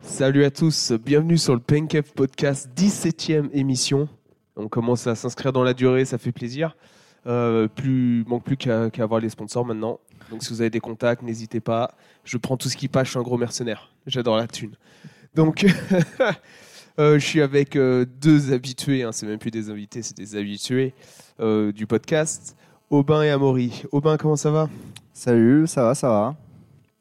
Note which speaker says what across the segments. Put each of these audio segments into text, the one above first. Speaker 1: Salut à tous, bienvenue sur le PenCave Podcast, 17ème émission. On commence à s'inscrire dans la durée, ça fait plaisir. Euh, plus manque plus qu'à qu'à avoir les sponsors maintenant. Donc si vous avez des contacts, n'hésitez pas. Je prends tout ce qui passe, je suis un gros mercenaire. J'adore la thune. Donc euh, je suis avec euh, deux habitués, hein, c'est même plus des invités, c'est des habitués euh, du podcast, Aubin et Amaury. Aubin, comment ça va
Speaker 2: Salut, ça va, ça va.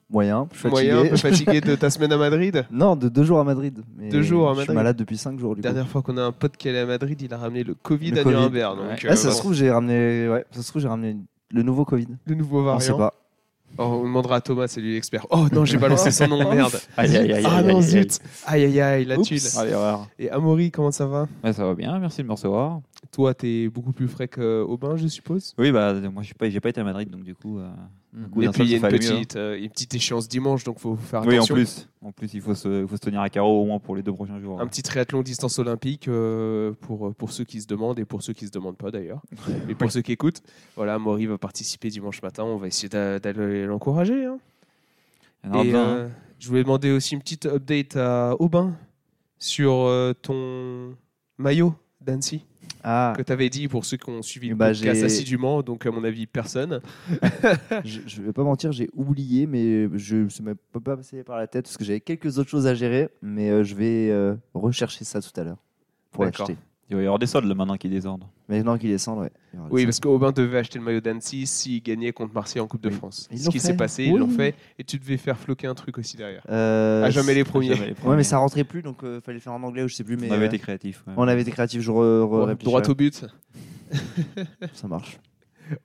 Speaker 2: Moyen, je suis fatigué.
Speaker 1: Moyen, un peu fatigué de ta semaine à Madrid
Speaker 2: non, de deux jours à Madrid. mais
Speaker 1: Deux jours à
Speaker 2: Je suis
Speaker 1: Madrid.
Speaker 2: malade depuis cinq jours. Du coup.
Speaker 1: Dernière fois qu'on a un pote qui allait à Madrid, il a ramené le Covid
Speaker 2: Le
Speaker 1: à
Speaker 2: Covid.
Speaker 1: Nuremberg. Donc,
Speaker 2: Ouais,
Speaker 1: euh,
Speaker 2: Ah, ça
Speaker 1: bon,
Speaker 2: se trouve, j'ai ramené. Ouais, ça se trouve, j'ai ramené le nouveau Covid.
Speaker 1: le nouveau
Speaker 2: On sait
Speaker 1: variant.
Speaker 2: pas.
Speaker 1: Oh, on demandera à Thomas, c'est lui l'expert. Oh non, j'ai balancé son
Speaker 2: Ah,
Speaker 1: nom, merde.
Speaker 3: Aïe, aïe, aïe,
Speaker 1: ah
Speaker 3: aïe,
Speaker 1: non,
Speaker 3: aïe,
Speaker 1: zut. Aïe, aïe, aïe, la
Speaker 2: Oups.
Speaker 1: tuile.
Speaker 3: Allez, voir.
Speaker 1: Et Amaury, comment Bah, ça va
Speaker 3: Ouais, ça va bien, merci de me recevoir.
Speaker 1: Toi, t'es beaucoup plus frais qu'Aubin, je suppose
Speaker 3: Oui, bah, moi, je suis pas- j'ai pas, été à Madrid, donc du coup. euh, du coup,
Speaker 1: Mm. Et
Speaker 3: d'un
Speaker 1: puis,
Speaker 3: seul,
Speaker 1: il y a
Speaker 3: ça
Speaker 1: une
Speaker 3: fallait mieux,
Speaker 1: petite, euh, une petite échéance dimanche, donc faut faire
Speaker 3: hein. Oui, en
Speaker 1: attention.
Speaker 3: plus, en plus, il faut se, il faut se tenir à carreau au moins pour les deux prochains jours. hein.
Speaker 1: Un petit triathlon distance olympique euh, pour, pour ceux qui se demandent et pour ceux qui se demandent pas d'ailleurs. Et pour ceux qui écoutent, voilà, Amaury va participer dimanche matin. On va essayer d'a- d'aller l'encourager. hein.
Speaker 2: Ah
Speaker 3: Il
Speaker 2: ben.
Speaker 3: y en aura
Speaker 1: Et
Speaker 3: besoin, hein.
Speaker 1: euh, je voulais demander aussi une petite update à Aubin sur euh, ton maillot d'Annecy
Speaker 2: Ah,
Speaker 1: que tu avais dit pour ceux qui ont suivi
Speaker 2: Eh
Speaker 1: le
Speaker 2: bah,
Speaker 1: podcast
Speaker 2: j'ai-
Speaker 1: assidûment, donc à mon avis personne.
Speaker 2: je, je vais pas mentir, j'ai oublié, mais je ça m'est pas pas passé par la tête parce que j'avais quelques autres choses à gérer. Mais euh, je vais euh, rechercher ça tout à l'heure pour
Speaker 1: D'accord.
Speaker 2: l'acheter.
Speaker 3: Il va y avoir des soldes là, maintenant qui désordent.
Speaker 2: Maintenant qu'il descend, ouais. il y aura
Speaker 1: Oui,
Speaker 2: des-
Speaker 1: parce qu'Aubin devait acheter le maillot d'Annecy s'il gagnait contre Marseille en Coupe de
Speaker 2: Oui.
Speaker 1: France.
Speaker 2: Ils
Speaker 1: Ce
Speaker 2: l'ont
Speaker 1: qui
Speaker 2: fait.
Speaker 1: s'est passé, ils
Speaker 2: Oui.
Speaker 1: l'ont fait, et tu devais faire floquer un truc aussi derrière.
Speaker 2: Euh,
Speaker 1: à Ah, jamais les
Speaker 3: Ça,
Speaker 1: premiers.
Speaker 3: j'avais les
Speaker 2: Ouais,
Speaker 3: premiers.
Speaker 2: mais ça rentrait plus, donc euh, fallait le faire en anglais ou je sais plus. Mais
Speaker 3: On avait
Speaker 2: euh,
Speaker 3: été créatifs. ouais.
Speaker 2: on avait été créatifs. Je re- re-
Speaker 1: Bon,
Speaker 2: réfléchirai.
Speaker 1: droit au but,
Speaker 2: Ça marche.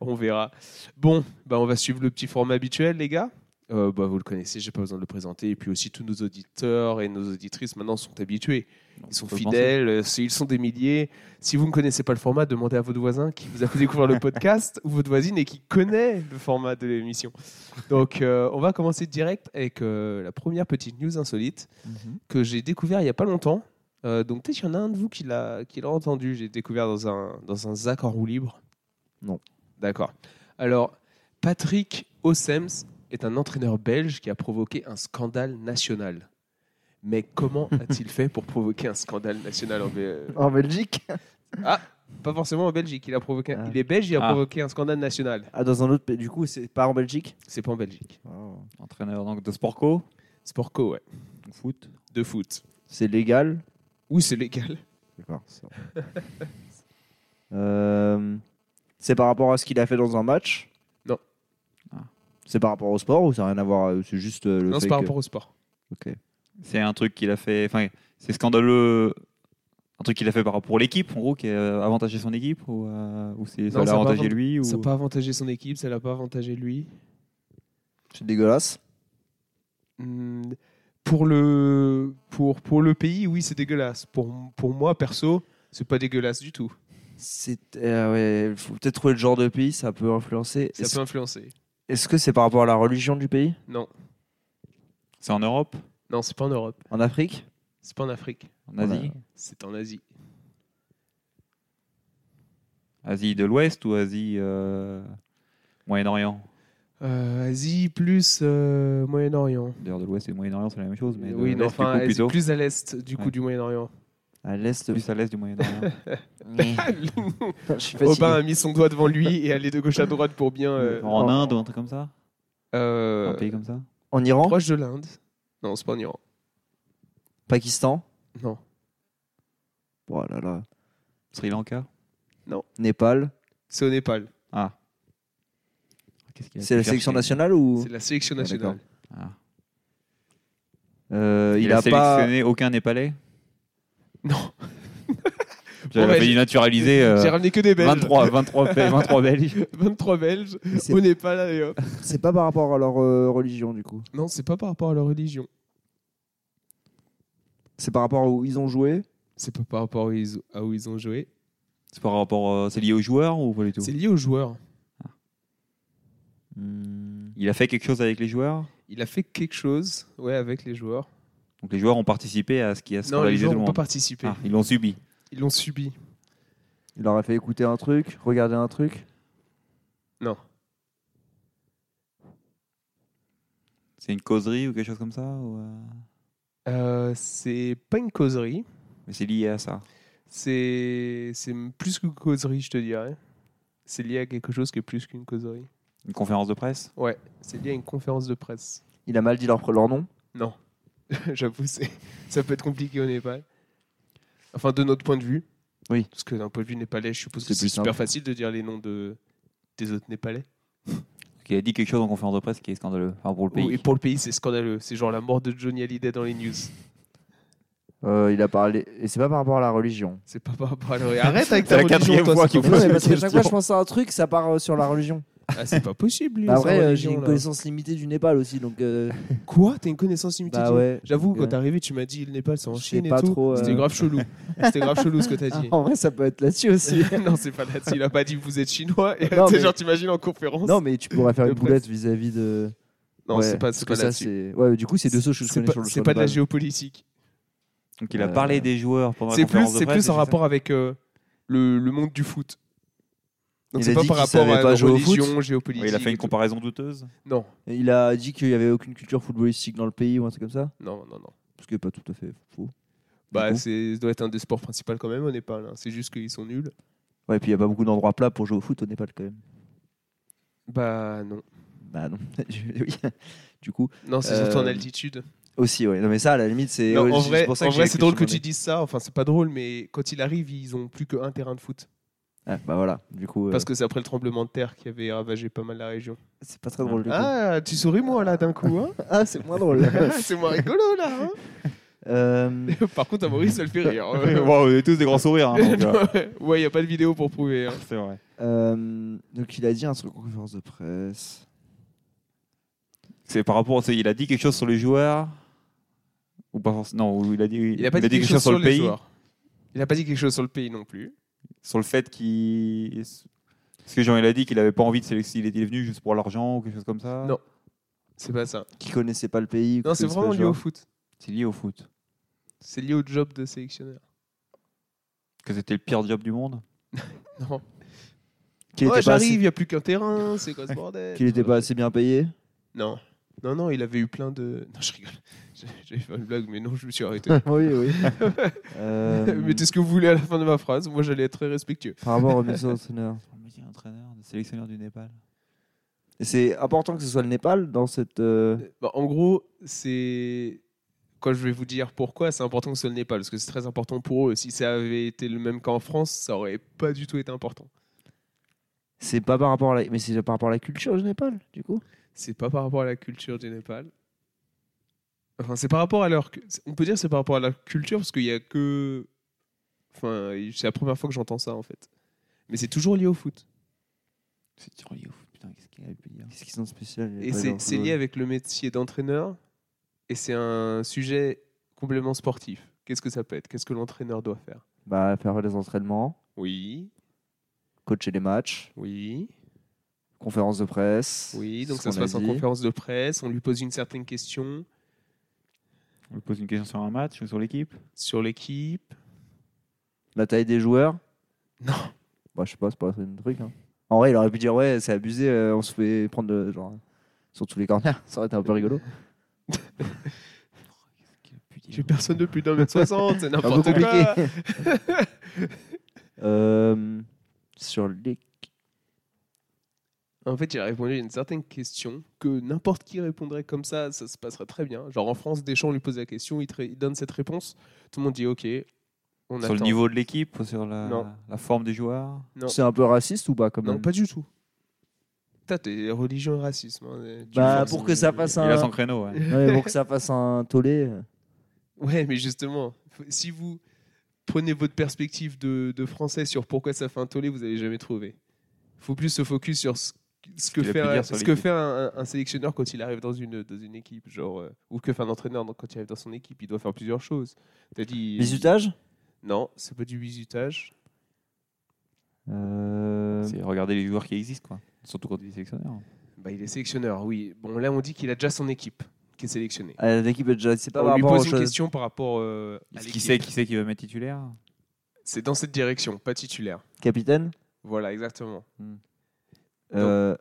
Speaker 1: on verra. Bon, bah, on va suivre le petit format habituel, les gars. Euh, bah, vous le connaissez, j'ai pas besoin de le présenter. Et puis aussi, tous nos auditeurs et nos auditrices maintenant sont habitués.
Speaker 3: On
Speaker 1: Ils sont
Speaker 3: peut le
Speaker 1: fidèles, euh, c'est- ils sont des milliers. Si vous ne connaissez pas le format, demandez à votre voisin qui vous a fait découvrir le podcast ou votre voisine et qui connaît le format de l'émission. Donc, euh, on va commencer direct avec euh, la première petite news insolite
Speaker 3: penser. Mhm.
Speaker 1: que j'ai découvert il n'y a pas longtemps. Euh, donc, peut-être qu'il y en a un de vous qui l'a qui l'a entendu. J'ai découvert dans un, dans un Zach en roue libre.
Speaker 2: Non.
Speaker 1: D'accord. Alors, Patrick Ossems est un entraîneur belge qui a provoqué un scandale national. Mais comment a-t-il fait pour provoquer un scandale national en Belgique
Speaker 2: En Belgique
Speaker 1: Pas forcément en Belgique. Il, a provoqué un-
Speaker 2: Ah.
Speaker 1: il est belge, il a
Speaker 3: Ah.
Speaker 1: provoqué un scandale national.
Speaker 2: Ah, dans un autre pays. Du coup, c'est pas en Belgique
Speaker 1: C'est pas en Belgique.
Speaker 2: Ah,
Speaker 3: Entraîneur donc, de sport co,
Speaker 1: Sport co, ouais.
Speaker 3: donc foot.
Speaker 1: De foot.
Speaker 2: C'est légal.
Speaker 1: Où c'est légal
Speaker 2: D'accord. ça. Euh, c'est par rapport à ce qu'il a fait dans un match
Speaker 1: Non.
Speaker 3: Ah.
Speaker 2: C'est par rapport au sport ou ça n'a rien à voir euh, C'est juste euh, le
Speaker 1: Non,
Speaker 2: fait
Speaker 1: c'est par
Speaker 2: que-
Speaker 1: rapport au sport.
Speaker 2: Ok.
Speaker 3: C'est un truc qu'il a fait. Enfin, c'est scandaleux. Un truc qu'il a fait par rapport pour l'équipe, en gros, qui a euh, avantagé son équipe ou, euh, ou c'est
Speaker 1: Non,
Speaker 3: ça
Speaker 1: ça
Speaker 3: l'a
Speaker 1: a pas
Speaker 3: avantagé
Speaker 1: avant-
Speaker 3: lui ou...
Speaker 1: Ça n'a pas avantagé son équipe, ça l'a pas avantagé lui.
Speaker 2: C'est dégueulasse.
Speaker 1: Hmm, Pour le, pour, pour le pays, oui, c'est dégueulasse. Pour, pour moi, perso, c'est pas dégueulasse du tout.
Speaker 2: C'est euh, ouais, faut peut-être trouver le genre de pays, ça peut influencer.
Speaker 1: Ça
Speaker 2: Est-ce
Speaker 1: peut influencer.
Speaker 2: est-ce que c'est par rapport à la religion du pays
Speaker 1: Non,
Speaker 3: C'est en Europe,
Speaker 1: non, c'est pas en Europe,
Speaker 2: En Afrique
Speaker 1: c'est pas en Afrique,
Speaker 3: en Asie,
Speaker 1: c'est en Asie.
Speaker 3: Asie de l'Ouest ou Asie euh, Moyen-Orient.
Speaker 1: Euh, Asie plus euh, Moyen-Orient.
Speaker 3: D'ailleurs, de l'Ouest et de Moyen-Orient, c'est la même chose, mais de
Speaker 1: Oui, non,
Speaker 3: l'Est,
Speaker 1: enfin,
Speaker 3: du coup,
Speaker 1: Asie
Speaker 3: plutôt
Speaker 1: plus à l'est du coup
Speaker 3: Ouais.
Speaker 1: du Moyen-Orient.
Speaker 2: À l'est.
Speaker 3: plus à l'Est du Moyen-Orient.
Speaker 2: Je suis fatigué.
Speaker 1: Aubin a mis son doigt devant lui et allé de gauche à droite pour bien. euh,
Speaker 3: en Inde ou un truc comme ça,
Speaker 1: euh,
Speaker 3: un pays comme ça.
Speaker 2: En Iran
Speaker 1: proche de l'Inde. Non, c'est pas en Iran.
Speaker 2: Pakistan
Speaker 1: Non.
Speaker 2: Oh là là.
Speaker 3: Sri Lanka.
Speaker 2: Népal
Speaker 1: C'est au Népal.
Speaker 3: Ah. Qu'est-ce qu'il a
Speaker 2: C'est
Speaker 3: pu
Speaker 2: la sélection
Speaker 3: chercher
Speaker 2: nationale ou
Speaker 1: C'est la sélection
Speaker 2: Ah, d'accord.
Speaker 1: nationale.
Speaker 3: Ah.
Speaker 2: Euh,
Speaker 3: Il,
Speaker 2: il,
Speaker 3: a,
Speaker 2: a pas.
Speaker 3: sélectionné aucun Népalais.
Speaker 1: Non,
Speaker 3: J'avais
Speaker 1: Bon, bah,
Speaker 3: failli naturaliser euh,
Speaker 1: j'ai ramené que des Belges.
Speaker 3: 23, 23, 23 Belges.
Speaker 1: 23 Belges
Speaker 2: C'est-
Speaker 1: au Népal. Allez, hop.
Speaker 2: C'est pas par rapport à leur euh, religion du coup.
Speaker 1: Non, c'est pas par rapport à leur religion.
Speaker 2: C'est par rapport à où ils ont joué.
Speaker 1: C'est pas par rapport à où ils- à où ils ont joué.
Speaker 3: C'est par rapport, euh, c'est lié aux joueurs ou pas du tout
Speaker 1: C'est lié aux joueurs.
Speaker 3: Hmm. Il a fait quelque chose avec les joueurs.
Speaker 1: Il a fait quelque chose ouais, avec les joueurs.
Speaker 3: Donc les joueurs ont participé à ce qui a
Speaker 1: non, les
Speaker 3: scandalisé
Speaker 1: joueurs
Speaker 3: tout le
Speaker 1: n'ont pas
Speaker 3: monde.
Speaker 1: participé.
Speaker 3: Ah, ils l'ont subi.
Speaker 1: Ils l'ont subi.
Speaker 2: Il leur a fait écouter un truc, regarder un truc.
Speaker 1: Non.
Speaker 3: C'est une causerie ou quelque chose comme ça ou, euh,
Speaker 1: Euh, c'est pas une causerie.
Speaker 3: Mais c'est lié à ça.
Speaker 1: C'est c'est plus qu'une causerie, je te dirais. C'est lié à quelque chose qui est plus qu'une causerie.
Speaker 3: Une conférence de presse
Speaker 1: Ouais, c'est lié à une conférence de presse.
Speaker 2: Il a mal dit leur, pre- leur nom.
Speaker 1: Non, j'avoue, c'est- ça peut être compliqué au Népal. Enfin, de notre point de vue.
Speaker 2: Oui.
Speaker 1: Parce que d'un point de vue népalais, je suppose que
Speaker 2: C'est
Speaker 1: c'est
Speaker 2: plus
Speaker 1: super
Speaker 2: simple.
Speaker 1: facile de dire les noms de, des autres népalais.
Speaker 3: Qui a dit quelque chose en conférence de presse qui est scandaleux. Enfin, pour le pays.
Speaker 1: Et pour le pays, c'est scandaleux. C'est genre la mort de Johnny Hallyday dans les news.
Speaker 2: Euh, il a parlé. Et c'est pas par rapport à la religion.
Speaker 1: C'est pas par rapport à la- Arrête avec
Speaker 3: C'est
Speaker 1: ta
Speaker 3: la
Speaker 1: religion,
Speaker 3: quatrième
Speaker 1: toi,
Speaker 3: fois
Speaker 1: c'est
Speaker 3: qu'il
Speaker 1: pas
Speaker 3: vous
Speaker 1: possible.
Speaker 2: Ouais, parce que
Speaker 3: question.
Speaker 2: chaque fois que je pense à un truc, ça part euh, sur la religion.
Speaker 1: Ah, c'est pas possible. lui,
Speaker 2: Bah,
Speaker 1: sa
Speaker 2: après, euh, j'ai
Speaker 1: religion,
Speaker 2: une
Speaker 1: là.
Speaker 2: connaissance limitée du Népal aussi, donc. euh,
Speaker 1: Quoi T'as une connaissance limitée
Speaker 2: bah
Speaker 1: du-
Speaker 2: ouais.
Speaker 1: J'avoue, quand
Speaker 2: Ouais.
Speaker 1: t'es arrivé, tu m'as dit le Népal, c'est en
Speaker 2: Je sais
Speaker 1: Chine et
Speaker 2: pas
Speaker 1: tout.
Speaker 2: trop, euh.
Speaker 1: C'était grave chelou. C'était grave chelou ce que t'as dit.
Speaker 2: Ah, en vrai, ça peut être là-dessus aussi.
Speaker 1: non, c'est pas là-dessus. Il a pas dit vous êtes chinois. Et
Speaker 2: Non,
Speaker 1: t'es
Speaker 2: mais-
Speaker 1: genre, t'imagines en conférence.
Speaker 2: non, mais tu pourrais faire
Speaker 1: De
Speaker 2: une boulette vis-à-vis de.
Speaker 1: Non,
Speaker 2: Ouais,
Speaker 1: c'est pas,
Speaker 2: parce
Speaker 1: c'est
Speaker 2: que
Speaker 1: pas
Speaker 2: ça,
Speaker 1: là-dessus.
Speaker 2: c'est. Ouais, mais du coup, c'est deux choses que je
Speaker 1: C'est
Speaker 2: connais
Speaker 1: pas,
Speaker 2: sur le
Speaker 1: c'est
Speaker 2: sur
Speaker 1: pas
Speaker 2: le
Speaker 1: de la
Speaker 2: Népal.
Speaker 1: géopolitique.
Speaker 3: Donc il a
Speaker 2: Euh,
Speaker 3: parlé des joueurs pendant la
Speaker 1: C'est plus,
Speaker 3: conférence de
Speaker 1: c'est
Speaker 3: presse,
Speaker 1: plus en
Speaker 3: c'est ça
Speaker 1: rapport avec euh, le, le monde du foot. Donc
Speaker 2: Il
Speaker 1: c'est
Speaker 2: a
Speaker 1: pas
Speaker 2: dit
Speaker 1: par
Speaker 2: qu'il
Speaker 1: rapport
Speaker 2: savait
Speaker 1: à
Speaker 2: pas
Speaker 1: la
Speaker 2: jouer au
Speaker 1: religion, géopolitique.
Speaker 3: Ouais, Il a fait une
Speaker 1: et tout.
Speaker 3: comparaison douteuse.
Speaker 1: Non,
Speaker 2: Il a dit qu'il n'y avait aucune culture footballistique dans le pays ou un truc comme ça
Speaker 1: non, non, non.
Speaker 2: Ce qui n'est pas tout à fait faux.
Speaker 1: Bah,
Speaker 2: coup
Speaker 1: c'est, ça doit être un des sports principaux quand même au Népal. hein. C'est juste qu'ils sont nuls.
Speaker 2: Ouais, et puis il n'y a pas beaucoup d'endroits plats pour jouer au foot au Népal quand même.
Speaker 1: Bah, non.
Speaker 2: Bah non. Oui. du coup,
Speaker 1: Non, c'est surtout en
Speaker 2: Euh,
Speaker 1: altitude.
Speaker 2: aussi, ouais. Non mais ça, à la limite, c'est.
Speaker 1: Non,
Speaker 2: ouais,
Speaker 1: en
Speaker 2: c'est
Speaker 1: vrai,
Speaker 2: pour ça
Speaker 1: en
Speaker 2: j'ai
Speaker 1: vrai,
Speaker 2: la
Speaker 1: c'est drôle que
Speaker 2: question
Speaker 1: tu dises ça. Enfin, c'est pas drôle, mais quand il arrive, ils ont plus qu'un terrain de foot.
Speaker 2: dans les- Ah, bah voilà. Du coup, euh,
Speaker 1: Parce que c'est après le tremblement de terre qui avait ravagé pas mal la région.
Speaker 2: c'est pas très drôle. du coup.
Speaker 1: Ah, tu souris moi là d'un coup. Hein
Speaker 2: Ah, c'est moins drôle.
Speaker 1: c'est moins rigolo là. hein
Speaker 2: Euh,
Speaker 1: Par contre, à Maurice, ça le fait rire. hein.
Speaker 3: Wow, on est tous des grands sourires. hein, donc, euh,
Speaker 1: ouais, il n'y a pas de vidéo pour prouver. hein.
Speaker 3: c'est vrai.
Speaker 2: euh, donc il a dit un truc en conférence de presse.
Speaker 3: C'est par rapport, c'est- il a dit quelque chose sur les joueurs ou pas forcément. Non, ou il a dit,
Speaker 1: Il n'a pas dit quelque chose sur le pays. Il n'a pas dit quelque chose sur le pays non plus.
Speaker 3: sur le fait qu'il. Parce que Jean, il a dit qu'il avait pas envie de sélectionner. Il était venu juste pour l'argent ou quelque chose comme ça.
Speaker 1: Non. C'est pas ça.
Speaker 2: Qui connaissait pas le pays.
Speaker 1: Non, c'est
Speaker 2: connaissait pas
Speaker 1: vraiment
Speaker 2: le
Speaker 1: lié au
Speaker 2: genre.
Speaker 1: foot.
Speaker 3: C'est lié au foot.
Speaker 1: C'est lié au job de sélectionneur.
Speaker 3: Que c'était le pire job du monde.
Speaker 1: Non.
Speaker 2: Qu'il était
Speaker 1: ouais,
Speaker 2: pas
Speaker 1: Oh, j'arrive, il
Speaker 2: assez-
Speaker 1: n'y a plus qu'un terrain. C'est quoi ce bordel
Speaker 2: Qu'il était pas assez bien payé.
Speaker 1: Non. Non, non, il avait eu plein de. Non, je rigole. J'ai- J'avais fait une blague, mais non, je me suis arrêté.
Speaker 2: oui, oui. Euh,
Speaker 1: Mettez ce que vous voulez à la fin de ma phrase. Moi, j'allais être très respectueux.
Speaker 2: Par rapport au médecin entraîneur.
Speaker 3: entraîneur, sélectionneur du Népal.
Speaker 2: Et C'est important que ce soit le Népal dans cette. euh,
Speaker 1: Bah, en gros, c'est. Quand je vais vous dire pourquoi, c'est important que ce soit le Népal, parce que c'est très important pour eux. Si ça avait été le même qu'en France, ça aurait pas du tout été important.
Speaker 2: C'est pas par rapport à la... mais c'est par rapport à la culture du Népal, du coup.
Speaker 1: C'est pas par rapport à la culture du Népal. Enfin, c'est par rapport à leur. cu- On peut dire que c'est par rapport à la culture, parce qu'il y a que. Enfin, c'est la première fois que j'entends ça, en fait. Mais c'est toujours lié au foot.
Speaker 3: C'est toujours lié au foot. Putain, qu'est-ce qu'il avait pu dire
Speaker 2: Qu'est-ce qu'ils sont de spécial les
Speaker 1: Et
Speaker 2: Népalais dans
Speaker 1: c'est
Speaker 2: le
Speaker 1: c'est
Speaker 2: football
Speaker 1: lié avec le métier d'entraîneur et c'est un sujet complètement sportif. Qu'est-ce que ça peut être Qu'est-ce que l'entraîneur doit faire
Speaker 2: Bah, faire les entraînements,
Speaker 1: Oui,
Speaker 2: coacher les matchs,
Speaker 1: oui,
Speaker 2: conférences de presse.
Speaker 1: oui. Donc ça
Speaker 2: ce
Speaker 1: se
Speaker 2: qu'on a
Speaker 1: passe en
Speaker 2: dit.
Speaker 1: conférence de presse, on lui pose une certaine question
Speaker 3: On lui pose une question sur un match ou sur l'équipe
Speaker 1: sur l'équipe.
Speaker 2: La taille des joueurs.
Speaker 1: Non.
Speaker 2: Bah, je sais pas, c'est pas un truc. hein. En vrai, il aurait pu dire ouais, c'est abusé, euh, on se fait prendre de- genre euh, sur tous les corners. Ça aurait été un peu rigolo.
Speaker 3: Qu'est-ce qu'il a pu dire
Speaker 1: J'ai personne de plus d'un mètre soixante, c'est
Speaker 2: Un peu
Speaker 1: n'importe quoi.
Speaker 2: compliqué. Euh, sur les.
Speaker 1: En fait, il a répondu à une certaine question que n'importe qui répondrait comme ça, ça se passerait très bien. Genre en France, Deschamps lui pose la question, il, te- il donne cette réponse, tout le monde dit OK. On
Speaker 3: Sur le
Speaker 1: attend.
Speaker 3: niveau de l'équipe, ou sur la,
Speaker 1: Non.
Speaker 3: la forme des joueurs
Speaker 1: Non.
Speaker 2: C'est un peu raciste ou pas quand même
Speaker 1: Non, pas du tout. T'as tes religion et racisme. hein, tu
Speaker 2: Bah,
Speaker 1: forces
Speaker 2: pour
Speaker 1: une-
Speaker 2: que ça fasse
Speaker 3: Il a
Speaker 2: un.
Speaker 3: son créneau. ouais.
Speaker 2: Ouais, pour que ça fasse un tollé.
Speaker 1: Ouais, mais justement, faut- si vous prenez votre perspective de, de français sur pourquoi ça fait un tollé, vous n'allez jamais trouver. faut plus se focus sur ce, ce que
Speaker 3: qu'il a pu
Speaker 1: fait, un,
Speaker 3: dire sur
Speaker 1: ce que
Speaker 3: l'équipe.
Speaker 1: fait un, un- un sélectionneur quand il arrive dans une, dans une équipe, genre, euh, ou que fait un entraîneur dans- quand il arrive dans son équipe. Il doit faire plusieurs choses. T'as dit.
Speaker 2: Bisutage
Speaker 1: Non, c'est pas du bisutage.
Speaker 2: Euh,
Speaker 3: C'est regarder les joueurs qui existent, quoi. Surtout quand il est sélectionneur.
Speaker 1: Bah, il est sélectionneur, oui. Bon, là, on dit qu'il a déjà son équipe qui est sélectionnée.
Speaker 2: euh, L'équipe est déjà. C'est pas
Speaker 1: on
Speaker 2: par
Speaker 1: lui
Speaker 2: rapport aux
Speaker 1: pose une
Speaker 2: choses-
Speaker 1: question par rapport euh, à
Speaker 3: Qui
Speaker 1: l'équipe.
Speaker 3: sait qui sait qui va mettre titulaire
Speaker 1: C'est dans cette direction, pas titulaire.
Speaker 2: Capitaine
Speaker 1: Voilà, exactement.
Speaker 2: Euh,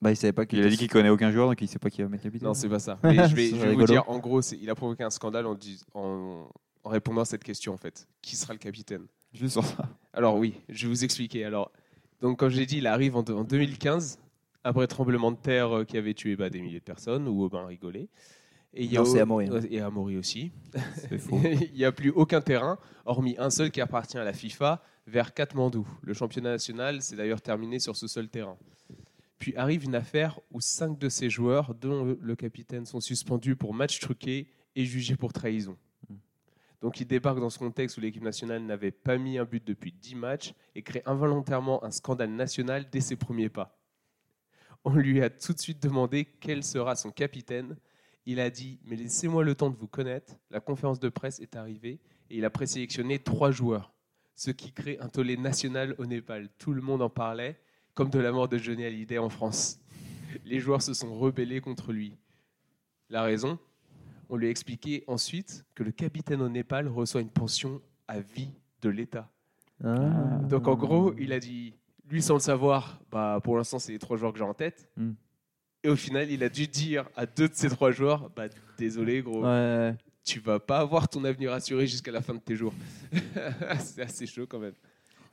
Speaker 2: Bah, il savait pas qu'il
Speaker 3: Il a dit
Speaker 2: était-
Speaker 3: qu'il connaît aucun joueur, donc il sait pas qui va mettre l'habitude.
Speaker 1: Non, c'est pas ça. Mais je vais,
Speaker 2: Ce
Speaker 1: je
Speaker 2: serait
Speaker 1: vais vous
Speaker 2: rigolo.
Speaker 1: dire, en gros, c'est- il a provoqué un scandale en, dis- en- en répondant à cette question, en fait. Qui sera le capitaine
Speaker 3: Juste sur ça.
Speaker 1: Alors oui, je vais vous expliquer. Alors, donc, comme j'ai dit, il arrive en, en 2015, après le tremblement de terre euh, qui avait tué bah, des milliers de personnes, ou Aubin rigolait. Et il y a
Speaker 2: Non,
Speaker 1: au-
Speaker 2: c'est Amaury.
Speaker 1: ouais, Et Amaury aussi.
Speaker 3: C'est faux.
Speaker 1: il n'y a plus aucun terrain, hormis un seul qui appartient à la FIFA, vers Katmandou. Le championnat national s'est d'ailleurs terminé sur ce seul terrain. Puis arrive une affaire où cinq de ces joueurs, dont le capitaine, sont suspendus pour match truqué et jugés pour trahison. Donc il débarque dans ce contexte où l'équipe nationale n'avait pas mis un but depuis 10 matchs et crée involontairement un scandale national dès ses premiers pas. On lui a tout de suite demandé quel sera son capitaine il a dit Mais laissez-moi le temps de vous connaître. La conférence de presse est arrivée et il a présélectionné trois joueurs, ce qui crée un tollé national au Népal. Tout le monde en parlait, comme de la mort de Johnny Hallyday en France. Les joueurs se sont rebellés contre lui. La raison On lui a expliqué ensuite que le capitaine au Népal reçoit une pension à vie de l'État.
Speaker 2: Ah.
Speaker 1: Donc en gros, il a dit, lui sans le savoir, bah pour l'instant c'est les trois joueurs que j'ai en tête.
Speaker 2: Hmm.
Speaker 3: Mm.
Speaker 1: Et au final, il a dû dire à deux de ces trois joueurs, bah désolé gros,
Speaker 2: Ouais.
Speaker 1: tu vas pas avoir ton avenir assuré jusqu'à la fin de tes jours. c'est assez chaud quand même.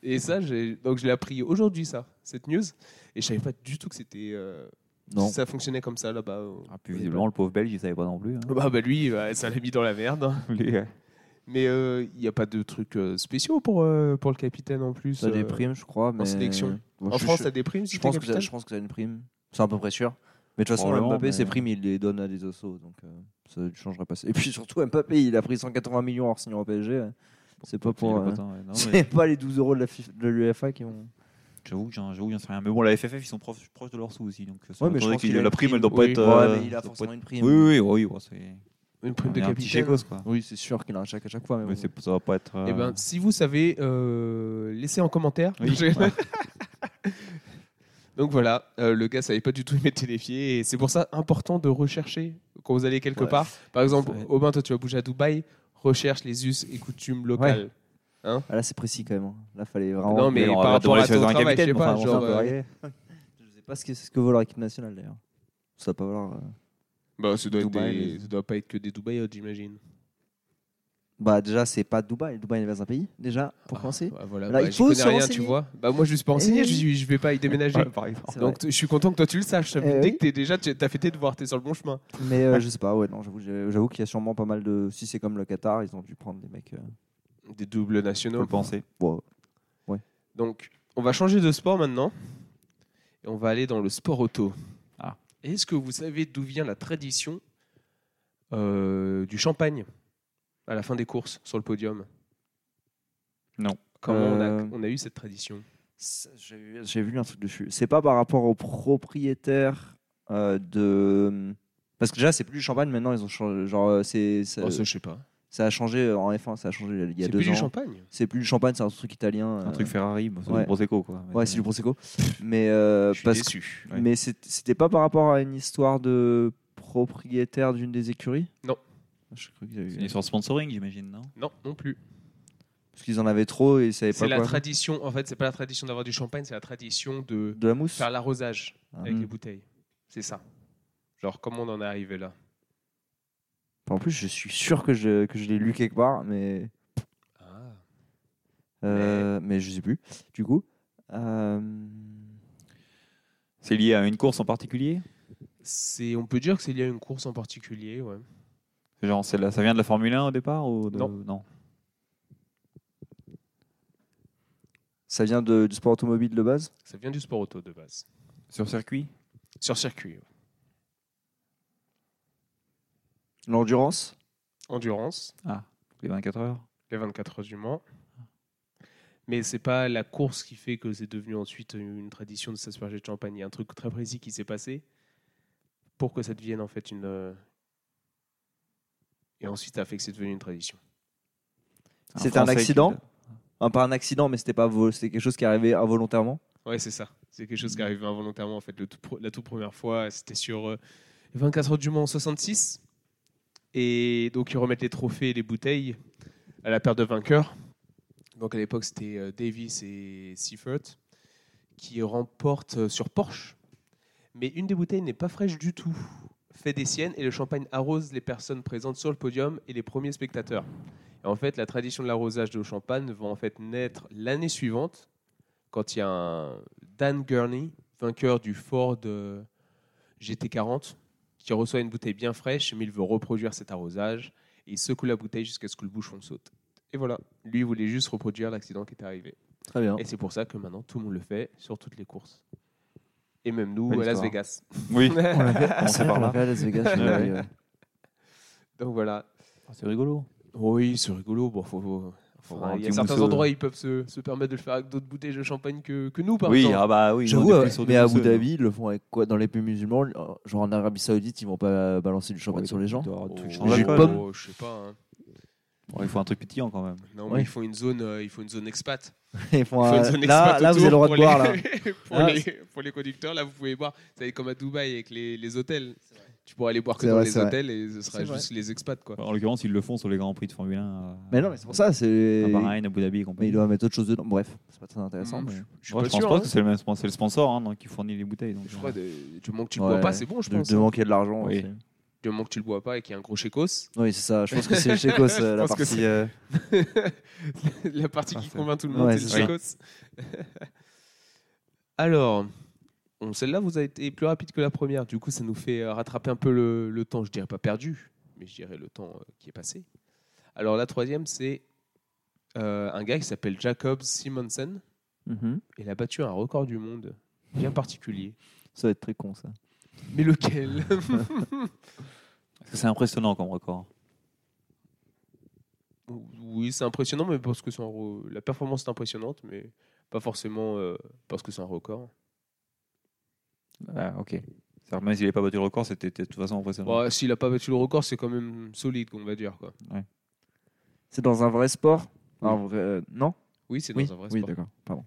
Speaker 1: Et ça, j'ai- donc je l'ai appris aujourd'hui ça, cette news, et je savais pas du tout que c'était, euh,
Speaker 2: Non.
Speaker 1: ça fonctionnait comme ça là-bas.
Speaker 3: Ah, puis visiblement, le pauvre belge, il savait pas non plus. hein.
Speaker 1: Bah, bah, lui, bah, ça l'a mis dans la merde. hein.
Speaker 3: Les-
Speaker 1: Mais euh, il n'y a pas de trucs euh, spéciaux pour, euh, pour le capitaine en plus.
Speaker 2: Ça
Speaker 1: euh,
Speaker 2: des primes, je crois. Mais...
Speaker 1: sélection.
Speaker 2: Bon,
Speaker 1: En
Speaker 2: je-
Speaker 1: France,
Speaker 2: je-
Speaker 1: ça des primes si
Speaker 2: je
Speaker 1: t'es
Speaker 2: pense, que ça,
Speaker 1: capitaine
Speaker 2: je pense que ça a une prime. C'est à peu près sûr. Mais de toute façon,
Speaker 3: Probablement,
Speaker 2: Mbappé,
Speaker 3: mais-
Speaker 2: ses primes, il les donne à des ossos. Donc euh, ça ne changera pas. Et puis surtout, Mbappé, il a pris 180 millions en signant au PSG. hein. C'est pas
Speaker 3: les
Speaker 2: pour. euh,
Speaker 3: potins, ouais. Non, mais-
Speaker 2: C'est pas les 12 euros de la FIFA de l'UEFA qui ont.
Speaker 3: J'avoue que j'en j'avoue que j'en sais rien. Mais bon, la FFF, ils sont proches, proches de leur sous aussi. Donc,
Speaker 2: Ouais, mais je pense qu'il a
Speaker 3: la
Speaker 2: une
Speaker 3: prime, elle
Speaker 2: prime.
Speaker 3: doit pas
Speaker 1: Oui.
Speaker 3: être.
Speaker 1: Ouais,
Speaker 3: euh,
Speaker 2: ouais, mais il
Speaker 3: doit
Speaker 2: a
Speaker 3: pas
Speaker 2: forcément
Speaker 3: être-
Speaker 2: une prime.
Speaker 3: Oui, oui, oui. oui, ouais, c'est-
Speaker 1: Une prime
Speaker 3: on
Speaker 1: de
Speaker 3: est un petit
Speaker 1: capitaine.
Speaker 3: chécos, quoi.
Speaker 2: Oui, c'est sûr qu'il a un chèque à chaque fois. Mais,
Speaker 3: Mais
Speaker 2: bon.
Speaker 3: c'est- ça va pas être. euh,
Speaker 1: Eh ben, si vous savez, euh, laissez en commentaire.
Speaker 3: Oui.
Speaker 1: Je-
Speaker 3: Ouais.
Speaker 1: Donc voilà, euh, le gars savait pas du tout aimer Téléfier et c'est pour ça important de rechercher quand vous allez quelque
Speaker 2: Ouais.
Speaker 1: part. Par exemple,
Speaker 2: Ouais.
Speaker 1: Aubin, toi tu vas bouger à Dubaï, recherche les us et coutumes locales.
Speaker 2: Ah, là, c'est précis quand même. hein. Là, fallait vraiment.
Speaker 1: Non mais
Speaker 3: Mais on va
Speaker 1: par rapport
Speaker 3: demander
Speaker 1: à
Speaker 3: si vous
Speaker 1: ton
Speaker 3: avez un
Speaker 1: travail, je sais
Speaker 3: capitaine,
Speaker 1: pas,
Speaker 3: enfin, bon,
Speaker 1: genre,
Speaker 3: ça
Speaker 1: euh,
Speaker 2: Je sais pas ce que, ce que vaut leur équipe nationale d'ailleurs. Ça va pas valoir. euh,
Speaker 1: bah, ça doit, être
Speaker 2: Dubaï,
Speaker 1: des-
Speaker 2: les-
Speaker 1: ça doit pas être que des Dubaïotes, j'imagine.
Speaker 2: Bah, déjà, c'est pas Dubaï. Dubaï n'est pas un pays, déjà, pour
Speaker 1: Ah,
Speaker 2: commencer.
Speaker 1: ouais, voilà,
Speaker 2: Là,
Speaker 1: bah,
Speaker 2: il
Speaker 1: j'y
Speaker 2: faut
Speaker 1: connais
Speaker 2: se
Speaker 1: rien, tu
Speaker 2: renseigner.
Speaker 1: vois. Bah moi je suis pas renseigné,
Speaker 2: Eh
Speaker 1: je, suis- je vais pas y déménager.
Speaker 3: Ouais, par exemple.
Speaker 2: C'est vrai.
Speaker 1: Donc t- je suis content que toi tu le saches. Ça me
Speaker 2: Eh
Speaker 1: dit
Speaker 2: oui.
Speaker 1: que t'es déjà tu as fait tes devoirs, t'es sur le bon chemin.
Speaker 2: Mais euh, je sais pas, ouais, non, j'avoue, j'ai- j'avoue qu'il y a sûrement pas mal de. Si c'est comme le Qatar, ils ont dû prendre des mecs. euh,
Speaker 1: Des doubles
Speaker 3: On peut
Speaker 1: nationaux.
Speaker 3: le penser.
Speaker 2: bon,
Speaker 1: Donc, on va changer de sport maintenant. Et on va aller dans le sport auto.
Speaker 3: Ah.
Speaker 1: Est-ce que vous savez d'où vient la tradition euh, du champagne à la fin des courses sur le podium
Speaker 3: Non.
Speaker 1: Comment
Speaker 2: Euh.
Speaker 1: on, a, on a eu cette tradition
Speaker 2: Ça, J'ai vu- j'ai vu un truc dessus. C'est pas par rapport au propriétaire euh, de. Parce que déjà, c'est plus du champagne maintenant, ils ont changé. Genre, euh, c'est, ça,
Speaker 1: Oh, ça, Je sais pas.
Speaker 2: ça a changé euh, en F1, ça a changé il y a
Speaker 1: C'est
Speaker 2: deux
Speaker 1: plus du
Speaker 2: ans.
Speaker 1: champagne.
Speaker 2: C'est plus du champagne, c'est un truc italien.
Speaker 3: Un
Speaker 2: euh,
Speaker 3: truc Ferrari, bon, c'est
Speaker 2: ouais.
Speaker 3: le Prosecco, quoi.
Speaker 2: Ouais, c'est du Prosecco. Mais, euh,
Speaker 1: Je suis
Speaker 2: parce
Speaker 1: déçu.
Speaker 2: que- mais c'est- c'était pas par rapport à une histoire de propriétaire d'une des écuries Ah,
Speaker 1: Non.
Speaker 2: Je crois qu'ils avaient-
Speaker 3: C'est une histoire de sponsoring, j'imagine, non
Speaker 1: Non, non plus.
Speaker 2: Parce qu'ils en avaient trop et ils savaient
Speaker 1: C'est
Speaker 2: pas
Speaker 1: la
Speaker 2: quoi.
Speaker 1: tradition. En fait, c'est pas la tradition d'avoir du champagne, c'est la tradition de
Speaker 2: De la mousse
Speaker 1: faire l'arrosage
Speaker 2: Ah,
Speaker 1: avec
Speaker 3: hmm.
Speaker 1: les bouteilles. C'est ça. Mm. Genre, comment on en est arrivé là
Speaker 2: En plus, je suis sûr que je, que je l'ai lu quelque part, mais.
Speaker 1: ah.
Speaker 2: Euh, mais je sais plus, du coup. Euh,
Speaker 3: C'est lié à une course en particulier
Speaker 1: C'est, on peut dire que c'est lié à une course en particulier, ouais.
Speaker 3: Genre, c'est la- ça vient de la Formule 1 au départ ou de-
Speaker 1: Non.
Speaker 2: ça vient de- du sport automobile de base
Speaker 1: Ça vient du sport auto de base.
Speaker 3: Sur circuit
Speaker 1: Sur circuit. ouais.
Speaker 2: L'endurance
Speaker 1: Endurance,
Speaker 3: Les 24 heures
Speaker 1: les 24 heures du Mans. Mais c'est pas la course qui fait que c'est devenu ensuite une tradition de s'asperger de champagne. Il y a un truc très précis qui s'est passé pour que ça devienne en fait une. euh, Et ensuite, ça a fait que c'est devenu une tradition.
Speaker 2: C'était un
Speaker 3: Français qui-
Speaker 2: accident Enfin, Pas un accident, mais c'était pas vol- c'était quelque chose qui arrivait involontairement.
Speaker 1: Ouais, c'est ça. C'est quelque chose qui arrivait involontairement en fait. Le tout pro- la toute première fois, c'était sur euh, les 24 heures du Mans en 66. Et donc ils remettent les trophées et les bouteilles à la paire de vainqueurs. Donc à l'époque, c'était euh, Davis et Seifert qui remportent euh, sur Porsche. mais une des bouteilles n'est pas fraîche du tout. Fait des siennes et le champagne arrose les personnes présentes sur le podium et les premiers spectateurs. Et en fait, la tradition de l'arrosage de champagne va en fait naître l'année suivante quand il y a un Dan Gurney, vainqueur du Ford euh, GT40, qui reçoit une bouteille bien fraîche, mais il veut reproduire cet arrosage. Et il secoue la bouteille jusqu'à ce que le bouchon saute. Et voilà, lui il voulait juste reproduire l'accident qui était arrivé.
Speaker 2: Très bien.
Speaker 1: Et c'est pour ça que maintenant tout le monde le fait sur toutes les courses. Et même nous
Speaker 2: Belle
Speaker 1: à Las
Speaker 2: histoire.
Speaker 1: Vegas.
Speaker 3: Oui.
Speaker 2: On l'a fait-
Speaker 3: On
Speaker 2: on
Speaker 3: sait
Speaker 2: l'a
Speaker 3: par là.
Speaker 2: fait à Las Vegas, je suis allé, Ah, ouais.
Speaker 1: Donc voilà.
Speaker 3: Ah, C'est rigolo.
Speaker 1: Oui, c'est rigolo. Bon, faut- faut-
Speaker 3: Faut
Speaker 1: enfin,
Speaker 3: un
Speaker 1: il y a
Speaker 3: petit
Speaker 1: certains
Speaker 3: mousseux.
Speaker 1: endroits ils peuvent se, se permettre de le faire avec d'autres bouteilles de champagne que, que nous, par
Speaker 3: Oui,
Speaker 1: exemple.
Speaker 3: ah bah oui.
Speaker 2: J'avoue,
Speaker 3: on est
Speaker 2: ouais,
Speaker 3: plus sur des
Speaker 2: mais à
Speaker 3: mousseux,
Speaker 2: Abu Dhabi, ils le font avec quoi Dans les pays musulmans, euh, genre en Arabie Saoudite, ils vont pas balancer du champagne sur les gens.
Speaker 1: Oh,
Speaker 2: jus de
Speaker 1: oh,
Speaker 2: pomme.
Speaker 1: oh, je sais pas. hein.
Speaker 3: Bon, il faut un truc pétillant quand même.
Speaker 1: Non,
Speaker 2: Ouais.
Speaker 1: mais ils font une zone, euh, ils font une zone expat.
Speaker 2: Ils font
Speaker 1: Ils font
Speaker 2: un-
Speaker 1: une zone
Speaker 2: Là,
Speaker 1: expat
Speaker 2: là, vous avez
Speaker 1: autour
Speaker 2: le
Speaker 1: pour
Speaker 2: droit de boire. Là.
Speaker 1: les- pour,
Speaker 2: Ah,
Speaker 1: les, pour les conducteurs, là, vous pouvez boire. C'est comme à Dubaï avec les, les hôtels. Tu pourras aller boire que
Speaker 2: C'est
Speaker 1: dans
Speaker 2: vrai,
Speaker 1: les
Speaker 2: c'est vrai.
Speaker 1: hôtels et ce sera
Speaker 2: C'est vrai.
Speaker 1: juste les expats, quoi.
Speaker 3: En l'occurrence, ils le font sur les grands prix de Formule 1. euh,
Speaker 2: Mais non, mais c'est pour ça. C'est...
Speaker 3: à Bahreïn, Abu Dhabi et
Speaker 2: Mais
Speaker 3: compagnie.
Speaker 2: ils doivent mettre autre chose dedans. Bref, c'est pas très intéressant.
Speaker 1: Mm.
Speaker 2: mais-
Speaker 1: Je suis
Speaker 3: Ouais,
Speaker 1: pas
Speaker 3: je pense
Speaker 1: sûr,
Speaker 3: pas
Speaker 1: hein.
Speaker 3: que c'est le même sponsor, c'est le sponsor hein, donc, qui fournit les bouteilles. donc,
Speaker 1: Je crois
Speaker 3: euh,
Speaker 1: de- du moment que tu le
Speaker 2: Ouais.
Speaker 1: bois pas, c'est bon, je
Speaker 2: De,
Speaker 1: pense.
Speaker 2: de manquer de l'argent.
Speaker 3: Oui.
Speaker 2: c'est-
Speaker 1: Du moment que tu le bois pas et qu'il y a un gros chécos,
Speaker 2: Oui, c'est ça. Je pense que c'est le Checos,
Speaker 1: Je
Speaker 2: euh, la
Speaker 1: pense que
Speaker 2: partie.
Speaker 1: c'est-
Speaker 2: euh,
Speaker 1: la partie qui
Speaker 3: Parfait.
Speaker 1: convainc tout le monde,
Speaker 2: Ouais,
Speaker 1: c'est
Speaker 2: c'est
Speaker 1: le chécos. Alors, bon, celle-là, vous avez été plus rapide que la première. Du coup, ça nous fait euh, rattraper un peu le, le temps. Je dirais pas perdu, mais je dirais le temps euh, qui est passé. Alors, la troisième, c'est euh, un gars qui s'appelle Jacob Simonsen.
Speaker 2: Mhm.
Speaker 1: Il a battu un record du monde bien particulier.
Speaker 2: Ça va être très con, ça.
Speaker 1: Mais lequel
Speaker 3: parce que c'est impressionnant comme record.
Speaker 1: Oui, c'est impressionnant, mais parce que c'est un re- la performance est impressionnante, mais pas forcément euh, parce que c'est un record.
Speaker 3: Ah, ok. Même s'il n'avait pas battu le record, c'était de toute façon impressionnant.
Speaker 1: Bah, S'il n'a pas battu le record, c'est quand même solide, on va dire. Quoi.
Speaker 2: C'est dans un vrai sport Un vrai- euh, Non
Speaker 1: Oui, c'est dans un vrai
Speaker 2: Oui,
Speaker 1: sport.
Speaker 2: d'accord. Pardon.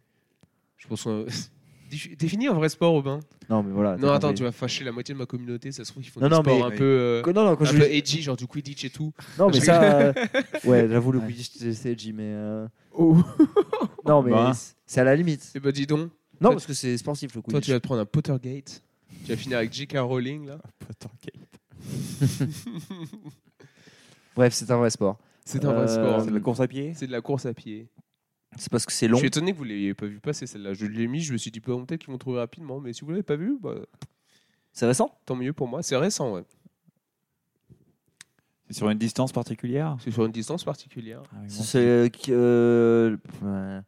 Speaker 1: Je pense qu'on- Défi- Définis un vrai sport, Robin.
Speaker 2: Non, Ah, mais voilà.
Speaker 1: non,
Speaker 2: t'as
Speaker 1: attends,
Speaker 2: compris.
Speaker 1: tu vas fâcher la moitié de ma communauté. Ça se trouve qu'ils font
Speaker 2: Non,
Speaker 1: des
Speaker 2: non,
Speaker 1: sports
Speaker 2: mais-
Speaker 1: un
Speaker 3: Oui.
Speaker 1: peu, euh,
Speaker 2: Que- Non, non,
Speaker 1: un
Speaker 2: quand je
Speaker 1: peu
Speaker 2: lui-
Speaker 1: edgy, genre du Quidditch et tout.
Speaker 2: Non, mais
Speaker 1: Je
Speaker 2: ça. euh, Ouais, j'avoue, le Quidditch, c'est- c'est edgy, mais. euh, Non, mais
Speaker 3: Bah.
Speaker 2: c'est- c'est à la limite.
Speaker 1: Et bah, dis donc,
Speaker 2: Non,
Speaker 1: Toi-
Speaker 2: parce que c'est sportif le
Speaker 1: toi,
Speaker 2: Quidditch.
Speaker 1: tu vas te prendre un Pottergate. Tu vas finir avec J.K. Rowling, là.
Speaker 2: Bref, c'est un vrai sport.
Speaker 1: C'est un vrai
Speaker 2: Euh,
Speaker 1: sport.
Speaker 3: C'est de la course à pied
Speaker 1: C'est de la course à pied.
Speaker 2: C'est parce que c'est
Speaker 1: Je
Speaker 2: long.
Speaker 1: suis étonné que vous ne l'ayez pas vu passer, celle-là. Je l'ai mis, je me suis dit, bon, peut-être qu'ils vont trouver rapidement. Mais si vous ne l'avez pas vu, bah,
Speaker 2: C'est récent
Speaker 1: tant mieux pour moi. C'est récent, ouais.
Speaker 3: C'est sur une distance particulière Ah,
Speaker 1: C'est sur une distance particulière.
Speaker 2: C'est. euh, qui- euh, ouais,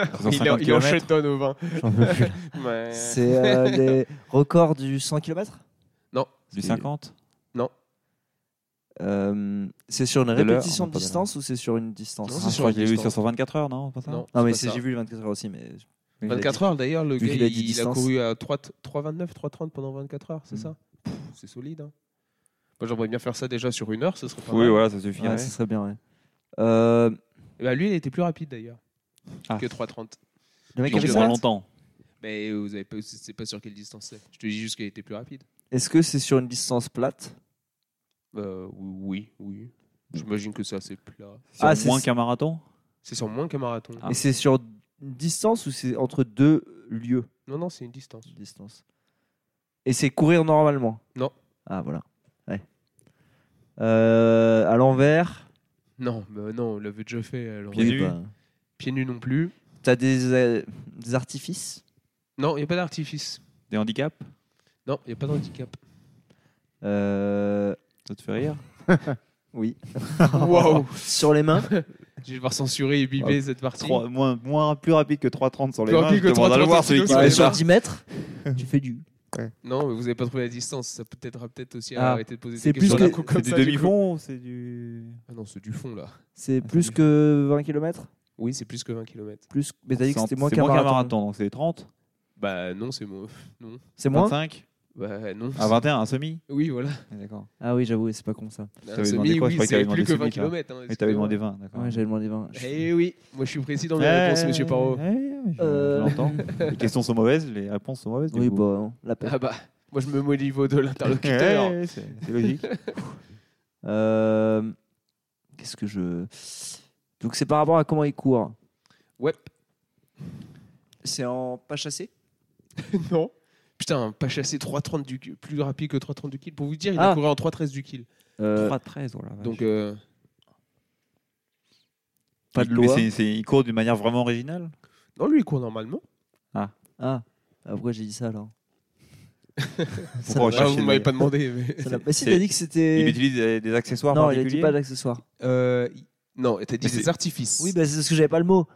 Speaker 1: Il, en-
Speaker 3: 50
Speaker 1: il en
Speaker 3: kilomètres.
Speaker 1: shutdown au vin.
Speaker 2: j'en peux plus.
Speaker 1: Ouais.
Speaker 2: C'est euh, les records du 100 km
Speaker 3: Du Ah, 50
Speaker 2: Euh, C'est sur une
Speaker 3: l'heure,
Speaker 2: répétition
Speaker 3: on
Speaker 2: de
Speaker 3: peut pas
Speaker 2: distance ou c'est sur une
Speaker 1: Non,
Speaker 2: distance Ah,
Speaker 1: c'est
Speaker 3: Ah, Je
Speaker 1: sur
Speaker 3: crois
Speaker 1: une
Speaker 3: que j'ai vu sur
Speaker 1: distance.
Speaker 3: 124 heures, non pas ça
Speaker 1: Non,
Speaker 2: Non, mais
Speaker 1: c'est
Speaker 2: c'est-
Speaker 1: pas
Speaker 2: j'ai
Speaker 1: ça.
Speaker 2: vu les 24 heures aussi, mais.
Speaker 3: Oui,
Speaker 1: 24 heures d'ailleurs, le
Speaker 2: Vu
Speaker 1: gars
Speaker 2: qu'il
Speaker 1: il,
Speaker 2: a dit
Speaker 1: il a
Speaker 2: distance.
Speaker 1: couru à 3 3,29, 3,30 pendant 24 heures, c'est
Speaker 2: Mm.
Speaker 1: ça Pff, C'est solide. hein. Moi j'aimerais bien faire ça déjà sur une heure, ce serait pas
Speaker 3: Oui,
Speaker 1: mal. Ah,
Speaker 3: voilà, ça suffit.
Speaker 2: Ouais, ça serait bien, ouais. Euh,
Speaker 1: Et bah, lui il était plus rapide d'ailleurs
Speaker 3: Ah.
Speaker 1: que 3,30.
Speaker 2: le mec
Speaker 1: Puis Avec
Speaker 3: Il
Speaker 2: avait
Speaker 1: je
Speaker 3: dure
Speaker 1: le
Speaker 2: ça
Speaker 3: longtemps.
Speaker 1: Mais vous avez pas, c'est pas sur quelle distance c'est. Je te dis juste qu'il était plus rapide.
Speaker 2: Est-ce que c'est sur une distance plate
Speaker 1: Euh, oui, oui. J'imagine que c'est assez plat.
Speaker 2: Ah,
Speaker 3: C'est
Speaker 2: c'est-
Speaker 3: moins qu'un marathon
Speaker 1: Mm. C'est sur moins qu'un marathon.
Speaker 3: Ah.
Speaker 2: Et c'est sur une distance ou c'est entre deux lieux
Speaker 1: Non, non, c'est une distance.
Speaker 2: distance Et c'est courir normalement
Speaker 1: Non.
Speaker 2: Ah, voilà. Ouais. Euh, à l'envers
Speaker 1: Non, mais non, on l'avait déjà fait. alors.
Speaker 3: Pieds
Speaker 1: Oui,
Speaker 3: nus.
Speaker 2: bah,
Speaker 1: Pieds nus non plus.
Speaker 2: T'as des, euh, des artifices
Speaker 1: Non, il n'y a pas d'artifice.
Speaker 3: Des handicaps
Speaker 1: Non, il n'y a pas d'handicap.
Speaker 2: Euh,
Speaker 3: Ça te fait rire
Speaker 2: Oui.
Speaker 1: Waouh Ah.
Speaker 2: sur les mains
Speaker 1: Je vais devoir censurer et biper cette partie.
Speaker 3: Trois- moins, moins, plus rapide que 3,30 sur les
Speaker 1: Plus
Speaker 3: mains.
Speaker 1: rapide
Speaker 3: Je
Speaker 1: que
Speaker 3: demande à le
Speaker 1: 3,30
Speaker 3: voir celui
Speaker 1: sur
Speaker 3: qui
Speaker 1: les
Speaker 2: Ouais,
Speaker 3: fait
Speaker 1: mains.
Speaker 3: ça.
Speaker 2: Sur 10 mètres Tu fais du.
Speaker 1: Non, mais vous n'avez pas trouvé la distance. Ça peut peut-être peut-être aussi
Speaker 2: Ah,
Speaker 1: arrêter de poser
Speaker 2: c'est
Speaker 1: des
Speaker 2: plus
Speaker 1: questions.
Speaker 2: que-
Speaker 1: d'un coup comme
Speaker 3: C'est du
Speaker 1: ça, du coup.
Speaker 3: demi-fond ou c'est du.
Speaker 1: Ah non, c'est du fond là.
Speaker 2: C'est
Speaker 3: Ah,
Speaker 2: plus
Speaker 3: c'est
Speaker 2: que 20 km
Speaker 1: Oui, c'est plus que 20 km.
Speaker 2: plus... Mais t'as dit que
Speaker 3: C'est
Speaker 2: c'était
Speaker 3: en-
Speaker 2: moins
Speaker 3: c'est
Speaker 2: qu'un marathon.
Speaker 3: marathon, donc c'est 30,
Speaker 1: Bah non, c'est moi. Non.
Speaker 2: C'est moins
Speaker 3: 25,
Speaker 1: Bah non.
Speaker 3: à 21, un semi.
Speaker 1: Oui, voilà.
Speaker 3: D'accord.
Speaker 2: Ah oui, j'avoue, c'est pas con ça.
Speaker 1: Un
Speaker 3: t'avais
Speaker 1: semi,
Speaker 3: demandé quoi Je
Speaker 1: oui,
Speaker 3: croyais que
Speaker 1: c'est
Speaker 3: t'avais
Speaker 1: plus
Speaker 3: demandé
Speaker 1: que hein, 20
Speaker 3: semi, toi.
Speaker 1: km.
Speaker 3: Mais t'avais demandé 20, d'accord.
Speaker 2: Ouais, j'avais demandé 20. Je-
Speaker 1: Eh oui, moi je suis précis dans mes réponses, monsieur Parot.
Speaker 2: Euh.
Speaker 3: J'entends. les questions sont mauvaises, les réponses sont mauvaises. du
Speaker 2: Oui,
Speaker 3: coup.
Speaker 2: bah, hein, la paix.
Speaker 1: Ah bah, moi je me mets au niveau de
Speaker 3: Ouais,
Speaker 1: l'interlocuteur.
Speaker 3: ouais, c'est c'est logique.
Speaker 2: Euh, Qu'est-ce que je. Donc, c'est par rapport à comment il court.
Speaker 1: Ouais.
Speaker 2: C'est en pas chassé
Speaker 1: non. Putain, pas chassé 3,30 du plus rapide que 3,30 du kill. Pour vous dire, il a
Speaker 2: Ah.
Speaker 1: couru en 3,13 du kill.
Speaker 2: Euh,
Speaker 3: 3-13, voilà.
Speaker 1: Donc, euh,
Speaker 2: pas de
Speaker 3: Mais
Speaker 2: loi.
Speaker 3: c'est- c'est- il court d'une manière vraiment originale.
Speaker 1: non, lui, il court normalement.
Speaker 2: Ah, Ah, pourquoi j'ai dit ça alors Ça
Speaker 3: on
Speaker 2: n'a
Speaker 3: va
Speaker 1: Ah,
Speaker 2: pas-
Speaker 3: chercher
Speaker 1: vous
Speaker 3: le
Speaker 1: m'avez
Speaker 3: meilleur.
Speaker 1: pas demandé. mais-
Speaker 2: ça n'a pas. Si,
Speaker 3: C'est-
Speaker 2: t'as dit que
Speaker 3: Il
Speaker 2: c'était.
Speaker 3: utilise des, des accessoires
Speaker 2: Non, il a
Speaker 3: particuliers.
Speaker 2: dit pas d'accessoires.
Speaker 1: Euh, non, t'as dit
Speaker 3: Mais
Speaker 1: des
Speaker 3: c'est-
Speaker 1: artifices.
Speaker 2: Oui, bah, c'est parce que j'avais pas le mot.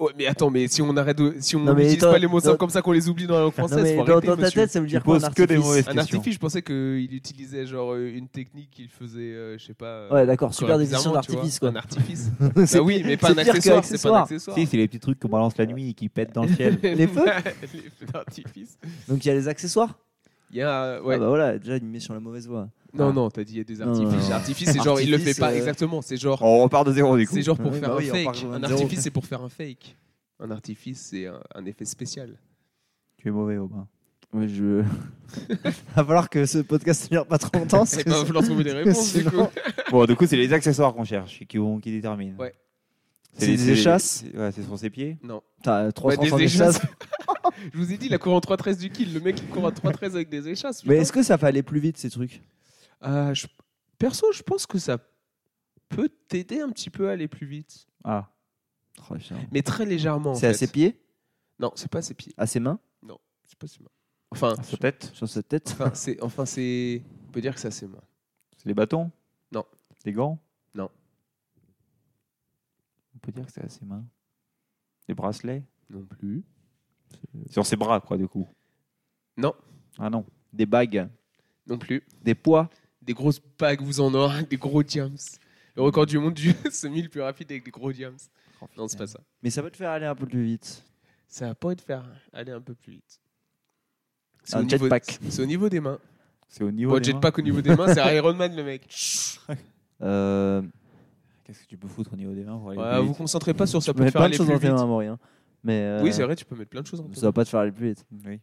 Speaker 1: Ouais, mais attends, mais si on arrête, de- si on
Speaker 2: Non, mais
Speaker 1: n'utilise
Speaker 2: dans-
Speaker 1: pas les mots simples
Speaker 2: dans-
Speaker 1: comme ça qu'on les oublie dans la langue
Speaker 2: Non,
Speaker 1: française,
Speaker 2: mais
Speaker 1: faut
Speaker 2: dans,
Speaker 1: arrêter,
Speaker 2: dans ta
Speaker 1: monsieur.
Speaker 2: tête, ça veut dire
Speaker 3: Tu
Speaker 2: quoi
Speaker 3: poses que des
Speaker 2: artifice
Speaker 3: mauvaises
Speaker 1: Un
Speaker 3: questions.
Speaker 1: artifice, je pensais qu'il utilisait genre euh, une technique qu'il faisait, euh, je sais pas. euh,
Speaker 2: Ouais, d'accord,
Speaker 1: quoi,
Speaker 2: super définition
Speaker 1: bizarrement, tu
Speaker 2: d'artifice
Speaker 1: vois,
Speaker 2: quoi.
Speaker 1: Un artifice.
Speaker 2: C'est-
Speaker 1: bah oui, mais pas un
Speaker 2: c'est pire
Speaker 1: accessoire. C'est pas un
Speaker 2: qu'accessoire.
Speaker 1: accessoire.
Speaker 3: Si, c'est les petits trucs qu'on balance la nuit et qui pètent dans le ciel.
Speaker 2: Les feux
Speaker 1: Les feux d'artifice.
Speaker 2: Donc il y a les accessoires
Speaker 1: Il y a. euh, ouais.
Speaker 2: Ah bah voilà, déjà il me met sur la mauvaise voie.
Speaker 1: Non, non, t'as dit il y a des
Speaker 2: Non, non,
Speaker 1: artifices.
Speaker 2: non.
Speaker 1: L'artifice, c'est genre, il le fait
Speaker 2: Artifice,
Speaker 1: pas
Speaker 2: euh,
Speaker 1: exactement. C'est genre,
Speaker 3: On repart de zéro du coup.
Speaker 1: c'est genre pour
Speaker 2: Oui,
Speaker 1: faire
Speaker 2: bah
Speaker 1: un
Speaker 2: oui, on part
Speaker 1: fake.
Speaker 2: de
Speaker 1: Un
Speaker 2: zéro.
Speaker 1: artifice, c'est pour faire un fake. Un artifice, c'est un, un effet spécial.
Speaker 3: Tu es mauvais, Aubin.
Speaker 2: Oui, je. Va falloir que ce podcast ne dure pas trop longtemps. parce
Speaker 1: Eh
Speaker 2: que
Speaker 1: ben, vous leur trouvez des réponses, du coup.
Speaker 2: sinon-
Speaker 3: Bon, du coup, c'est les accessoires qu'on cherche et qui, vont- qui déterminent.
Speaker 1: Ouais.
Speaker 2: C'est des échasses
Speaker 3: c'est- Ouais, c'est sur ses pieds.
Speaker 1: Non.
Speaker 2: T'as
Speaker 1: Bah,
Speaker 2: 300
Speaker 1: des
Speaker 2: échasses.
Speaker 1: Je vous ai dit, il a couru en 3-13 du kill. Le mec, il court en 3-13 avec des échasses.
Speaker 2: Mais
Speaker 1: putain.
Speaker 2: est-ce que ça fait aller plus vite ces trucs
Speaker 1: Euh, je- Perso, je pense que ça peut t'aider un petit peu à aller plus vite.
Speaker 3: Ah.
Speaker 2: Oh,
Speaker 1: Mais très légèrement. en
Speaker 2: C'est à
Speaker 1: fait.
Speaker 2: ses pieds
Speaker 1: Non, c'est pas à ses pieds.
Speaker 2: À ses mains
Speaker 1: C'est pas ses mains. Enfin,
Speaker 3: Sa tête
Speaker 2: Sur sa tête
Speaker 1: enfin, c'est, enfin, c'est. On peut dire que c'est à ses mains.
Speaker 3: C'est les bâtons
Speaker 1: Non.
Speaker 3: Les gants
Speaker 1: Non.
Speaker 3: On peut dire que c'est à ses mains. Les bracelets
Speaker 1: Non plus.
Speaker 3: Sur ses bras, quoi, du coup.
Speaker 1: Non.
Speaker 3: Ah non.
Speaker 2: Des bagues
Speaker 1: Non plus.
Speaker 2: Des poids
Speaker 1: Des grosses bagues, vous en aurez, des gros diams. Le record du monde du semi le plus rapide avec des gros diams. Non, c'est pas ça.
Speaker 2: Mais ça peut te faire aller un peu plus vite.
Speaker 1: Ça va pas te faire aller un peu plus vite. C'est
Speaker 2: Un
Speaker 1: au niveau-
Speaker 2: jetpack.
Speaker 1: C'est au niveau des mains.
Speaker 3: C'est au niveau.
Speaker 1: Bon,
Speaker 3: des
Speaker 1: jetpack au niveau des mains, c'est Iron Man le mec.
Speaker 2: Euh,
Speaker 3: mains. Qu'est-ce que tu peux foutre au niveau des mains pour aller
Speaker 1: Ouais,
Speaker 3: plus
Speaker 1: vous
Speaker 3: vite
Speaker 1: concentrez pas sur ça
Speaker 2: tu
Speaker 1: peut
Speaker 2: peux
Speaker 1: te
Speaker 2: mettre
Speaker 1: faire
Speaker 2: plein de
Speaker 1: aller
Speaker 2: choses
Speaker 1: plus
Speaker 2: dans
Speaker 1: vite.
Speaker 2: tes mains, Maureen. Mais euh,
Speaker 1: Oui, c'est vrai, tu peux mettre plein de choses dans tes
Speaker 2: Ça va pas te faire aller plus vite.
Speaker 3: Oui.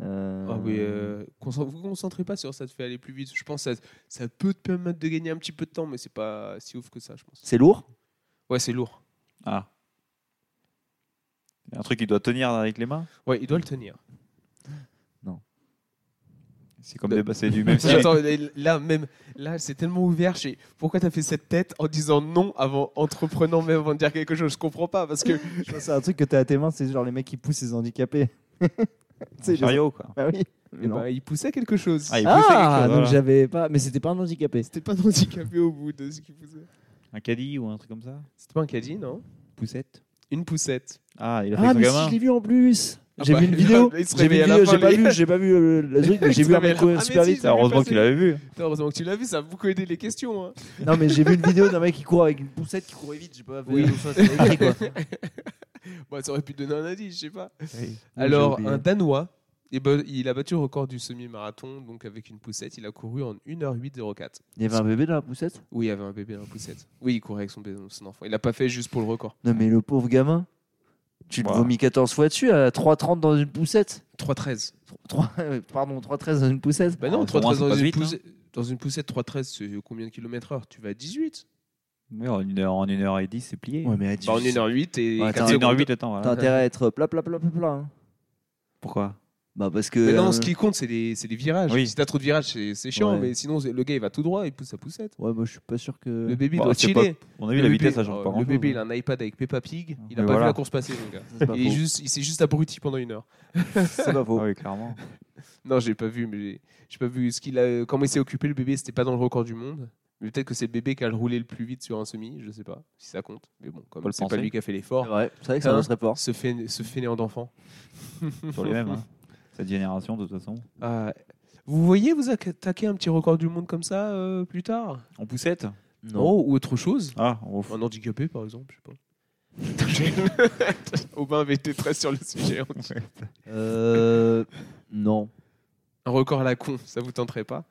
Speaker 2: Euh,
Speaker 1: Ah oui, euh, concent- vous concentrez pas sur ça te fait aller plus vite. Je pense que ça, ça peut te permettre de gagner un petit peu de temps, mais c'est pas si ouf que ça, je pense.
Speaker 2: C'est lourd
Speaker 1: Ouais, c'est lourd.
Speaker 3: Ah. Un truc qui doit tenir avec les mains
Speaker 1: Ouais, il doit le tenir.
Speaker 3: C'est comme
Speaker 1: De-
Speaker 3: des... bah, c'est du même style.
Speaker 1: Attends, là même, là c'est tellement ouvert. je sais- Pourquoi t'as fait cette tête en disant non avant entreprenant même avant de dire quelque chose Je comprends pas parce que
Speaker 2: Je pense à un truc que t'as à tes mains, c'est genre les mecs qui poussent les handicapés. Tu sais,
Speaker 3: Un
Speaker 2: les-
Speaker 3: chariot, quoi.
Speaker 2: Bah oui.
Speaker 1: eh ben, il poussait quelque chose.
Speaker 3: Ah, il poussait quelque
Speaker 2: Ah,
Speaker 3: chose,
Speaker 2: donc
Speaker 3: voilà.
Speaker 2: j'avais pas. Mais c'était pas un handicapé.
Speaker 1: C'était pas un handicapé au bout de ce qu'il poussait.
Speaker 3: Un caddie ou un truc comme ça
Speaker 1: C'était pas un caddie, non
Speaker 3: Poussette
Speaker 1: Une poussette.
Speaker 3: Ah, il a fait
Speaker 2: Ah,
Speaker 3: son
Speaker 2: mais
Speaker 3: gamin.
Speaker 2: si, je l'ai vu en plus.
Speaker 1: Ah
Speaker 2: J'ai
Speaker 1: bah,
Speaker 2: vu une vidéo.
Speaker 1: il se
Speaker 2: J'ai vu
Speaker 1: réveille
Speaker 2: une
Speaker 1: à la
Speaker 2: vidéo,
Speaker 1: fin,
Speaker 2: j'ai pas
Speaker 1: les-
Speaker 2: vu, j'ai pas vu euh, le truc, mais
Speaker 1: Il
Speaker 2: j'ai
Speaker 1: se
Speaker 2: vu un
Speaker 1: réveille
Speaker 2: mec
Speaker 1: à la
Speaker 2: courir
Speaker 1: fin. Ah,
Speaker 2: super
Speaker 1: mais si,
Speaker 2: vite.
Speaker 1: j'ai vu
Speaker 3: Heureusement
Speaker 1: passer.
Speaker 3: qu'il l'avait vu.
Speaker 1: Putain, Heureusement que tu l'as vu, ça a beaucoup aidé les questions. hein.
Speaker 2: Non, mais j'ai vu une vidéo d'un mec qui court avec une poussette qui courait vite. J'ai pas vu
Speaker 1: Oui.
Speaker 2: ça, c'est écrit, quoi.
Speaker 1: Bah, ça aurait pu te donner un indice, je sais pas.
Speaker 2: j'ai
Speaker 1: Alors,
Speaker 2: oublié.
Speaker 1: un Danois, eh ben, il a battu le record du semi-marathon, donc avec une poussette, il a couru en 1h08.04.
Speaker 2: Il y avait un bébé dans la poussette
Speaker 1: Oui, il y avait un bébé dans la poussette. Oui, il courait avec son, bébé- son enfant. Il l'a pas fait juste pour le record.
Speaker 2: Non, mais le pauvre gamin. Tu te
Speaker 1: Bah.
Speaker 3: Voilà.
Speaker 2: vomis 14 fois dessus à 3,30 dans une poussette
Speaker 1: 3.13.
Speaker 2: Trois- pardon, 3,13 dans une poussette
Speaker 1: Bah non,
Speaker 3: Ah, pour moi,
Speaker 1: 3.13
Speaker 3: c'est
Speaker 1: dans,
Speaker 3: pas
Speaker 1: une
Speaker 3: vite, hein.
Speaker 1: poussette- dans une poussette, 3.13, c'est combien de kilomètres heure Tu vas à 18
Speaker 3: Mais en 1 heure, en une heure et dix, c'est plié.
Speaker 2: mais à
Speaker 1: Bah, en 1h08 et
Speaker 2: Ouais,
Speaker 1: quatre
Speaker 2: t'as un
Speaker 1: secondes.
Speaker 3: 1h08, attends,
Speaker 2: T'as
Speaker 3: voilà.
Speaker 2: intérêt à être plat, plat, plat, plat, plat. hein.
Speaker 3: Pourquoi
Speaker 2: Bah parce que.
Speaker 1: Mais non,
Speaker 2: euh,
Speaker 1: ce qui compte, c'est les, c'est les virages.
Speaker 3: Oui.
Speaker 1: Si t'as trop de virages, c'est c'est chiant,
Speaker 2: Ouais.
Speaker 1: mais sinon, c'est- le gars, il va tout droit, il pousse sa poussette.
Speaker 2: euh, Ouais, moi je suis pas sûr que.
Speaker 1: Le bébé
Speaker 3: Bah,
Speaker 1: doit
Speaker 3: c'est
Speaker 1: chiller.
Speaker 3: On a vu
Speaker 1: Le
Speaker 3: la
Speaker 1: bébé-
Speaker 3: vitesse, hein, ça change
Speaker 1: oh,
Speaker 3: pas grand
Speaker 1: Le bébé, il a un iPad avec Peppa Pig. Il a
Speaker 3: Mais
Speaker 1: pas vu
Speaker 3: voilà.
Speaker 1: la course passer, mon gars.
Speaker 2: C'est pas
Speaker 1: Il est Ah
Speaker 2: faux.
Speaker 1: juste- il s'est juste abruti pendant une heure.
Speaker 2: C'est pas faux.
Speaker 3: Ah oui, clairement.
Speaker 1: Non, j'ai pas vu, mais j'ai- j'ai pas vu ce qu'il a. Comment il s'est occupé le bébé C'était pas dans le record du monde. Mais peut-être que c'est le bébé qui a le roulé le plus vite sur un semi. Je sais pas si ça compte. Mais bon,
Speaker 3: Faut
Speaker 1: comme
Speaker 3: le
Speaker 1: c'est pas
Speaker 3: penser.
Speaker 1: lui qui a fait
Speaker 2: C'est
Speaker 1: l'effort,
Speaker 2: vrai, c'est vrai que ça
Speaker 1: Hein
Speaker 2: avance très fort.
Speaker 1: ce, fainé- ce fainéant d'enfant.
Speaker 3: Sur les mêmes. hein. Cette génération, de toute façon.
Speaker 1: Ah, vous voyez, vous attaquer un petit record du monde comme ça euh, plus tard
Speaker 3: On poussette
Speaker 1: Oh, ou autre chose
Speaker 3: Ah, on fout.
Speaker 1: Un handicapé, par exemple, je sais pas. Aubin avait été très sur le sujet.
Speaker 2: Euh. Non.
Speaker 1: Un record à la con, ça vous tenterait pas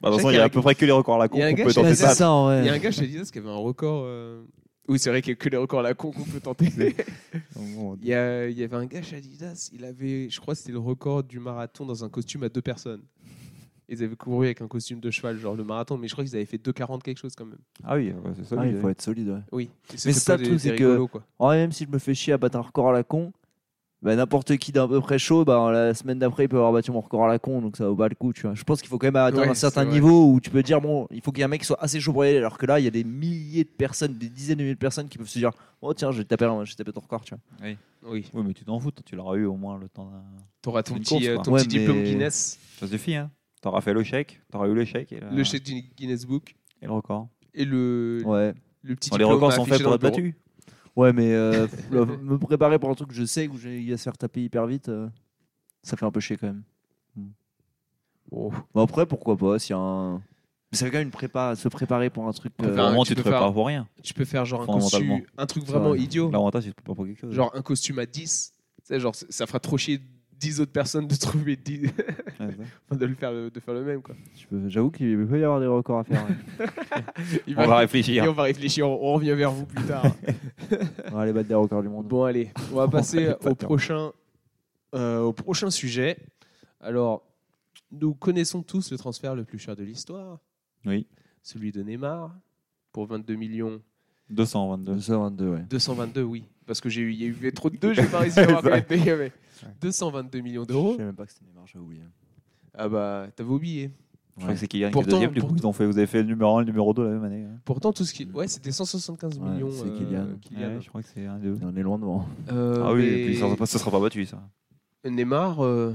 Speaker 3: Bah, de
Speaker 1: Je
Speaker 3: toute
Speaker 1: sais
Speaker 3: façon, il y
Speaker 1: qu'il y
Speaker 3: a
Speaker 1: a
Speaker 3: à peu près que les records à la con
Speaker 1: il y a un
Speaker 3: qu'on
Speaker 1: gars
Speaker 3: peut
Speaker 1: chez-
Speaker 3: tenter
Speaker 1: Ouais,
Speaker 3: ça.
Speaker 1: Bah, c'est
Speaker 2: ça
Speaker 3: Euh.
Speaker 2: en
Speaker 1: Il y a un gars, je te disais, parce qu'il y avait un record. euh, Oui, c'est vrai qu'il n'y a que les records à la con qu'on peut tenter. Il y, a- il y avait un gars chez Adidas, il avait, je crois que c'était le record du marathon dans un costume à deux personnes. Ils avaient couru avec un costume de cheval, genre le marathon, mais je crois qu'ils avaient fait 2,40 quelque chose quand même.
Speaker 3: Ah oui, ouais, c'est ça.
Speaker 2: Ah, il faut être solide, ouais.
Speaker 1: Oui. Et
Speaker 2: Mais
Speaker 1: c'était
Speaker 2: ça,
Speaker 1: pas
Speaker 2: le
Speaker 1: des-
Speaker 2: truc,
Speaker 1: des
Speaker 2: c'est que-
Speaker 1: rigolos, quoi.
Speaker 2: Oh, même si je me fais chier à battre un record à la con, bah, n'importe qui d'un peu près chaud, bah, la semaine d'après, il peut avoir battu mon record à la con, donc ça vaut pas le coup. Tu vois. Je pense qu'il faut quand même atteindre
Speaker 1: Ouais,
Speaker 2: un certain
Speaker 1: c'est vrai.
Speaker 2: niveau où tu peux dire, bon, il faut qu'il y ait un mec qui soit assez chaud pour y aller, alors que là, il y a des milliers de personnes, des dizaines de milliers de personnes qui peuvent se dire, oh tiens, je vais taper, je vais taper ton record. Tu vois.
Speaker 1: Oui.
Speaker 3: Oui, mais tu t'en fous, toi, tu l'auras eu au moins le temps d'un.
Speaker 1: T'auras ton
Speaker 3: Une
Speaker 1: petit,
Speaker 3: course,
Speaker 1: euh,
Speaker 3: quoi.
Speaker 1: ton
Speaker 2: Ouais,
Speaker 1: petit diplôme
Speaker 2: mais-
Speaker 1: Guinness,
Speaker 3: Ça suffit, hein. T'auras fait le chèque, t'auras eu le chèque et, la-
Speaker 1: le chèque du Guinness Book
Speaker 3: et le record.
Speaker 1: et le,
Speaker 2: Ouais.
Speaker 1: le petit
Speaker 3: Bon,
Speaker 1: diplôme.
Speaker 3: les records sont
Speaker 1: affiché
Speaker 3: faits pour
Speaker 1: dans
Speaker 3: être
Speaker 1: le
Speaker 3: battus.
Speaker 2: Ouais, mais euh, là, me préparer pour un truc que je sais où j'ai- il va se faire taper hyper vite, euh, ça fait un peu chier quand même.
Speaker 1: bureau. Oh.
Speaker 2: Bon, après, pourquoi pas si un... Mais ça fait quand même une prépa, se préparer pour un truc.
Speaker 1: Enfin,
Speaker 2: euh,
Speaker 3: Au moins,
Speaker 1: tu
Speaker 3: tu te
Speaker 1: peux faire-
Speaker 3: prépares pour rien.
Speaker 1: Tu peux faire genre un
Speaker 3: Fondamentalement.
Speaker 1: costume, un truc vraiment
Speaker 2: Ouais.
Speaker 1: idiot.
Speaker 3: L'avantage, c'est que tu te prépares pour quelque chose.
Speaker 1: Genre un costume à 10. Tu sais, genre, c- ça fera trop chier 10 autres personnes de trouver 10,
Speaker 3: Ouais, c'est ça.
Speaker 1: enfin, de, le faire, euh, de faire le même. Quoi.
Speaker 2: euh, tu peux- J'avoue qu'il peut y avoir des records à faire. ouais.
Speaker 1: Il
Speaker 3: On va
Speaker 1: et
Speaker 3: réfléchir.
Speaker 1: on va réfléchir, on revient vers vous plus tard.
Speaker 2: On va aller battre des records du monde.
Speaker 1: Bon, allez, on va passer
Speaker 3: pas
Speaker 1: au
Speaker 3: peur.
Speaker 1: prochain, euh, au prochain sujet. Alors, nous connaissons tous le transfert le plus cher de l'histoire.
Speaker 3: Oui.
Speaker 1: Celui de Neymar, pour 22 millions.
Speaker 3: 222.
Speaker 2: 222, ouais.
Speaker 1: 222, oui. Parce que j'ai eu, il y a eu trop de deux, j'ai pas réussi à avoir les deux, mais 222 millions
Speaker 2: Je
Speaker 1: d'euros.
Speaker 2: savais même pas que c'était Neymar, hein. j'ai oublié.
Speaker 1: Ah bah, t'avais oublié.
Speaker 3: Je crois
Speaker 2: Ouais.
Speaker 3: que c'est Kylian qui est
Speaker 1: Pourtant-
Speaker 3: deuxième, du
Speaker 1: pour-
Speaker 3: coup, ils ont fait, vous avez fait le numéro 1 le numéro 2 la même année. hein.
Speaker 1: Pourtant, tout ce qui. Ouais, c'était 175
Speaker 2: Ouais,
Speaker 1: millions.
Speaker 2: c'est
Speaker 1: euh,
Speaker 2: Kylian.
Speaker 1: Kylian.
Speaker 3: Ouais, je crois que c'est un des deux.
Speaker 2: Et on est loin devant.
Speaker 1: Euh,
Speaker 3: Ah
Speaker 1: mais
Speaker 3: oui, et puis ça ne sera pas battu, ça.
Speaker 1: Neymar, euh,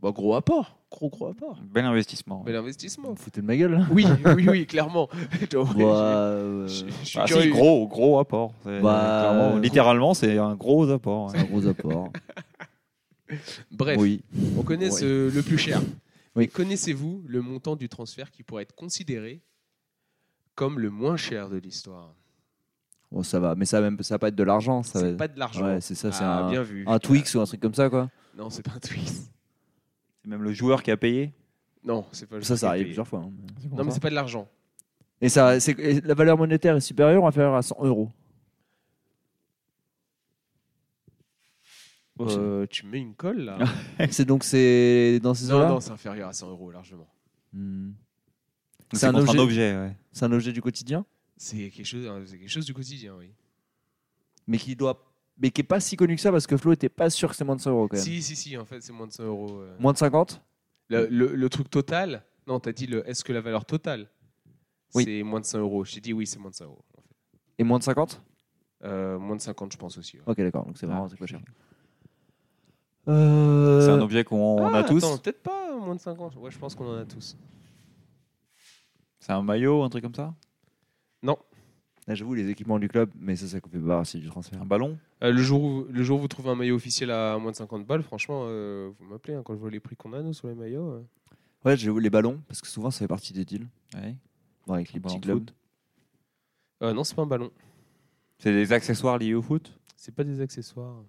Speaker 1: bah, gros apport. Gros, gros apport.
Speaker 3: Bel investissement.
Speaker 1: Bel
Speaker 2: Vous
Speaker 1: investissement.
Speaker 2: me foutez de ma gueule là
Speaker 1: Oui, oui, oui, clairement. Donc,
Speaker 2: Bah,
Speaker 1: je-
Speaker 2: euh,
Speaker 1: je- je suis
Speaker 3: Ah, si,
Speaker 1: curieux.
Speaker 3: gros, gros apport. C'est-
Speaker 2: Bah,
Speaker 3: clairement,
Speaker 2: euh,
Speaker 3: littéralement, c'est un gros apport.
Speaker 2: C'est un gros apport.
Speaker 1: Bref,
Speaker 2: Oui.
Speaker 1: on connaît
Speaker 2: Oui.
Speaker 1: ce- le plus cher.
Speaker 2: Oui.
Speaker 1: Mais connaissez-vous le montant du transfert qui pourrait être considéré comme le moins cher de l'histoire
Speaker 2: Bon, ça va. Mais ça va, même, ça va pas être de l'argent. Ça va
Speaker 1: C'est
Speaker 2: être-
Speaker 1: pas de l'argent.
Speaker 2: Ouais, c'est ça, c'est
Speaker 1: Ah,
Speaker 2: un-
Speaker 1: bien vu. Ah,
Speaker 2: un Twix ou un truc comme ça, quoi.
Speaker 1: Non, c'est pas un Twix.
Speaker 3: C'est même le joueur qui a payé.
Speaker 1: Non, c'est pas. le
Speaker 2: Ça,
Speaker 1: Twix qui
Speaker 2: ça
Speaker 1: est
Speaker 2: arrive
Speaker 1: payé.
Speaker 2: plusieurs fois. hein.
Speaker 1: Non, mais c'est pas de l'argent.
Speaker 2: Et ça, c'est et la valeur monétaire est supérieure ou inférieure à 100 euros
Speaker 1: Euh, tu mets une colle là.
Speaker 2: C'est donc c'est dans ces
Speaker 1: non,
Speaker 2: eaux-là.
Speaker 1: non, c'est inférieur à 100 euros largement.
Speaker 2: Hmm.
Speaker 3: C'est un objet. Un objet ouais.
Speaker 2: C'est un objet du quotidien,
Speaker 1: C'est quelque chose, hein, c'est quelque chose du quotidien, oui.
Speaker 2: mais qui doit, mais qui est pas si connu que ça parce que Flo était pas sûr que c'est moins de 100 euros quand même.
Speaker 1: Si, si, si, en fait, c'est moins de 100 euros. euh.
Speaker 2: Moins de 50
Speaker 1: Le, le- le truc total, non, t'as dit le est-ce que la valeur totale
Speaker 2: Oui.
Speaker 1: C'est moins de 100 euros. J'ai dit oui, c'est moins de 100 euros. en fait.
Speaker 2: et moins de 50
Speaker 1: Euh, moins de 50, je pense aussi. ouais.
Speaker 2: Ok, d'accord. Donc c'est vraiment
Speaker 3: Ah,
Speaker 2: c'est pas cher.
Speaker 3: C'est
Speaker 2: Euh,
Speaker 3: un objet qu'on on a
Speaker 1: Ah,
Speaker 3: tous.
Speaker 1: attends, peut-être pas moins de 50. Ouais, je pense qu'on en a tous.
Speaker 3: C'est un maillot, un truc comme ça
Speaker 2: là, J'avoue les équipements du club, mais ça, ça coûte pas c'est du transfert.
Speaker 3: Un ballon
Speaker 1: Euh, le, jour où, le jour où vous trouvez un maillot officiel à moins de 50 balles, franchement, euh, vous m'appelez hein, quand je vois les prix qu'on a, nous, sur les maillots. euh.
Speaker 2: Ouais, j'avoue les ballons parce que souvent ça fait partie des deals
Speaker 3: Ouais.
Speaker 2: bon, avec les
Speaker 3: Ballon
Speaker 2: petits
Speaker 3: de
Speaker 2: clubs.
Speaker 1: Euh, non, c'est pas un ballon.
Speaker 3: C'est des accessoires liés au foot
Speaker 1: C'est pas des accessoires.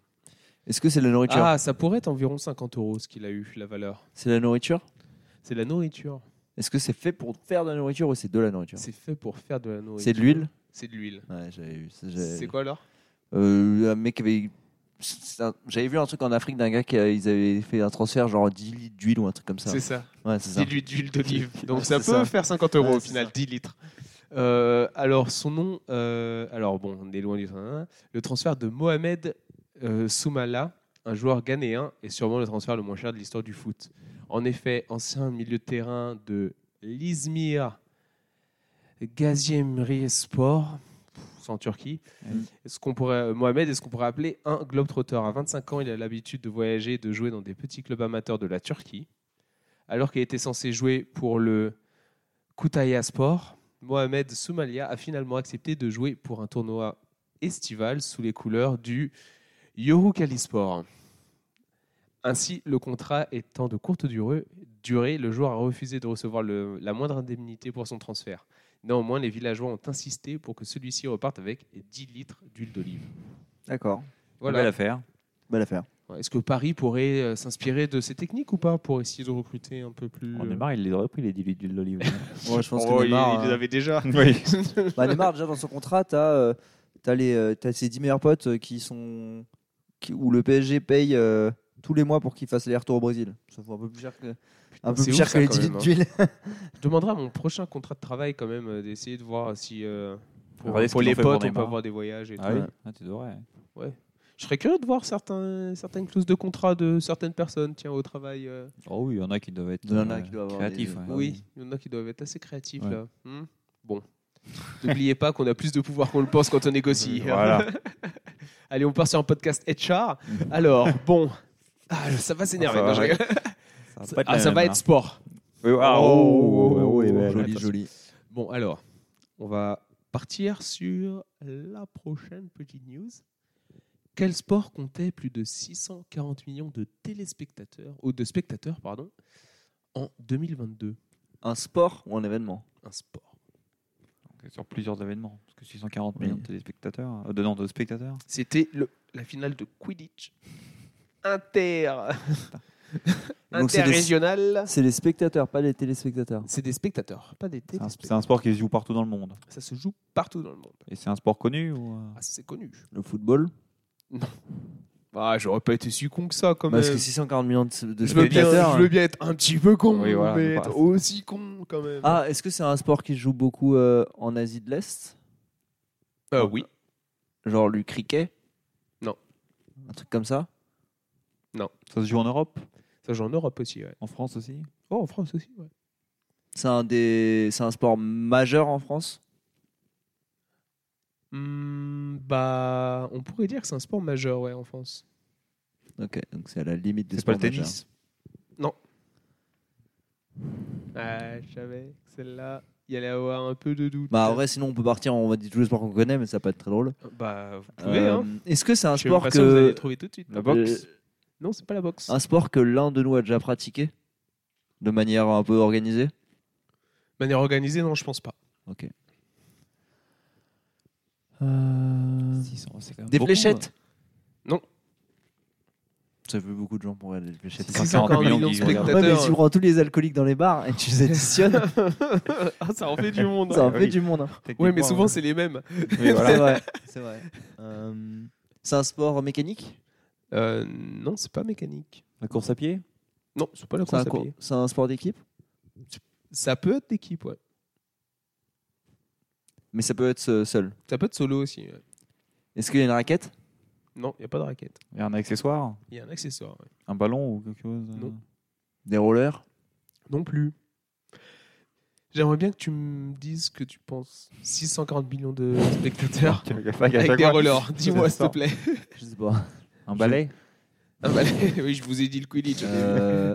Speaker 2: Est-ce que c'est de la nourriture
Speaker 1: Ah, ça pourrait être environ 50 euros ce qu'il a eu, la valeur.
Speaker 2: C'est de la nourriture
Speaker 1: C'est de la nourriture.
Speaker 2: Est-ce que c'est fait pour faire de la nourriture ou c'est de la nourriture
Speaker 1: C'est fait pour faire de la nourriture.
Speaker 2: C'est de l'huile
Speaker 1: C'est de l'huile.
Speaker 2: Ouais, j'avais vu. ça, j'avais-
Speaker 1: C'est quoi alors
Speaker 2: Euh, un mec avait. c'est un- J'avais vu un truc en Afrique d'un gars qui euh, ils avaient fait un transfert genre 10 litres d'huile ou un truc comme ça.
Speaker 1: C'est ça.
Speaker 2: Ouais, c'est ça.
Speaker 1: 10 litres d'huile d'olive. Donc
Speaker 2: Ouais,
Speaker 1: ça peut
Speaker 2: c'est ça.
Speaker 1: faire 50 euros
Speaker 2: Ouais,
Speaker 1: au
Speaker 2: c'est
Speaker 1: final,
Speaker 2: ça.
Speaker 1: 10 litres. Euh, alors son nom, euh, alors bon, on est loin du hein. Le transfert de Mohamed euh, Soumala, un joueur ghanéen, est sûrement le transfert le moins cher de l'histoire du foot. En effet, ancien milieu de terrain de l'Izmir Gaziemspor, pff, c'est en Turquie.
Speaker 3: Mhm.
Speaker 1: Est-ce qu'on pourrait, euh, Mohamed est ce qu'on pourrait appeler un globetrotter. À 25 ans, il a l'habitude de voyager et de jouer dans des petits clubs amateurs de la Turquie. Alors qu'il était censé jouer pour le Kütahya Sport, Mohamed Soumalia a finalement accepté de jouer pour un tournoi estival sous les couleurs du Yorucali Sport. Ainsi, le contrat étant de courte durée, durée, le joueur a refusé de recevoir le- la moindre indemnité pour son transfert. Néanmoins, les villageois ont insisté pour que celui-ci reparte avec 10 litres d'huile d'olive.
Speaker 2: D'accord.
Speaker 1: Voilà.
Speaker 3: Belle affaire.
Speaker 2: Belle affaire.
Speaker 1: Ouais, Est-ce que Paris pourrait euh, s'inspirer de ces techniques ou pas pour essayer de recruter un peu plus
Speaker 3: On
Speaker 1: euh,
Speaker 3: Neymar, il les aurait pris les 10 litres d'huile
Speaker 2: Ouais,
Speaker 3: d'olive.
Speaker 2: je pense
Speaker 1: Oh,
Speaker 2: que
Speaker 1: il-
Speaker 2: Neymar.
Speaker 1: il les
Speaker 2: euh,
Speaker 1: avait déjà.
Speaker 3: oui.
Speaker 2: bah, Neymar, déjà dans son contrat, t'as euh, t'as les, euh, t'as ses 10 meilleurs potes euh, qui sont. Qui, où le PSG paye euh, tous les mois pour qu'ils fassent les retours au Brésil. Ça vaut un peu plus cher que, un peu
Speaker 1: c'est
Speaker 2: plus
Speaker 1: ouf,
Speaker 2: cher
Speaker 1: ça,
Speaker 2: que les
Speaker 1: quand
Speaker 2: 10
Speaker 1: même, hein.
Speaker 2: litres d'huile.
Speaker 1: Je demanderai à mon prochain contrat de travail quand même euh, d'essayer de voir si euh, pour,
Speaker 3: Regardez ce
Speaker 1: pour
Speaker 3: qu'ils
Speaker 1: les
Speaker 3: ont fait pour
Speaker 1: potes on peut
Speaker 3: Neymar.
Speaker 1: avoir des voyages et
Speaker 3: Ah
Speaker 1: tout.
Speaker 3: oui
Speaker 2: Ouais.
Speaker 3: Ah, Tu devrais.
Speaker 1: Ouais. Je serais curieux de voir certains, certaines clauses de contrat de certaines personnes, tiens, au travail. euh.
Speaker 3: Oh oui, il y en a qui doivent être
Speaker 2: Il y en a
Speaker 3: euh,
Speaker 2: qui doivent avoir
Speaker 3: créatifs.
Speaker 2: des-
Speaker 3: ouais.
Speaker 2: Ah
Speaker 1: oui, il y en a qui doivent être assez créatifs,
Speaker 3: Ouais.
Speaker 1: là. Hmm bon. N'oubliez pas qu'on a plus de pouvoir qu'on le pense quand on négocie.
Speaker 3: Voilà.
Speaker 1: Allez, on part sur un podcast HR. Alors, bon. Ah, ça va s'énerver.
Speaker 3: Ah, ça
Speaker 1: Non, je
Speaker 3: va.
Speaker 1: rigole.
Speaker 3: Ça va, pas être
Speaker 1: Ah,
Speaker 3: la
Speaker 1: ça
Speaker 3: même,
Speaker 1: va
Speaker 3: hein.
Speaker 1: être sport.
Speaker 3: Oui, ah, oh, oh, oh, oh, oh,
Speaker 2: joli,
Speaker 1: ouais,
Speaker 2: joli.
Speaker 1: Bon, alors, on va partir sur la prochaine petite news. Quel sport comptait plus de 640 millions de téléspectateurs, ou de spectateurs, pardon, en 2022
Speaker 2: Un sport ou un événement
Speaker 1: Un sport.
Speaker 3: Sur plusieurs événements. Parce que 640
Speaker 2: Oui.
Speaker 3: millions de téléspectateurs. euh, de, non, de spectateurs.
Speaker 1: C'était le- la finale de Quidditch inter
Speaker 2: Donc c'est des-
Speaker 1: interrégionale.
Speaker 2: C'est les spectateurs, pas les téléspectateurs.
Speaker 1: C'est des spectateurs, pas des
Speaker 3: C'est un- C'est
Speaker 1: téléspectateurs.
Speaker 3: un sport qui se joue partout dans le monde.
Speaker 1: Ça se joue partout dans le monde.
Speaker 3: Et c'est un sport connu ou, euh,
Speaker 1: Ah, c'est connu.
Speaker 2: Le football
Speaker 1: Ah, j'aurais pas été si con que ça quand même.
Speaker 2: Parce que 640 millions de, de
Speaker 1: je, veux bien,
Speaker 2: spectateurs.
Speaker 1: je veux bien être un petit peu con,
Speaker 3: Oui, voilà,
Speaker 1: mais
Speaker 3: bah,
Speaker 1: être aussi con quand même.
Speaker 2: Ah, est-ce que c'est un sport qui se joue beaucoup euh, en Asie de l'Est
Speaker 1: Euh, oui.
Speaker 2: Genre le cricket
Speaker 1: Non.
Speaker 2: Un truc comme ça
Speaker 3: Ça se joue en Europe
Speaker 1: Ça joue en Europe aussi, ouais.
Speaker 3: En France aussi
Speaker 1: Oh, en France aussi, ouais.
Speaker 2: C'est un, des... c'est un sport majeur en France
Speaker 1: bah, on pourrait dire que c'est un sport majeur, ouais, en France.
Speaker 2: Ok, donc c'est à la limite des
Speaker 3: C'est pas
Speaker 2: sports
Speaker 3: le
Speaker 2: majeurs.
Speaker 3: tennis
Speaker 1: Ah, je savais que celle-là, il y allait avoir un peu de doute.
Speaker 2: Bah en vrai, sinon on peut partir, on va dire tous les sports qu'on connaît, mais ça peut être très drôle.
Speaker 1: Bah, vous pouvez,
Speaker 2: Euh,
Speaker 1: hein.
Speaker 2: Est-ce que c'est un
Speaker 1: Je suis
Speaker 2: sport
Speaker 1: pas sûr vous allez le
Speaker 2: que
Speaker 1: trouver tout de suite.
Speaker 3: La boxe
Speaker 2: Euh,
Speaker 1: Non, c'est pas la boxe.
Speaker 2: un sport que l'un de nous a déjà pratiqué de manière un peu organisée
Speaker 1: De manière organisée, non, je pense pas.
Speaker 2: Ok. Des
Speaker 3: Euh, Des
Speaker 2: fléchettes
Speaker 1: Non.
Speaker 2: Ça fait beaucoup de gens pour regarder des fléchettes.
Speaker 3: C'est 640 millions
Speaker 1: de
Speaker 3: qui regardent.
Speaker 2: Ouais, mais
Speaker 1: spectateurs.
Speaker 2: si tu prends tous les alcooliques dans les bars et tu les additionnes,
Speaker 1: ah, ça en fait du monde.
Speaker 2: ça en
Speaker 1: hein.
Speaker 2: fait
Speaker 3: oui.
Speaker 2: du monde. hein.
Speaker 1: Ouais, mais souvent, c'est les mêmes.
Speaker 3: euh, Oui, voilà.
Speaker 2: C'est vrai. C'est vrai. Euh, c'est un sport mécanique
Speaker 1: Euh, non, c'est pas mécanique.
Speaker 3: La course à pied
Speaker 1: Non, c'est pas la
Speaker 2: C'est un,
Speaker 1: course à
Speaker 2: co-
Speaker 1: pied.
Speaker 2: c'est un sport d'équipe
Speaker 1: Ça peut être d'équipe, ouais.
Speaker 2: Mais ça peut être euh, seul.
Speaker 1: Ça peut être solo aussi. hein. ouais.
Speaker 2: Est-ce qu'il y a une raquette
Speaker 1: Non, il n'y a pas de raquette.
Speaker 3: Il y a un accessoire
Speaker 1: Il y a un accessoire. ouais.
Speaker 3: Un ballon ou quelque chose euh,
Speaker 1: Non.
Speaker 2: Des rollers
Speaker 1: Non plus. J'aimerais bien que tu me dises ce que tu penses. 640 millions de spectateurs
Speaker 3: Tu regardes pas qu'à
Speaker 1: avec
Speaker 3: chaque
Speaker 1: des
Speaker 3: fois-
Speaker 1: rollers. Dis-moi, s'il te
Speaker 3: Sort.
Speaker 1: plaît.
Speaker 2: Je sais pas.
Speaker 3: Un balai
Speaker 1: Ah, bah, oui, je vous ai dit le Quidditch.
Speaker 2: Euh,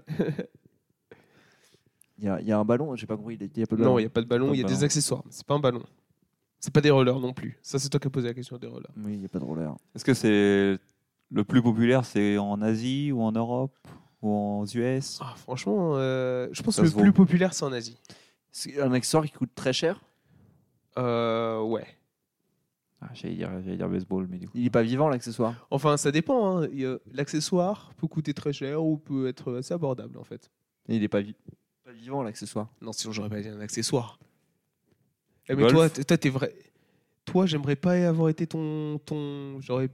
Speaker 2: Il y, a- il y a un ballon, j'ai pas compris. Il y a- il y a pas de
Speaker 1: Non,
Speaker 2: ballon.
Speaker 1: il n'y a pas de ballon,
Speaker 3: Pas de
Speaker 1: il y a des
Speaker 3: ballon.
Speaker 1: accessoires. mais C'est pas un ballon. C'est pas des rollers non plus. Ça, c'est toi qui as posé la question des rollers.
Speaker 2: Oui, il n'y a pas de roller.
Speaker 3: Est-ce que c'est le plus populaire C'est en Asie ou en Europe ou en US
Speaker 1: Ah, franchement, euh, je pense
Speaker 3: Ça
Speaker 1: que le
Speaker 3: se vaut.
Speaker 1: plus populaire, c'est en Asie.
Speaker 2: C'est un accessoire qui coûte très cher.
Speaker 1: Euh, ouais.
Speaker 3: ah, J'allais dire, j'allais dire baseball, mais du coup.
Speaker 2: Il est pas vivant l'accessoire.
Speaker 1: Enfin, ça dépend. hein. Il y a- L'accessoire peut coûter très cher ou peut être assez abordable, en fait.
Speaker 2: Il est pas, vi- pas vivant l'accessoire.
Speaker 1: Non, sinon j'aurais pas dit un accessoire. Eh, mais
Speaker 3: Golf.
Speaker 1: toi, t- toi, t'es vrai. Toi, j'aimerais pas avoir été ton. ton... J'aurais.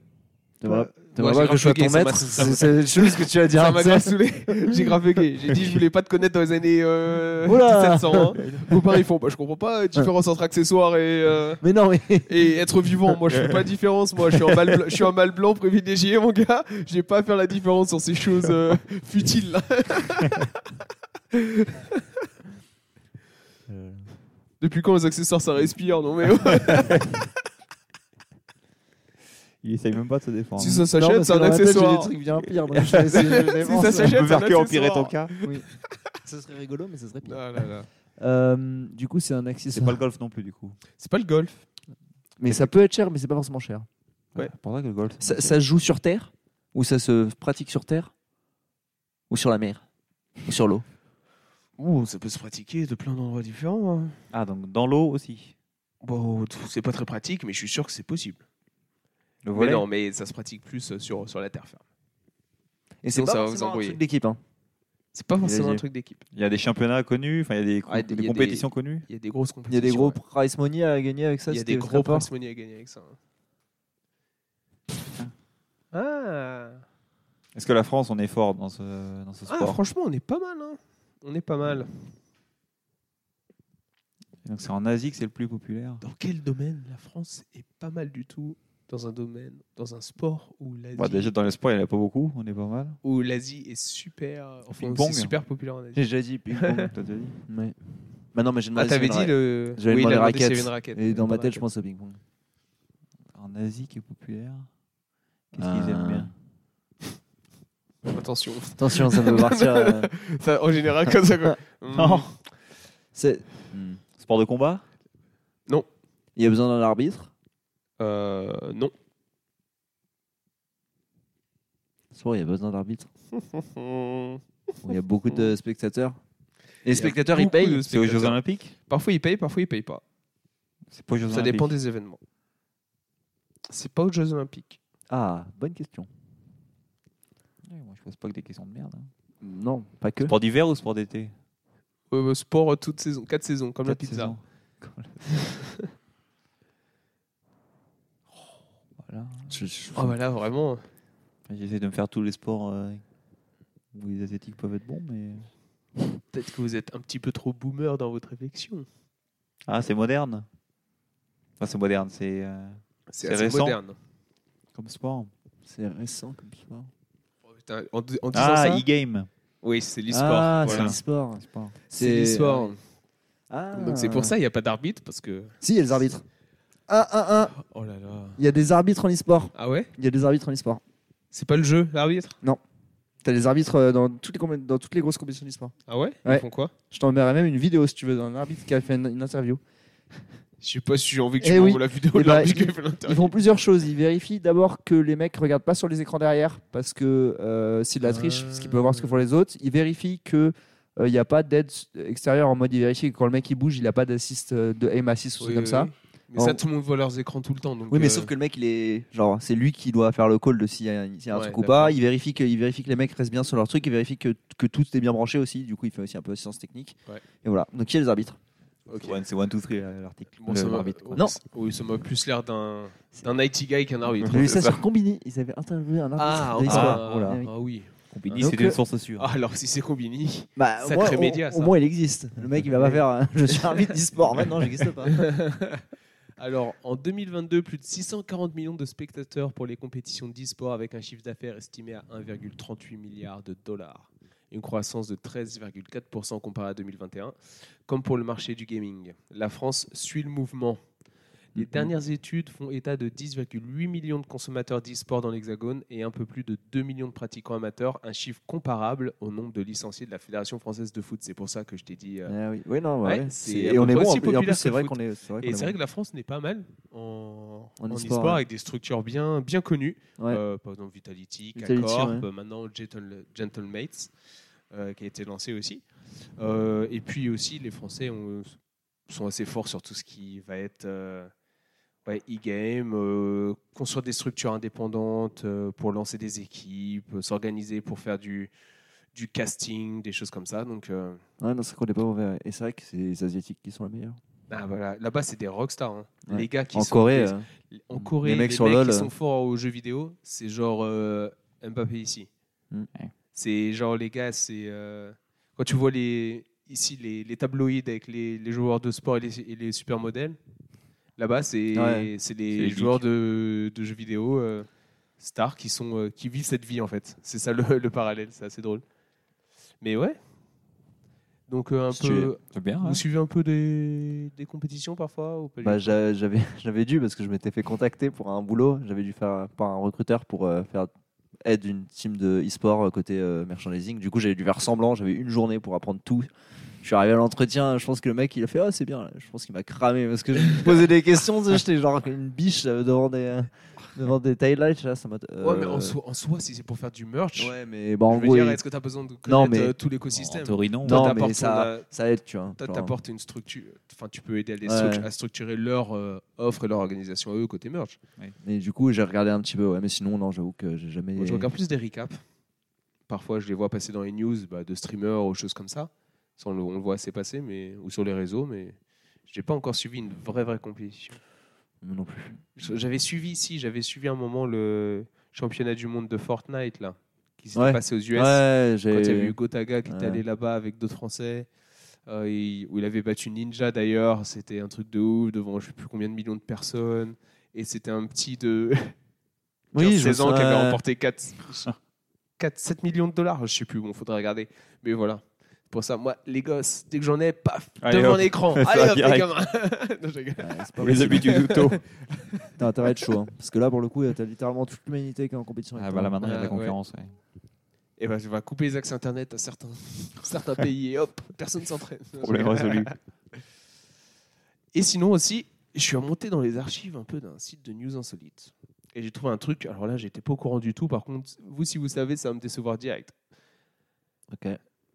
Speaker 2: T'aimerais
Speaker 1: Bah, Ouais,
Speaker 2: t'aimerais
Speaker 1: j'ai
Speaker 2: pas que
Speaker 1: grave
Speaker 2: je sois
Speaker 1: choqué,
Speaker 2: ton
Speaker 1: ça m'a-
Speaker 2: maître
Speaker 1: ça
Speaker 2: C'est
Speaker 1: m'a-
Speaker 2: c'est chose que tu as dit.
Speaker 1: Ça
Speaker 2: hein,
Speaker 1: m'a
Speaker 2: tu sais.
Speaker 1: grave saoulé. J'ai grave bugué. J'ai dit, je voulais pas te connaître dans les années euh,
Speaker 2: Oula.
Speaker 1: 1700. hein. Vos parents, ils font. Bah, je comprends pas. Différence entre accessoire et. euh,
Speaker 2: Mais non, mais
Speaker 1: Et être vivant, moi je fais pas la différence, moi je suis un mâle, bl- je suis un mâle blanc privilégié mon gars, j'ai pas à faire la différence sur ces choses euh, futiles là. Euh. Depuis quand les accessoires ça respire Non mais ouais.
Speaker 3: Il essaye même pas de se défendre.
Speaker 1: si ça
Speaker 2: Non,
Speaker 1: s'achète
Speaker 2: parce
Speaker 1: c'est
Speaker 2: que
Speaker 1: un
Speaker 2: dans ma tête, J'ai
Speaker 1: accessoire.
Speaker 2: des trucs bien pires. donc je vais essayer de les
Speaker 1: Si ça
Speaker 2: vendre.
Speaker 3: tu
Speaker 1: s'achète,
Speaker 3: peux faire
Speaker 1: c'est un
Speaker 3: que empirer
Speaker 1: accessoire.
Speaker 3: ton cas.
Speaker 2: Oui. Ce serait rigolo, mais ce serait pire.
Speaker 1: Ah là là.
Speaker 2: Euh, du coup, c'est un
Speaker 3: C'est
Speaker 2: accessoire.
Speaker 3: pas le golf non plus, du coup.
Speaker 1: C'est pas le golf.
Speaker 2: Mais ça peut être cher, mais c'est pas forcément cher.
Speaker 1: Ouais.
Speaker 3: Ah, Pour ça que le golf.
Speaker 2: Ça, ça se joue sur terre Ou ça se pratique sur terre Ou sur la mer Ou sur l'eau
Speaker 1: Ouh, ça peut se pratiquer de plein d'endroits différents. hein.
Speaker 3: Ah, donc dans l'eau aussi.
Speaker 1: Bon, pff, c'est pas très pratique, mais je suis sûr que c'est possible.
Speaker 3: Le
Speaker 1: Mais
Speaker 3: volet.
Speaker 1: non, mais ça se pratique plus euh, sur, sur la terre ferme.
Speaker 2: Et c'est
Speaker 1: Sinon,
Speaker 2: pas
Speaker 1: ça va vous
Speaker 2: forcément un
Speaker 1: embrouiller.
Speaker 2: truc d'équipe. hein.
Speaker 1: C'est pas forcément
Speaker 2: Vas-y.
Speaker 1: un truc d'équipe.
Speaker 3: Il y a des championnats connus, enfin il y a des, co-
Speaker 1: Ah, il y a
Speaker 3: des
Speaker 1: des-
Speaker 3: compétitions connues.
Speaker 1: Il y a des grosses
Speaker 2: Il y
Speaker 1: compétitions.
Speaker 2: a des gros
Speaker 1: ouais.
Speaker 2: prize money à gagner avec ça.
Speaker 1: Il y a
Speaker 2: c'était
Speaker 1: des
Speaker 2: très
Speaker 1: gros
Speaker 2: fort.
Speaker 1: prize money à gagner avec ça. hein. Ah,
Speaker 3: Est-ce que la France, on est fort dans ce, dans ce
Speaker 1: Ah,
Speaker 3: sport
Speaker 1: franchement, on est pas mal. hein. On est pas mal.
Speaker 3: Donc c'est en Asie que c'est le plus populaire.
Speaker 1: Dans quel domaine la France est pas mal du tout dans un domaine, dans un sport où l'Asie
Speaker 3: Bah, déjà, dans l'espoir, il n'y en a pas beaucoup, on est pas mal.
Speaker 1: où l'Asie est super, enfin,
Speaker 2: Ping-pong.
Speaker 1: c'est super populaire en Asie.
Speaker 2: J'ai déjà dit ping-pong.
Speaker 3: T'as déjà dit
Speaker 2: Ouais. Bah non, mais j'ai
Speaker 1: Ah,
Speaker 2: demandé.
Speaker 1: t'avais
Speaker 2: si on
Speaker 1: dit
Speaker 2: aurait-
Speaker 1: le.
Speaker 2: J'avais
Speaker 1: oui, il
Speaker 2: demandé
Speaker 1: a demandé
Speaker 2: raquette.
Speaker 1: s'il y avait une raquette.
Speaker 2: Et dans ma tête,
Speaker 1: raquette.
Speaker 2: je pense au ping-pong.
Speaker 3: En Asie qui est populaire. Qu'est-ce qu'ils
Speaker 2: Euh,
Speaker 3: aiment bien
Speaker 1: Attention.
Speaker 2: Attention, ça peut partir. euh,
Speaker 1: Ça, en général, comme ça. quoi. Mm.
Speaker 3: Non.
Speaker 2: c'est-
Speaker 3: Hmm. Sport de combat
Speaker 2: Il y a besoin d'un arbitre.
Speaker 1: Euh, non.
Speaker 2: C'est vrai, il y a besoin d'arbitre.
Speaker 1: Mm.
Speaker 2: Il y a beaucoup
Speaker 1: Oh.
Speaker 2: de spectateurs.
Speaker 1: Il
Speaker 2: Les
Speaker 1: y a
Speaker 2: spectateurs, ils
Speaker 1: beaucoup de
Speaker 2: payent.
Speaker 3: C'est aux Jeux
Speaker 1: spectateurs.
Speaker 3: Olympiques
Speaker 1: Parfois ils payent, parfois ils payent pas.
Speaker 3: C'est pas aux Jeux
Speaker 1: Ça
Speaker 3: Olympiques.
Speaker 1: dépend des événements. C'est pas aux Jeux Olympiques.
Speaker 2: Ah, bonne question.
Speaker 3: Ouais, moi, je pose pas que des questions de merde. hein.
Speaker 2: Non, pas que.
Speaker 3: Sport d'hiver ou sport d'été
Speaker 1: Euh, euh, sport euh, toute saison, 4 saisons, comme la
Speaker 3: Quatre
Speaker 1: pizza.
Speaker 3: saisons. Comme la Oh, voilà.
Speaker 2: Je- je-
Speaker 1: Ah bah là vraiment.
Speaker 3: J'essaie de me faire tous les sports euh, où les asiatiques peuvent être bons, mais.
Speaker 1: Peut-être que vous êtes un petit peu trop boomer dans votre réflexion.
Speaker 3: Ah, c'est moderne Enfin, c'est moderne, c'est euh,
Speaker 1: C'est
Speaker 3: C'est
Speaker 1: assez
Speaker 3: récent.
Speaker 1: moderne.
Speaker 3: comme sport.
Speaker 2: C'est récent comme sport.
Speaker 1: Oh, putain, en, di- en disant
Speaker 3: Ah,
Speaker 1: ça,
Speaker 3: e-game
Speaker 1: oui, c'est l'e-sport.
Speaker 2: Ah,
Speaker 1: voilà.
Speaker 2: c'est l'e-sport.
Speaker 3: Sport.
Speaker 1: C'est l'e-sport.
Speaker 2: Ah.
Speaker 1: Donc c'est pour ça il n'y a pas d'arbitre parce que.
Speaker 2: Si, il y a les arbitres. 1 1 1
Speaker 1: Oh là là.
Speaker 2: Il y a des arbitres en e-sport.
Speaker 1: Ah ouais
Speaker 2: Il y a des arbitres en e-sport.
Speaker 1: C'est pas le jeu, l'arbitre
Speaker 2: T'as des arbitres euh, dans toutes les, compé- dans toutes les grosses compétitions d'e-sport.
Speaker 1: Ah ouais,
Speaker 2: Ouais.
Speaker 1: Ils font quoi
Speaker 2: Je t'enverrai même une vidéo si tu veux d'un arbitre qui a fait une, une interview.
Speaker 1: Je sais pas si j'ai envie que tu
Speaker 2: Eh oui.
Speaker 1: m'envoies la vidéo
Speaker 2: Eh
Speaker 1: de l'arbitre
Speaker 2: bah,
Speaker 1: qui a fait
Speaker 2: Ils
Speaker 1: l'interview.
Speaker 2: font plusieurs choses. Ils vérifient d'abord que les mecs regardent pas sur les écrans derrière parce que euh, c'est de la triche, parce qu'ils peuvent voir ce que font les autres. Ils vérifient que euh, il n'y a pas d'aide extérieure en mode ils vérifient que quand le mec il bouge, il a pas d'assist euh, de aim assist
Speaker 1: Oui,
Speaker 2: ou truc comme
Speaker 1: oui,
Speaker 2: ça.
Speaker 1: oui. Mais ça, tout le monde voit leurs écrans tout le temps. Donc,
Speaker 2: Oui, mais
Speaker 1: euh,
Speaker 2: sauf que le mec, il est genre, c'est lui qui doit faire le call de s'il y a, s'il y a un
Speaker 1: Ouais,
Speaker 2: truc ou
Speaker 1: d'accord.
Speaker 2: pas. Il vérifie que, il vérifie que les mecs restent bien sur leur truc. Il vérifie que, que tout est bien branché aussi. Du coup, il fait aussi un peu assistance technique.
Speaker 1: Ouais.
Speaker 2: Et voilà. Donc il y a les arbitres.
Speaker 1: ok.
Speaker 3: Ouais, C'est 1, 2, 3 l'article.
Speaker 1: Bon,
Speaker 3: Le-
Speaker 1: ça m'a-
Speaker 3: l'arbitre, quoi.
Speaker 1: Non. Oui, ça m'a plus l'air d'un d'un IT guy qu'un arbitre.
Speaker 2: J'ai vu ça sur Combini. Ils avaient interviewé un
Speaker 1: Ah,
Speaker 2: arbitre. Oh
Speaker 1: ah,
Speaker 2: de l'histoire.
Speaker 1: ah,
Speaker 2: Voilà.
Speaker 1: ah oui.
Speaker 3: Compagnie,
Speaker 2: Donc,
Speaker 3: c'est une
Speaker 2: euh,
Speaker 3: source sûre.
Speaker 1: Ah, alors si c'est Combini.
Speaker 2: Bah, au,
Speaker 1: Sacré
Speaker 2: moins, au-
Speaker 1: média, ça.
Speaker 2: au moins, il existe. Le mec, il va pas faire. euh, je suis arbitre d'e-sport. Maintenant, j'existe pas.
Speaker 1: Alors, en 2022, plus de 640 millions de spectateurs pour les compétitions d'e-sport avec un chiffre d'affaires estimé à 1,38 milliard de dollars. Une croissance de 13,4% comparée à 2021, comme pour le marché du gaming. La France suit le mouvement. Les dernières études font état de 10,8 millions de consommateurs d'e-sport dans l'Hexagone et un peu plus de 2 millions de pratiquants amateurs, un chiffre comparable au nombre de licenciés de la Fédération française de foot. C'est pour ça que je t'ai dit. euh,
Speaker 2: Ah oui. Oui, non,
Speaker 1: Ouais,
Speaker 2: ouais,
Speaker 1: c'est
Speaker 2: c'est-
Speaker 1: à
Speaker 2: Et
Speaker 1: peu
Speaker 2: on
Speaker 1: près
Speaker 2: est bon.
Speaker 1: aussi
Speaker 2: Et en plus,
Speaker 1: populaire
Speaker 2: c'est
Speaker 1: que
Speaker 2: vrai
Speaker 1: le
Speaker 2: qu'on est. C'est vrai
Speaker 1: Et
Speaker 2: qu'on
Speaker 1: c'est
Speaker 2: est
Speaker 1: vrai
Speaker 2: bon.
Speaker 1: que la France n'est pas mal en,
Speaker 2: En
Speaker 1: en
Speaker 2: e-sport,
Speaker 1: e-sport,
Speaker 2: ouais.
Speaker 1: avec des structures bien, bien connues.
Speaker 2: Ouais.
Speaker 1: Euh, par exemple, Vitality,
Speaker 2: Vitality,
Speaker 1: K-Corp,
Speaker 2: ouais.
Speaker 1: euh, maintenant Gentle, Gentlemates, euh, qui a été lancé aussi. Euh, et puis aussi, les Français ont- sont assez forts sur tout ce qui va être euh, ouais, e-game, euh, construire des structures indépendantes euh, pour lancer des équipes, euh, s'organiser pour faire du, du casting, des choses comme ça. Donc euh,
Speaker 2: Ouais, non, c'est vrai qu'on est pas mauvais. ouais. Et c'est vrai que c'est les Asiatiques qui sont les meilleurs.
Speaker 1: ah, voilà. là-bas, c'est des rockstars. hein.
Speaker 2: Ouais.
Speaker 1: Les gars qui
Speaker 2: En
Speaker 1: sont
Speaker 2: Corée.
Speaker 1: des-
Speaker 2: euh,
Speaker 1: En Corée,
Speaker 2: Les
Speaker 1: les
Speaker 2: mecs
Speaker 1: mecs,
Speaker 2: sur LoL,
Speaker 1: qui
Speaker 2: euh.
Speaker 1: sont forts aux jeux vidéo, c'est genre euh, Mbappé ici.
Speaker 2: Mm.
Speaker 3: Ouais.
Speaker 1: C'est genre les gars, c'est euh, quand tu vois les ici les, les tabloïds avec les, les joueurs de sport et les, et les supermodèles. Là-bas, c'est
Speaker 2: Ouais.
Speaker 1: c'est
Speaker 3: C'est
Speaker 1: les
Speaker 3: les
Speaker 1: joueurs de, de jeux vidéo euh, stars qui sont euh, qui vivent cette vie en fait. C'est ça le, le parallèle, c'est assez drôle. Mais ouais. Donc euh, un
Speaker 2: Si tu
Speaker 1: peu,
Speaker 3: C'est bien. hein.
Speaker 1: vous suivez un peu des, des compétitions parfois ou pas du
Speaker 2: Bah,
Speaker 1: tout
Speaker 2: j'a- j'avais j'avais dû parce que je m'étais fait contacter pour un boulot. J'avais dû faire par un recruteur pour euh, faire aide une team de e-sport euh, côté euh, merchandising. Du coup, j'avais dû faire semblant. J'avais une journée pour apprendre tout. Je suis arrivé à l'entretien. Je pense que le mec il a fait ah c'est bien. Je pense qu'il m'a cramé parce que je lui posais des questions. tu sais, J'étais genre une biche euh, devant des euh, devant des highlights là. Ça m'a.
Speaker 1: Ouais, mais
Speaker 2: euh,
Speaker 1: en soi, en soi, si c'est pour faire du merch,
Speaker 2: ouais, mais bah, en
Speaker 1: je veux
Speaker 2: gros
Speaker 1: dire,
Speaker 2: il-
Speaker 1: est-ce que tu as besoin de connaître
Speaker 2: Non, mais-
Speaker 1: euh, tout
Speaker 3: En
Speaker 1: l'écosystème
Speaker 3: Torino,
Speaker 1: Toi,
Speaker 2: Non,
Speaker 1: t'apportes
Speaker 2: mais ça-
Speaker 1: ton, euh,
Speaker 2: ça aide tu vois.
Speaker 1: toi,
Speaker 2: genre.
Speaker 1: t'apportes une structure. Enfin, tu peux aider à, les
Speaker 2: Ouais.
Speaker 1: struc- à structurer leur euh, offre et leur organisation à eux côté merch.
Speaker 2: Et du coup j'ai regardé un petit peu. Ouais, mais sinon non, j'avoue que j'ai jamais.
Speaker 1: Moi, je regarde plus des recaps. Parfois, je les vois passer dans les news bah, de streamers ou choses comme ça. Ça, on, le, on le voit assez passer, mais ou sur les réseaux, mais j'ai pas encore suivi une vraie vraie compétition.
Speaker 2: Moi non plus.
Speaker 1: Je- J'avais suivi ici, j'avais suivi un moment le championnat du monde de Fortnite là, qui s'était
Speaker 2: Ouais.
Speaker 1: passé aux US.
Speaker 2: Ouais, j'ai.
Speaker 1: Quand il y avait eu Gotaga qui était
Speaker 2: Ouais.
Speaker 1: allé là-bas avec d'autres Français, euh, il- où il avait battu Ninja d'ailleurs, c'était un truc de ouf devant je sais plus combien de millions de personnes. Et c'était un petit de 15,
Speaker 2: Oui, je
Speaker 1: 16 ans qui avait
Speaker 2: serais-
Speaker 1: remporté 4, 4, 7 millions de dollars. Je sais plus, bon, faudrait regarder. Mais voilà. Pour ça, moi, les gosses, dès que j'en ai, paf,
Speaker 3: Allez,
Speaker 1: devant
Speaker 3: hop.
Speaker 1: l'écran.
Speaker 3: Ça
Speaker 1: Allez
Speaker 3: va
Speaker 1: hop, les
Speaker 3: direct.
Speaker 1: gamins. Non, je rigole.
Speaker 2: Ouais, Euh, c'est pas
Speaker 3: Pour les
Speaker 2: possible.
Speaker 3: habits du douteau.
Speaker 4: T'as intérêt à être chaud, hein. parce que là, pour le coup, t'as littéralement toute l'humanité qui est en compétition. avec
Speaker 3: Ah,
Speaker 4: toi.
Speaker 3: bah là maintenant, il y a de la
Speaker 1: Euh, ouais.
Speaker 3: concurrence. ouais.
Speaker 1: Et ben, je vais couper les accès internet à certains, certains pays et hop, personne s'entraîne.
Speaker 3: Problème résolu.
Speaker 1: Et sinon aussi, je suis remonté dans les archives un peu d'un site de news insolite. Et j'ai trouvé un truc, alors là, j'étais pas au courant du tout. Par contre, vous, si vous savez, ça va me décevoir direct.
Speaker 2: Ok.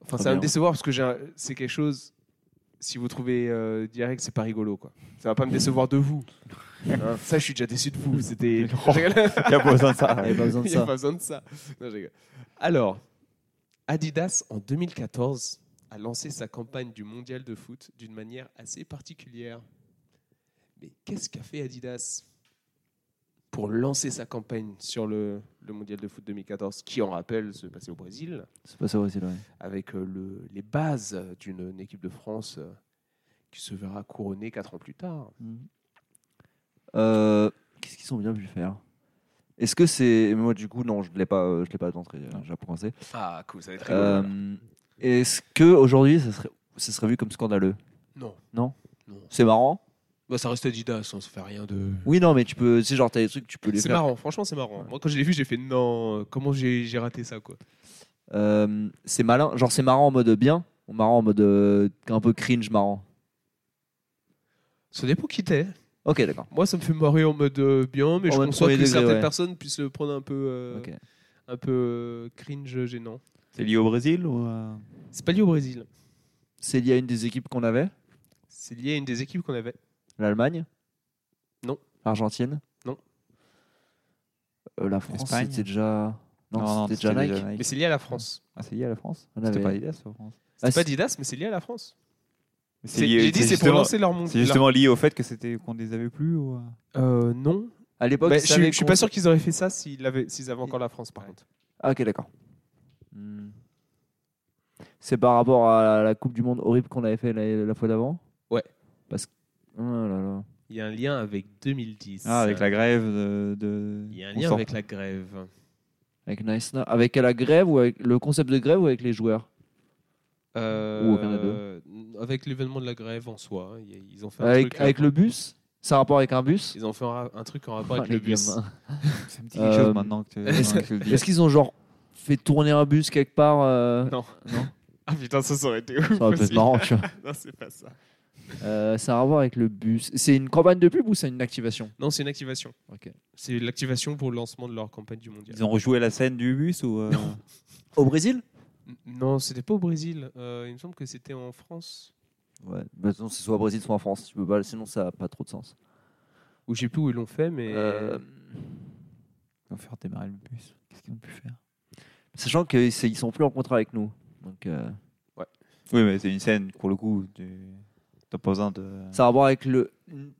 Speaker 1: Enfin,
Speaker 2: Très
Speaker 1: ça va me
Speaker 2: bien.
Speaker 1: décevoir parce que j'ai un- c'est quelque chose. Si vous trouvez euh, direct, c'est pas rigolo, quoi. Ça va pas me décevoir de vous. Hein, ça, je suis déjà déçu de vous. C'était.
Speaker 3: Oh,
Speaker 1: Je rigole.
Speaker 3: Il y a pas besoin de ça.
Speaker 4: T'avais pas besoin de
Speaker 1: Il n'y a
Speaker 4: ça.
Speaker 1: pas besoin de ça. Non, je rigole. Alors, Adidas, en 2014, a lancé sa campagne du mondial de foot d'une manière assez particulière. Mais qu'est-ce qu'a fait Adidas pour lancer sa campagne sur le, le mondial de foot 2014, qui, en rappelle, se passait au Brésil
Speaker 2: C'est pas ça aussi, là. ouais.
Speaker 1: avec euh, le- les bases d'une équipe de France euh, qui se verra couronnée quatre ans plus tard.
Speaker 2: Euh, Qu'est-ce qu'ils ont bien pu faire Est-ce que c'est moi du coup non je l'ai pas euh, je l'ai pas d'entrée euh, j'ai pas pensé.
Speaker 1: Ah, cool, ça va être
Speaker 2: Euh, Est-ce que aujourd'hui ça serait ça serait vu comme scandaleux
Speaker 1: Non.
Speaker 2: non.
Speaker 1: Non.
Speaker 2: C'est marrant
Speaker 1: Bah, ça reste Adidas, on se fait rien de.
Speaker 2: Oui non mais tu peux c'est genre t'as des trucs tu peux les
Speaker 1: C'est
Speaker 2: faire.
Speaker 1: marrant, franchement, c'est marrant. Moi, quand je l'ai vu, j'ai fait non, euh, comment j'ai j'ai raté ça, quoi.
Speaker 2: Euh, c'est malin genre c'est marrant en mode bien ou marrant en mode euh, un peu cringe marrant.
Speaker 1: Ça dépend qui t'es.
Speaker 2: Ok d'accord.
Speaker 1: Moi, ça me fait marrer en mode euh, bien, mais
Speaker 2: En
Speaker 1: je
Speaker 2: mode
Speaker 1: conçois que
Speaker 2: premier degré,
Speaker 1: certaines
Speaker 2: ouais.
Speaker 1: personnes puissent le prendre un peu, euh,
Speaker 2: Ok.
Speaker 1: un peu euh, cringe gênant.
Speaker 3: C'est lié au Brésil ou euh,
Speaker 1: C'est pas lié au Brésil.
Speaker 2: C'est lié à une des équipes qu'on avait
Speaker 1: C'est lié à une des équipes qu'on avait.
Speaker 2: l'Allemagne
Speaker 1: Non.
Speaker 2: L'Argentine
Speaker 1: Non.
Speaker 2: Euh, la France
Speaker 3: L'Espagne
Speaker 2: c'était déjà non, c'était déjà
Speaker 3: c'était
Speaker 2: Nike.
Speaker 1: Mais c'est lié à la France.
Speaker 3: Ah, c'est lié à la France
Speaker 2: On
Speaker 3: C'était
Speaker 2: avait-
Speaker 3: pas Adidas au France.
Speaker 2: Ah,
Speaker 1: C'est pas
Speaker 2: c'est-
Speaker 1: Adidas, mais c'est lié à la France.
Speaker 3: Mais
Speaker 1: C'est- J'ai dit, c'est pour
Speaker 3: justement-
Speaker 1: lancer leur monde.
Speaker 3: C'est justement lié au fait que c'était qu'on ne les avait plus ou... euh,
Speaker 1: Euh, non,
Speaker 2: À l'époque,
Speaker 1: Bah,
Speaker 2: ils
Speaker 1: je,
Speaker 2: savaient
Speaker 1: suis- je suis
Speaker 2: qu'on-
Speaker 1: pas sûr qu'ils auraient fait ça s'ils avaient, s'ils avaient encore la France, par contre.
Speaker 2: Ah, ok, d'accord.
Speaker 3: Hmm.
Speaker 2: C'est par rapport à la Coupe du Monde horrible qu'on avait fait la, la fois d'avant
Speaker 1: Ouais.
Speaker 2: Parce que. Oh là là.
Speaker 1: Il y a un lien avec 2010.
Speaker 3: Ah, avec la grève de. de-
Speaker 1: Il y a un
Speaker 3: on
Speaker 1: lien
Speaker 3: sort-
Speaker 1: avec la grève.
Speaker 2: Avec Nice. Now. Avec la grève ou avec le concept de grève ou avec les joueurs Ou aucun des
Speaker 1: Euh, Avec l'événement de la grève en soi, hein, il y a- ils ont fait un
Speaker 2: Avec,
Speaker 1: truc.
Speaker 2: avec
Speaker 1: euh,
Speaker 2: le bus C'est un rapport avec un bus
Speaker 1: Ils ont fait un, ra- un truc en rapport
Speaker 2: Ah,
Speaker 1: avec
Speaker 2: les
Speaker 1: le bus.
Speaker 2: gamins.
Speaker 3: Ça me dit quelque chose
Speaker 2: Euh,
Speaker 3: maintenant que tu,
Speaker 2: est-ce
Speaker 3: que tu le dis.
Speaker 2: Est-ce qu'ils ont genre fait tourner un bus quelque part euh,
Speaker 1: Non. Ah putain, ça, ça aurait été ouf.
Speaker 2: Ça aurait pu être
Speaker 1: aussi.
Speaker 2: marrant, tu vois.
Speaker 1: non, c'est pas ça.
Speaker 2: Euh, c'est un rapport avec le bus. C'est une campagne de pub ou c'est une activation
Speaker 1: Non, c'est une activation.
Speaker 2: Ok.
Speaker 1: C'est l'activation pour le lancement de leur campagne du mondial.
Speaker 3: Ils ont rejoué la scène du bus ou. euh,
Speaker 2: Au Brésil
Speaker 1: N- Non, c'était pas au Brésil. Euh, il me semble que c'était en France.
Speaker 2: Ouais. Bah, sinon, c'est soit au Brésil, soit en France. Tu peux pas- Sinon, ça n'a pas trop de sens.
Speaker 1: Ou je sais plus où ils l'ont fait, mais.
Speaker 2: Euh,
Speaker 3: Ils ont fait redémarrer le bus. Qu'est-ce qu'ils ont pu faire
Speaker 2: Sachant qu'ils sont plus en contrat avec nous. Donc, euh,
Speaker 3: Oui, mais c'est une scène, pour le coup, du. T'as pas besoin de.
Speaker 2: Ça a à voir avec le,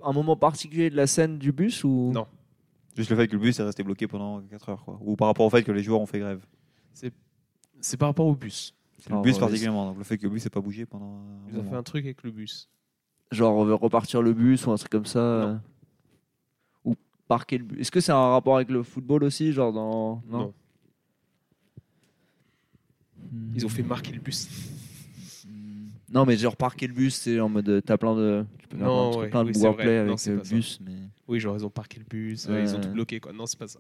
Speaker 2: un moment particulier de la scène du bus ou
Speaker 1: Non.
Speaker 3: Juste le fait que le bus est resté bloqué pendant 4 heures, quoi. Ou par rapport au fait que les joueurs ont fait grève.
Speaker 1: C'est par rapport au bus.
Speaker 3: C'est le
Speaker 2: Ah,
Speaker 3: bus
Speaker 2: ouais,
Speaker 3: particulièrement. Donc le fait que le bus n'ait pas bougé pendant. un
Speaker 1: Ils ont
Speaker 3: moment.
Speaker 1: fait un truc avec le bus.
Speaker 2: Genre on veut repartir le bus ou un truc comme ça euh, Ou parquer le bus Est-ce que c'est un rapport avec le football aussi genre dans...
Speaker 1: Non. Ils ont fait marquer le bus.
Speaker 2: Hmm. Non, mais genre parquer le bus, c'est en mode euh, t'as plein de. Tu peux faire
Speaker 1: Non,
Speaker 2: plein de trucs,
Speaker 1: ouais,
Speaker 2: plein de
Speaker 1: oui, c'est
Speaker 2: wordplay
Speaker 1: vrai.
Speaker 2: avec
Speaker 1: Non, c'est
Speaker 2: euh,
Speaker 1: pas
Speaker 2: le
Speaker 1: ça.
Speaker 2: bus. Mais...
Speaker 1: Oui, genre ils ont parqué le bus, euh,
Speaker 2: Ouais,
Speaker 1: ils ont
Speaker 2: ouais.
Speaker 1: tout bloqué quoi. Non, c'est pas ça.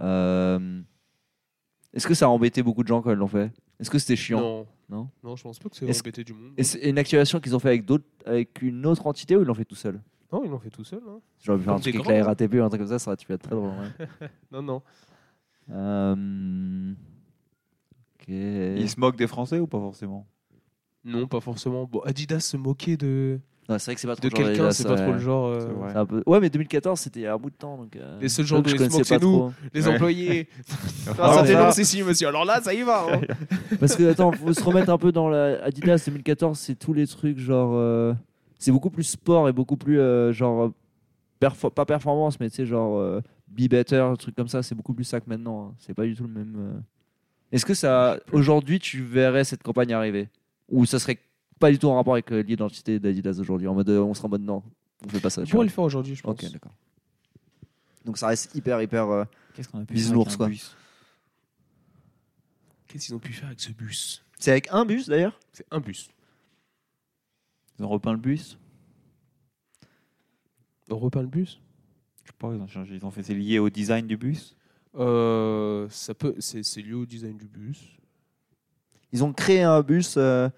Speaker 2: Euh, Est-ce que ça a embêté beaucoup de gens quand ils l'ont fait Est-ce que c'était chiant
Speaker 1: Non.
Speaker 2: Non
Speaker 1: Non, je pense pas que c'est
Speaker 2: Est-ce-
Speaker 1: embêté du monde.
Speaker 2: Et c'est une activation qu'ils ont fait avec d'autres, avec une autre entité ou ils l'ont fait tout seul
Speaker 1: Non, ils l'ont fait tout seul. hein.
Speaker 2: J'aurais pu faire un
Speaker 1: Comme des
Speaker 2: truc avec
Speaker 1: grands,
Speaker 2: la
Speaker 1: hein.
Speaker 2: RATP ou un truc comme ça, ça aurait pu être très drôle. ouais.
Speaker 1: Non, non.
Speaker 2: Euh, Ok.
Speaker 3: Ils se moquent des Français ou pas forcément
Speaker 1: Non, pas forcément. Bon, Adidas se moquer de,
Speaker 2: Non, c'est vrai que c'est pas
Speaker 1: de
Speaker 2: trop le genre
Speaker 1: quelqu'un,
Speaker 2: d'Adidas,
Speaker 1: c'est pas trop
Speaker 2: ouais.
Speaker 1: le genre. euh,
Speaker 3: C'est vrai.
Speaker 2: C'est un peu- Ouais, mais 2014, c'était il y a un bout de temps. Donc, euh,
Speaker 1: Les seuls gens
Speaker 2: que je
Speaker 1: dont ils se
Speaker 2: connaissais
Speaker 1: moquent, c'est
Speaker 2: pas
Speaker 1: nous.
Speaker 2: trop.
Speaker 1: Les
Speaker 3: Ouais.
Speaker 1: employés.
Speaker 3: Ah,
Speaker 1: Ah, c'était
Speaker 3: ça.
Speaker 1: non, c'est si, monsieur. Alors là, ça y va. hein.
Speaker 2: Parce que, attends, faut se remettre un peu dans la Adidas 2014, c'est tous les trucs genre. euh, C'est beaucoup plus sport et beaucoup plus euh, genre. euh, perfo- Pas performance, mais tu sais, genre. euh, Be better, un truc comme ça, c'est beaucoup plus ça que maintenant. hein. C'est pas du tout le même. euh. Est-ce que ça. Aujourd'hui, tu verrais cette campagne arriver Ou ça serait pas du tout en rapport avec euh, l'identité d'Adidas aujourd'hui En mode, euh, on sera en mode non, on fait pas ça.
Speaker 1: On
Speaker 2: tu
Speaker 1: pourrait
Speaker 2: vois.
Speaker 1: le faire aujourd'hui, je pense.
Speaker 2: Ok, d'accord. Donc ça reste hyper, hyper. euh,
Speaker 3: Qu'est-ce qu'on a pu
Speaker 2: Bisounours,
Speaker 3: avec un
Speaker 2: quoi.
Speaker 3: bus
Speaker 1: Qu'est-ce qu'ils ont pu faire avec ce bus
Speaker 2: C'est avec un bus d'ailleurs
Speaker 1: C'est un bus.
Speaker 3: Ils ont repeint le bus
Speaker 1: On repeint le bus
Speaker 3: Je sais pas, ils ont changé. Ils ont fait. C'est lié au design du bus
Speaker 1: euh, ça peut, c'est, c'est lié au design du bus.
Speaker 2: Ils ont créé un bus. euh,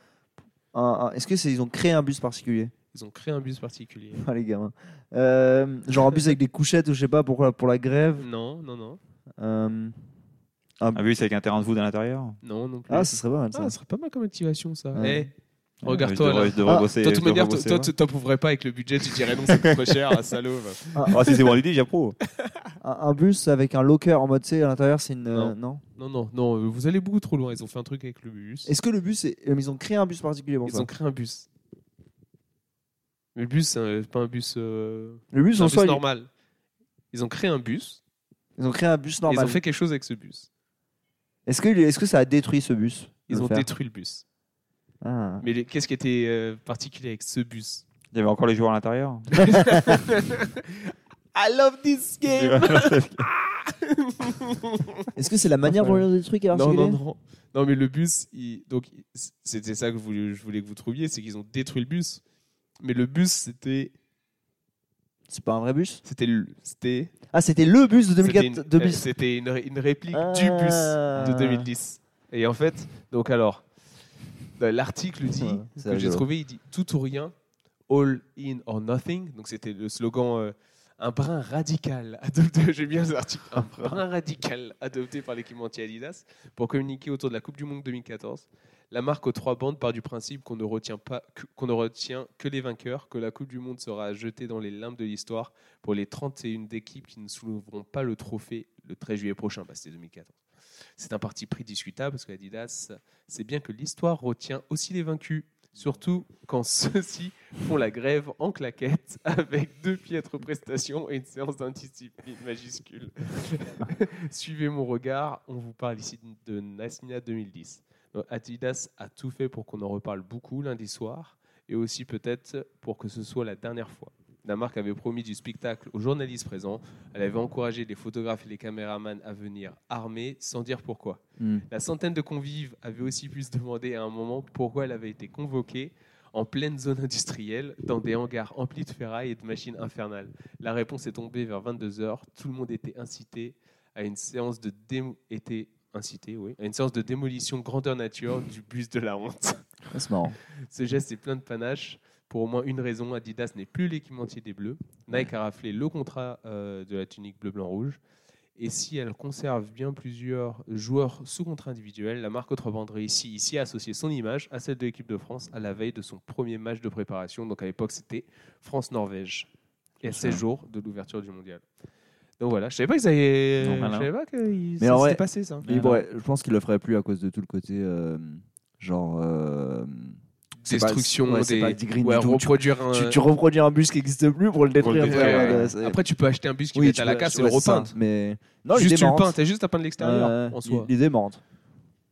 Speaker 2: un- un- Est-ce que c'est ils ont créé un bus particulier
Speaker 1: Ils ont créé un bus particulier.
Speaker 2: Ah les gamins. Euh, genre un bus avec des couchettes ou je sais pas pour la, pour la grève.
Speaker 1: Non, non, non.
Speaker 2: Euh,
Speaker 3: Un bus avec un terrain de foot à l'intérieur
Speaker 1: Non, non plus.
Speaker 2: Ah, ce serait pas mal
Speaker 1: Ah,
Speaker 2: ça.
Speaker 1: ça serait pas mal comme activation, ça.
Speaker 2: Ouais.
Speaker 1: Eh, Regarde-toi,
Speaker 3: Je devrais-
Speaker 1: là.
Speaker 3: je devrais
Speaker 2: Ah,
Speaker 3: bosser.
Speaker 1: toi, de
Speaker 3: je
Speaker 1: toute
Speaker 3: devrais
Speaker 1: manière, toi,
Speaker 3: bosser,
Speaker 1: toi,
Speaker 3: ouais.
Speaker 1: tu t'approuverais pas avec le budget, tu dirais non, ça coûte trop cher, ah, salaud. va.
Speaker 3: Ah, si c'est bon l'idée, j'approuve.
Speaker 2: Un,
Speaker 5: Ah.
Speaker 2: un bus avec un locker en mode, tu sais, à l'intérieur, c'est une. euh,
Speaker 1: Non.
Speaker 2: non.
Speaker 1: Non, non, non, euh, vous allez beaucoup trop loin. Ils ont fait un truc avec le bus.
Speaker 2: Est-ce que le bus, est... euh, ils ont créé un bus particulier pour
Speaker 1: Ils
Speaker 2: ça
Speaker 1: ont créé un bus. Mais le bus, c'est un- pas un bus, euh,
Speaker 2: Le bus
Speaker 1: c'est un
Speaker 2: en
Speaker 1: bus
Speaker 2: soi, il-
Speaker 1: normal. Ils ont créé un bus.
Speaker 2: ils ont créé un bus
Speaker 1: et Ils
Speaker 2: normal.
Speaker 1: ont fait quelque chose avec ce bus.
Speaker 2: Est-ce que, est que ça a détruit ce bus de
Speaker 1: Ils
Speaker 2: le
Speaker 1: ont
Speaker 2: faire
Speaker 1: détruit le bus.
Speaker 2: Ah.
Speaker 1: Mais les- qu'est-ce qui était euh, particulier avec ce bus
Speaker 3: Il y avait encore les joueurs à l'intérieur.
Speaker 1: I love this
Speaker 5: Ah.
Speaker 2: Est-ce que c'est la manière dont ils ont détruit qui est
Speaker 1: Non, non,
Speaker 2: particulière
Speaker 1: non. Non, mais le bus, il- donc c'était ça que je voulais, je voulais que vous trouviez, c'est qu'ils ont détruit le bus. Mais le bus, c'était,
Speaker 2: C'est pas un vrai bus
Speaker 1: c'était, le- c'était,
Speaker 2: Ah, c'était le bus de
Speaker 1: c'était
Speaker 2: 2004.
Speaker 1: une, eh,
Speaker 2: de bus.
Speaker 1: c'était une ré- une réplique du bus de 2010. Et en fait, donc alors, euh, l'article dit
Speaker 5: Ouais, c'est
Speaker 1: que j'ai
Speaker 5: rigolo.
Speaker 1: trouvé, il dit tout ou rien, all in or nothing. Donc c'était le slogan euh, un brin radical adopté. J'aime bien cet article. Un brin radical adopté par l'équipementier Adidas pour communiquer autour de la Coupe du Monde 2014. La marque aux trois bandes part du principe qu'on ne retient pas que- qu'on ne retient que les vainqueurs, que la Coupe du Monde sera jetée dans les limbes de l'histoire pour les 31 d'équipes qui ne souleveront pas le trophée le 13 juillet prochain, bah, c'était 2014. C'est un parti pris discutable parce que Adidas sait bien que l'histoire retient aussi les vaincus, surtout quand ceux-ci font la grève en claquette avec deux piètres prestations et une séance d'indiscipline majuscule. Suivez mon regard, on vous parle ici de Nasmina 2010. Donc, Adidas a tout fait pour qu'on en reparle beaucoup lundi soir et aussi peut-être pour que ce soit la dernière fois. La marque avait promis du spectacle aux journalistes présents. Elle avait encouragé les photographes et les caméramans à venir armés, sans dire pourquoi.
Speaker 5: Hmm.
Speaker 1: La centaine de convives avait aussi pu se demander à un moment pourquoi elle avait été convoquée en pleine zone industrielle, dans des hangars emplis de ferraille et de machines infernales. La réponse est tombée vers 22h. Tout le monde était incité à une séance de démo- était incité, oui, à une séance de démolition grandeur nature du bus de la honte.
Speaker 5: Ah, C'est marrant.
Speaker 1: Ce geste est plein de panache. Pour au moins une raison, Adidas n'est plus l'équipementier des Bleus. Nike a raflé le contrat euh, de la tunique bleu-blanc-rouge. Et si elle conserve bien plusieurs joueurs sous contrat individuel, la marque autre bande réussit ici à associer son image à celle de l'équipe de France à la veille de son premier match de préparation. Donc à l'époque, c'était France-Norvège. Et à 16 jours de l'ouverture du mondial. Donc voilà, je savais pas qu'ils avaient.
Speaker 3: Non, malin.
Speaker 1: je savais pas que
Speaker 5: Mais
Speaker 1: ça
Speaker 5: en vrai-
Speaker 1: s'était passé ça.
Speaker 5: Mais
Speaker 3: Ah,
Speaker 5: bon,
Speaker 3: non.
Speaker 5: ouais, je pense qu'il le ferait plus à cause de tout le côté euh, genre euh, c'est pas-
Speaker 1: Destruction
Speaker 5: ouais, c'est
Speaker 1: des.
Speaker 5: pas green
Speaker 1: ouais,
Speaker 5: du tout. Tu-
Speaker 1: reproduire un.
Speaker 5: tu, tu reproduis un bus qui n'existe plus pour le
Speaker 1: Pour le
Speaker 5: détruire.
Speaker 1: détruire,
Speaker 5: frère,
Speaker 1: ouais.
Speaker 5: ouais, c'est-
Speaker 1: Après, tu peux acheter un bus qui
Speaker 5: Oui,
Speaker 1: pète
Speaker 5: tu
Speaker 1: à la
Speaker 5: peux-
Speaker 1: casse et
Speaker 5: ouais,
Speaker 1: le
Speaker 5: c'est ça.
Speaker 1: repeindre.
Speaker 5: Mais non,
Speaker 1: juste
Speaker 5: l'idée
Speaker 1: tu le
Speaker 5: marrante.
Speaker 1: peins, t'as juste à peindre l'extérieur
Speaker 5: Euh,
Speaker 1: en soi.
Speaker 5: L'idée est marrante.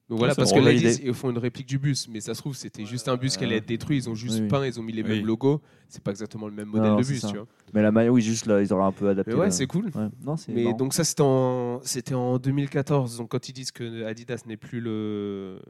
Speaker 1: Donc voilà,
Speaker 3: Ça,
Speaker 1: parce
Speaker 3: c'est
Speaker 1: que
Speaker 3: une
Speaker 1: là, ils
Speaker 3: bonne
Speaker 1: disent- ils font une réplique du bus, mais ça se trouve, c'était juste un bus qui allait être détruit, ils ont juste
Speaker 5: Oui, oui.
Speaker 1: peint, ils ont mis les
Speaker 3: Oui.
Speaker 1: mêmes logos, c'est pas exactement le même modèle
Speaker 5: Non,
Speaker 1: de
Speaker 5: c'est
Speaker 1: bus,
Speaker 5: ça.
Speaker 1: tu vois.
Speaker 5: Mais la manière, oui, juste là, ils auraient un peu adapté.
Speaker 1: Mais ouais,
Speaker 5: la-
Speaker 1: c'est cool.
Speaker 5: Ouais. Non, c'est
Speaker 1: Mais
Speaker 5: marrant.
Speaker 1: donc ça, c'était en, c'était en 2014, donc quand ils disent que Adidas n'est plus le...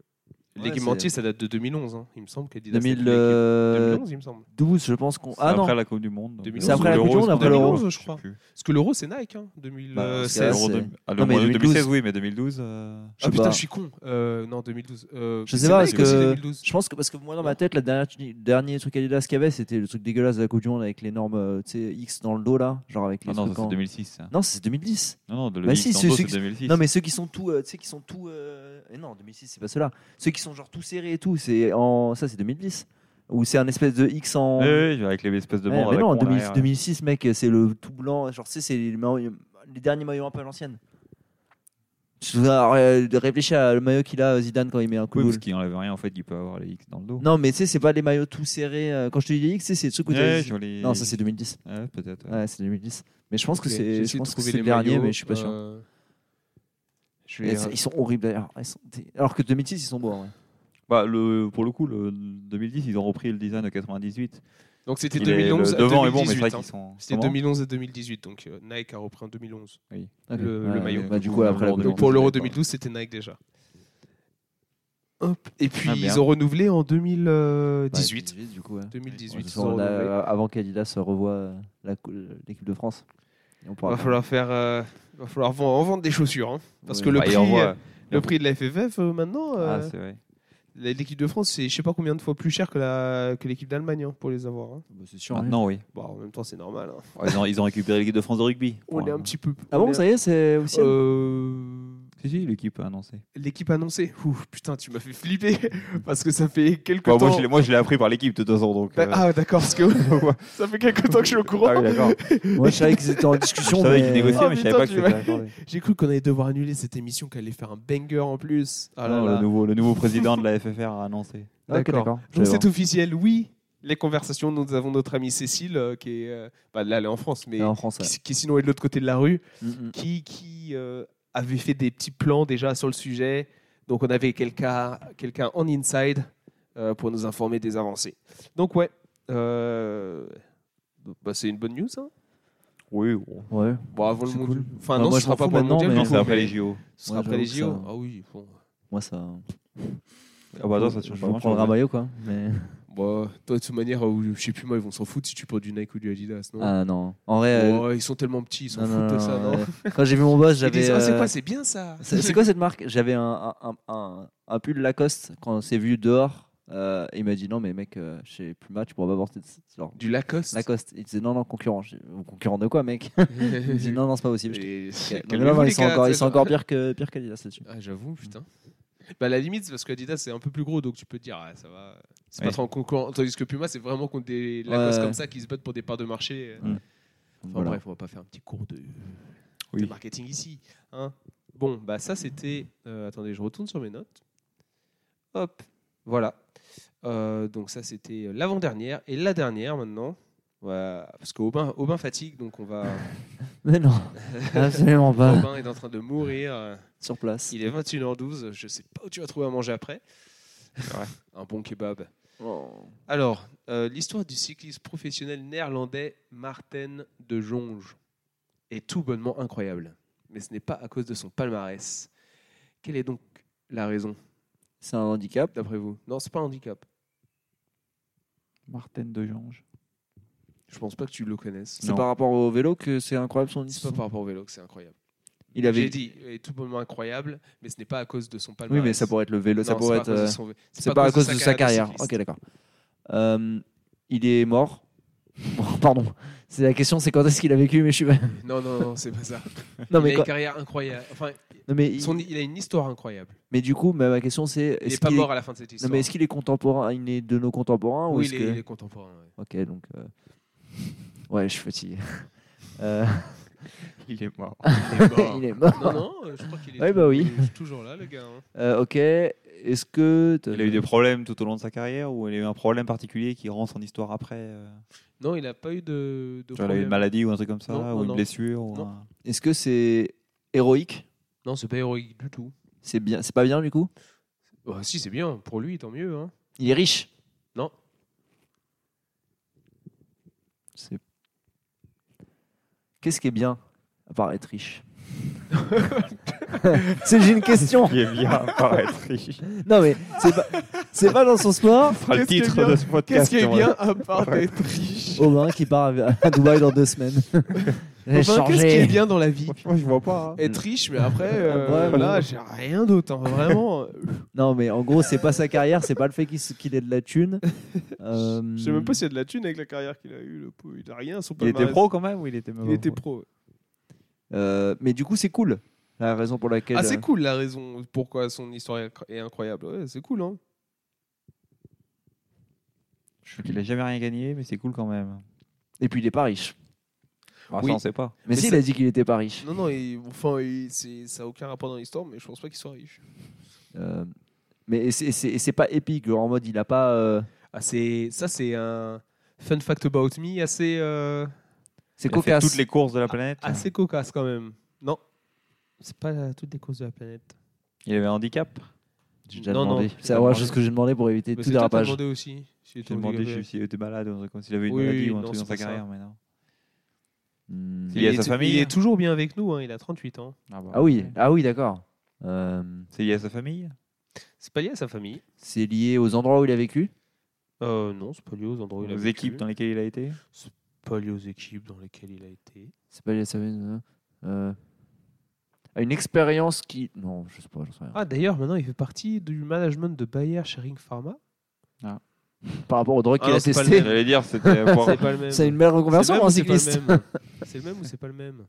Speaker 5: Ouais,
Speaker 1: L'équipementier, ça date de 2011, hein. il me semble qu'Adidas n'est plus l'équipe.
Speaker 5: 2012,
Speaker 1: 2011, il me semble.
Speaker 5: euh, je pense qu'on.
Speaker 3: C'est
Speaker 5: Ah non,
Speaker 3: après la Coupe du Monde.
Speaker 1: 2011.
Speaker 5: C'est après la Coupe du
Speaker 3: L'Euro,
Speaker 5: Monde,
Speaker 3: c'est
Speaker 5: après
Speaker 3: en
Speaker 5: l'Euro.
Speaker 1: 2011, je
Speaker 3: sais
Speaker 1: crois.
Speaker 3: plus.
Speaker 1: Parce que l'euro, c'est Nike,
Speaker 5: Bah,
Speaker 1: hein, 2016.
Speaker 5: c'est
Speaker 3: L'Euro
Speaker 5: assez-
Speaker 3: de- ah,
Speaker 5: Non, mais
Speaker 3: l'Euro
Speaker 5: 2012.
Speaker 3: 2016, oui, mais 2012. euh,
Speaker 5: je
Speaker 1: Ah
Speaker 5: sais
Speaker 1: putain,
Speaker 5: pas.
Speaker 1: je suis con. Euh, non, 2012. Euh,
Speaker 5: Je
Speaker 1: mais
Speaker 5: sais
Speaker 1: c'est
Speaker 5: pas,
Speaker 1: Nike
Speaker 5: parce
Speaker 1: aussi,
Speaker 5: que-
Speaker 1: 2012.
Speaker 5: Je pense que parce que moi dans ma tête la dernière tunique- le dernier truc Adidas qu'il y avait c'était le truc dégueulasse de la Coupe du Monde avec l'énorme euh, tu sais, X dans le dos là genre avec les
Speaker 3: Ah non, ça,
Speaker 5: trucs
Speaker 3: c'est
Speaker 5: en-
Speaker 3: 2006. ça.
Speaker 5: non c'est 2010
Speaker 3: Non, non, de
Speaker 5: Bah
Speaker 3: le
Speaker 5: si,
Speaker 3: X en
Speaker 5: ceux-
Speaker 3: dos,
Speaker 5: ceux
Speaker 3: c'est
Speaker 5: qui-
Speaker 3: 2006.
Speaker 5: non mais ceux qui sont tout euh, tu sais qui sont tout euh, eh non 2006 c'est pas ceux-là ceux qui sont genre tout serrés et tout c'est en ça c'est 2010 ou c'est un espèce de X en
Speaker 3: Oui, oui, avec les espèces de
Speaker 5: Ouais,
Speaker 3: bandes.
Speaker 5: mais
Speaker 3: avec
Speaker 5: non
Speaker 3: rond
Speaker 5: 2000
Speaker 3: derrière.
Speaker 5: 2006 mec c'est le tout blanc genre tu sais c'est les, maillots- les derniers maillots un peu à l'ancienne tu dois euh, réfléchir à le maillot qu'il a euh, Zidane quand il met un coup
Speaker 3: Oui,
Speaker 5: de
Speaker 3: parce
Speaker 5: boule.
Speaker 3: qu'il enlève rien, en fait, il peut avoir les X dans le dos.
Speaker 5: Non, mais tu sais, c'est pas les maillots tout serrés. euh, Quand je te dis les X, tu sais, c'est le truc où t'as-
Speaker 3: Ouais, sur les-
Speaker 5: Non, ça c'est 2010.
Speaker 3: Ouais, peut-être. ouais.
Speaker 5: Ouais, c'est 2010. Mais je pense que
Speaker 1: Ok,
Speaker 5: c'est
Speaker 1: j'essaie
Speaker 5: je
Speaker 1: de
Speaker 5: pense que
Speaker 1: trouver
Speaker 5: c'est le
Speaker 1: les
Speaker 5: dernier,
Speaker 1: maillots,
Speaker 5: mais je suis pas sûr.
Speaker 1: euh, je
Speaker 5: Et
Speaker 1: vais, euh,
Speaker 5: c'est- Ils sont horribles d'ailleurs. Ils sont dé- Alors que 2006, ils sont beaux. en vrai.
Speaker 3: Bah, le, pour le coup, le 2010, ils ont repris le design de 98.
Speaker 1: Donc c'était
Speaker 3: Il est- le
Speaker 1: 2011 à
Speaker 3: devant est bon, mais c'est
Speaker 1: 2018.
Speaker 3: vrai
Speaker 1: hein.
Speaker 3: qu'ils sont.
Speaker 1: C'était
Speaker 2: Comment
Speaker 1: 2011 à 2018, donc euh, Nike a repris en 2011.
Speaker 2: Ok.
Speaker 1: le
Speaker 2: Ouais,
Speaker 1: maillot.
Speaker 2: bah, du coup, après la
Speaker 3: Donc,
Speaker 1: Donc
Speaker 2: Belgique,
Speaker 1: pour l'Euro
Speaker 2: d'accord.
Speaker 1: 2012, c'était Nike déjà. Hop. Et puis
Speaker 3: Ah, bien.
Speaker 1: ils ont renouvelé en
Speaker 2: Bah,
Speaker 1: 2018.
Speaker 2: 18, du coup, ouais.
Speaker 1: 2018,
Speaker 2: Ce
Speaker 1: ils
Speaker 2: soir,
Speaker 1: ont
Speaker 2: on a-
Speaker 1: renouvelé.
Speaker 2: avant qu'Adidas se revoie euh, la cou- l'équipe de France. Et on pourra-
Speaker 1: Va falloir faire, euh, va falloir vendre, en vendre des chaussures, hein. parce
Speaker 2: Oui.
Speaker 1: que le
Speaker 3: Bah, il
Speaker 1: prix,
Speaker 3: envoie-
Speaker 1: euh, le prix de la FFF euh, maintenant, euh,
Speaker 3: Ah, c'est vrai.
Speaker 1: la- l'équipe de France, c'est je sais pas combien de fois plus cher que la que l'équipe d'Allemagne hein, pour les avoir. hein.
Speaker 2: Bah, c'est sûr. hein.
Speaker 3: Maintenant, oui.
Speaker 1: Bon, en même temps, c'est normal. hein.
Speaker 3: Ils ont, ils ont récupéré l'équipe de France de rugby.
Speaker 1: On est un petit peu.
Speaker 2: Ah
Speaker 1: on
Speaker 2: bon,
Speaker 1: est-
Speaker 2: ça y est, c'est aussi.
Speaker 1: Euh,
Speaker 3: Si, si, l'équipe a annoncé.
Speaker 1: L'équipe annoncée. Ouh, putain, tu m'as fait flipper parce que ça fait quelques
Speaker 3: Bah,
Speaker 1: temps.
Speaker 3: moi, je l'ai- moi, je l'ai appris par l'équipe de toute façon. Donc,
Speaker 1: Bah,
Speaker 3: euh,
Speaker 1: ah d'accord, parce que ça fait quelques temps que je suis au courant.
Speaker 3: ah oui, d'accord.
Speaker 6: Moi, je savais qu'ils étaient en
Speaker 3: Je
Speaker 6: discussion.
Speaker 3: savais
Speaker 6: mais-
Speaker 3: qu'ils négociaient,
Speaker 1: Oh,
Speaker 3: mais je
Speaker 1: putain,
Speaker 3: savais pas que
Speaker 1: tu
Speaker 3: c'était
Speaker 1: m'as-
Speaker 3: accordé.
Speaker 1: J'ai cru qu'on allait devoir annuler cette émission, qu'elle allait faire un banger en plus. Ah là
Speaker 3: Non,
Speaker 1: là.
Speaker 3: Oh, Le, nouveau, le nouveau président de la FFR a annoncé.
Speaker 2: Ah, ok,
Speaker 1: D'accord.
Speaker 2: Je
Speaker 1: Donc
Speaker 2: vais
Speaker 1: c'est officiel, oui. Les conversations, nous avons notre amie Cécile, euh, qui est. euh, bah, là, elle est en France, mais
Speaker 2: voir. Ah, en France. ouais.
Speaker 1: qui, qui sinon est de l'autre côté de la rue,
Speaker 2: Mm, mm.
Speaker 1: qui, qui euh, avait fait des petits plans déjà sur le sujet. Donc on avait quelqu'un quelqu'un en inside euh, pour nous informer des avancées. Donc ouais. euh, bah, c'est une bonne news. Hein.
Speaker 3: Oui,
Speaker 2: Ouais.
Speaker 1: Bon, avant le
Speaker 2: C'est
Speaker 1: monde.
Speaker 2: cool.
Speaker 1: Enfin,
Speaker 2: Bah,
Speaker 1: non,
Speaker 2: moi,
Speaker 1: ce
Speaker 2: je
Speaker 1: sera
Speaker 2: m'en
Speaker 1: pas
Speaker 2: fous
Speaker 1: pour le
Speaker 2: maintenant,
Speaker 1: mondial.
Speaker 2: mais-
Speaker 1: du
Speaker 3: non,
Speaker 1: coup,
Speaker 3: c'est après
Speaker 1: mais
Speaker 3: les JO.
Speaker 1: Ce sera
Speaker 2: Ouais,
Speaker 1: après les
Speaker 2: j'avoue
Speaker 1: JO.
Speaker 2: que ça-
Speaker 1: Ah oui. bon.
Speaker 2: Moi, ça.
Speaker 3: Ah bah non, ça change
Speaker 2: On
Speaker 3: vraiment
Speaker 2: prendra un
Speaker 3: chose.
Speaker 2: maillot, quoi. Mais...
Speaker 1: Bah, toi, de toute manière, euh, je sais plus, moi, ils vont s'en foutre si tu portes du Nike ou du Adidas, non
Speaker 2: Ah non. En vrai. euh,
Speaker 1: Oh, Ils sont tellement petits, ils s'en
Speaker 2: non, non,
Speaker 1: foutent de ça,
Speaker 2: non,
Speaker 1: non
Speaker 2: ouais. Quand j'ai vu mon boss,
Speaker 1: Ils
Speaker 2: j'avais.
Speaker 1: disent, Ah, c'est
Speaker 2: euh,
Speaker 1: quoi, c'est bien ça
Speaker 2: C'est c'est quoi cette marque J'avais un, un, un- un pull Lacoste quand on s'est vu dehors. euh, il m'a dit non, mais mec, euh, je sais plus match, tu pourras pas porter de- genre,
Speaker 1: Du Lacoste
Speaker 2: Lacoste. Il disait non, non, concurrent. J'ai dit, concurrent de quoi, mec Il me dit non, non, c'est pas possible. Je dis,
Speaker 1: Et-
Speaker 2: Ok. Non, mais
Speaker 1: Calmez-vous,
Speaker 2: non, non,
Speaker 1: les
Speaker 2: ils sont
Speaker 1: gars,
Speaker 2: encore, ils
Speaker 1: c'est
Speaker 2: sont
Speaker 1: pas-
Speaker 2: encore pire que pire qu'Adidas là-dessus.
Speaker 1: Ah, j'avoue, putain. Bah, à la limite, c'est parce que Adidas, c'est un peu plus gros, donc tu peux te dire, ah, ça va. C'est pas
Speaker 3: Ouais.
Speaker 1: trop en concurrent. Tandis que Puma, c'est vraiment contre des Lacoste
Speaker 2: Ouais.
Speaker 1: comme ça qui se battent pour des parts de marché.
Speaker 3: Mm.
Speaker 1: Enfin,
Speaker 2: Voilà.
Speaker 1: bref, on va pas faire un petit cours de, de
Speaker 3: Oui.
Speaker 1: marketing ici. hein. Bon, bah ça c'était. euh, attendez, je retourne sur mes notes. Hop, voilà. Euh, donc ça c'était l'avant-dernière et la dernière maintenant. Voilà, parce qu'Aubin Aubin fatigue, donc on va.
Speaker 2: Mais non, absolument pas.
Speaker 1: Aubin est en train de mourir. euh,
Speaker 2: Sur place.
Speaker 1: Il est 21h12. Je sais pas où tu vas trouver à manger après. Un bon kebab.
Speaker 2: Oh.
Speaker 1: Alors, euh, l'histoire du cycliste professionnel néerlandais Marten de Jonge est tout bonnement incroyable. Mais ce n'est pas à cause de son palmarès. Quelle est donc la raison,
Speaker 2: C'est un handicap.
Speaker 1: d'après vous Non, c'est pas un handicap.
Speaker 3: Martin de Jonge.
Speaker 1: Je pense pas que tu le connaisses.
Speaker 2: C'est
Speaker 3: Non.
Speaker 2: par rapport au vélo que c'est incroyable son
Speaker 1: C'est pas
Speaker 2: histoire.
Speaker 1: par rapport au vélo que c'est incroyable.
Speaker 2: Il avait.
Speaker 1: J'ai dit, il est tout bonnement incroyable, mais ce n'est pas à cause de son
Speaker 2: Oui,
Speaker 1: palmarès.
Speaker 2: mais ça pourrait être le vélo,
Speaker 1: Non,
Speaker 2: ça
Speaker 1: c'est
Speaker 2: pourrait
Speaker 1: pas à
Speaker 2: être.
Speaker 1: cause de
Speaker 2: euh,
Speaker 1: son-
Speaker 2: C'est pas à cause de sa carrière.
Speaker 1: cycliste.
Speaker 2: Ok, d'accord. Euh, il est mort. Bon, Pardon. C'est la question, c'est quand est-ce qu'il a vécu, mais je suis pas.
Speaker 1: Non, non, non, c'est pas ça.
Speaker 2: Non mais,
Speaker 1: il a
Speaker 2: quoi-
Speaker 1: une carrière incroyable. Enfin,
Speaker 2: non, mais, il-
Speaker 1: son- il a une histoire incroyable.
Speaker 2: mais du coup, ma ma question c'est
Speaker 1: Il
Speaker 2: est-ce
Speaker 1: n'est pas
Speaker 2: qu'il est-
Speaker 1: mort à la fin de cette
Speaker 2: Non
Speaker 1: histoire.
Speaker 2: mais est-ce qu'il est contemporain, il est de nos contemporains ou
Speaker 1: oui,
Speaker 2: est-ce
Speaker 1: il est,
Speaker 2: que-
Speaker 1: il est contemporain. ouais.
Speaker 2: Ok, donc. euh, Ouais, je suis fatigué. Euh,
Speaker 3: Il est mort.
Speaker 1: Il est mort.
Speaker 2: il est mort.
Speaker 1: Non, non, euh, je crois qu'il est
Speaker 2: Ouais,
Speaker 1: tou-
Speaker 2: bah oui.
Speaker 1: il est toujours là, le gars. hein.
Speaker 2: Euh, ok, est-ce que. t'as-
Speaker 3: Il a eu des problèmes tout au long de sa carrière ou il a eu un problème particulier qui rend son histoire après euh,
Speaker 1: Non, il n'a pas eu de. de
Speaker 3: Genre, Ah, il a eu une
Speaker 1: problème.
Speaker 3: maladie ou un truc comme ça
Speaker 1: Non, non,
Speaker 3: Ou une
Speaker 1: non.
Speaker 3: blessure ou
Speaker 1: Non.
Speaker 3: un-
Speaker 2: Est-ce que c'est héroïque
Speaker 1: Non, c'est pas héroïque du tout.
Speaker 2: C'est bien, c'est pas bien du coup
Speaker 1: Bah, si, c'est bien. Pour lui, tant mieux. hein.
Speaker 2: Il est riche
Speaker 1: Non.
Speaker 2: C'est. Qu'est-ce qui est bien à part être riche C'est j'ai une question.
Speaker 3: Il est bien à paraître riche. Ce
Speaker 2: Non mais c'est pas c'est pas dans son sport.
Speaker 3: sera le
Speaker 1: Qu'est-ce qui est
Speaker 3: titre
Speaker 1: bien
Speaker 3: de ce podcast. on va dire.
Speaker 1: à part
Speaker 3: Ouais.
Speaker 1: d'être riche
Speaker 2: Aubin qui part à à Dubaï dans deux semaines. J'ai
Speaker 1: Enfin, Qu'est-ce qui
Speaker 2: changé.
Speaker 1: est bien dans la vie
Speaker 3: Franchement, je vois pas. hein.
Speaker 1: Être riche, mais après, euh,
Speaker 2: Ouais,
Speaker 1: là,
Speaker 2: ouais.
Speaker 1: j'ai rien d'autre. hein, Vraiment.
Speaker 2: Non mais en gros c'est pas sa carrière, c'est pas le fait qu'il s- qu'il ait de la thune. Euh,
Speaker 1: Je sais même pas s'il y a de la thune avec la carrière qu'il a eue. Le pauvre. Il a rien. Son
Speaker 3: Mm. Il était
Speaker 1: palmarès.
Speaker 3: pro quand même ou il était
Speaker 1: Il était pro.
Speaker 2: euh, mais du coup c'est cool. La raison pour laquelle. euh,
Speaker 1: Ah, c'est cool la raison pourquoi son histoire est incro- est incroyable. Ouais, c'est cool, hein.
Speaker 3: Je trouve qu'il a jamais rien gagné, mais c'est cool quand même.
Speaker 2: Et puis il est pas riche.
Speaker 3: Enfin,
Speaker 1: Oui.
Speaker 3: ça, on sait pas.
Speaker 2: Mais,
Speaker 1: Mais
Speaker 2: si il
Speaker 1: ça-
Speaker 2: a dit qu'il était pas riche.
Speaker 1: Non, non, il- enfin, il- c'est- ça n'a aucun rapport dans l'histoire, mais je pense pas qu'il soit riche.
Speaker 2: Euh, mais c'est- c'est c'est pas épique, genre en mode il a pas. euh,
Speaker 1: Ah, c'est ça, c'est un fun fact about me assez euh,
Speaker 2: C'est
Speaker 3: Il a fait
Speaker 2: cocasse.
Speaker 3: toutes les courses de
Speaker 1: Ah,
Speaker 3: la planète.
Speaker 1: assez cocasse quand même. Non, c'est pas toutes les causes de la planète.
Speaker 3: Il avait un handicap.
Speaker 2: J'ai déjà
Speaker 1: Non, non,
Speaker 2: demandé.
Speaker 1: tu
Speaker 2: C'est
Speaker 1: l'as
Speaker 2: la première
Speaker 1: demandé.
Speaker 2: chose que j'ai demandé pour éviter
Speaker 1: Bah,
Speaker 2: tout
Speaker 1: c'est toi qui as
Speaker 2: dérapage.
Speaker 1: demandé aussi. si
Speaker 3: J'ai
Speaker 1: t'as
Speaker 3: demandé
Speaker 1: oublié.
Speaker 3: si- s'il était malade ou un truc comme- s'il avait une
Speaker 1: Oui,
Speaker 3: maladie
Speaker 1: oui,
Speaker 3: ou un
Speaker 1: non,
Speaker 3: truc
Speaker 1: c'est
Speaker 3: dans sa
Speaker 1: pour ça.
Speaker 3: carrière, mais non.
Speaker 2: Hmm.
Speaker 3: Il y a sa
Speaker 1: est-
Speaker 3: famille,
Speaker 1: Il
Speaker 3: hein.
Speaker 1: est toujours bien avec nous, hein, il a 38 ans.
Speaker 2: Ah oui, ah oui, d'accord. Euh,
Speaker 3: bah, C'est lié à sa famille
Speaker 1: C'est pas lié à sa famille
Speaker 2: c'est lié aux endroits où il a vécu.
Speaker 1: euh, Non, c'est pas lié aux endroits où il a
Speaker 3: Ah. Aux
Speaker 1: vécu.
Speaker 3: équipes hein. dans lesquelles il a été
Speaker 1: Pas lié aux équipes dans lesquelles il a été.
Speaker 2: C'est pas lié à sa vie, non. Euh, à une expérience qui. Non, je sais pas, j'en sais rien.
Speaker 1: Ah, d'ailleurs, maintenant, il fait partie du management de Bayer Sharing Pharma.
Speaker 2: Par rapport aux drogues
Speaker 1: Ah
Speaker 2: qu'il
Speaker 1: non,
Speaker 2: a
Speaker 1: c'est pas le
Speaker 2: testées.
Speaker 1: même.
Speaker 3: J'allais dire, c'était pour-
Speaker 1: C'est pas le même.
Speaker 2: C'est une belle
Speaker 1: C'est
Speaker 2: reconversion
Speaker 1: le
Speaker 2: pour
Speaker 1: même ou
Speaker 2: un
Speaker 1: c'est pas le
Speaker 2: cycliste.
Speaker 1: même C'est le même ou c'est pas le même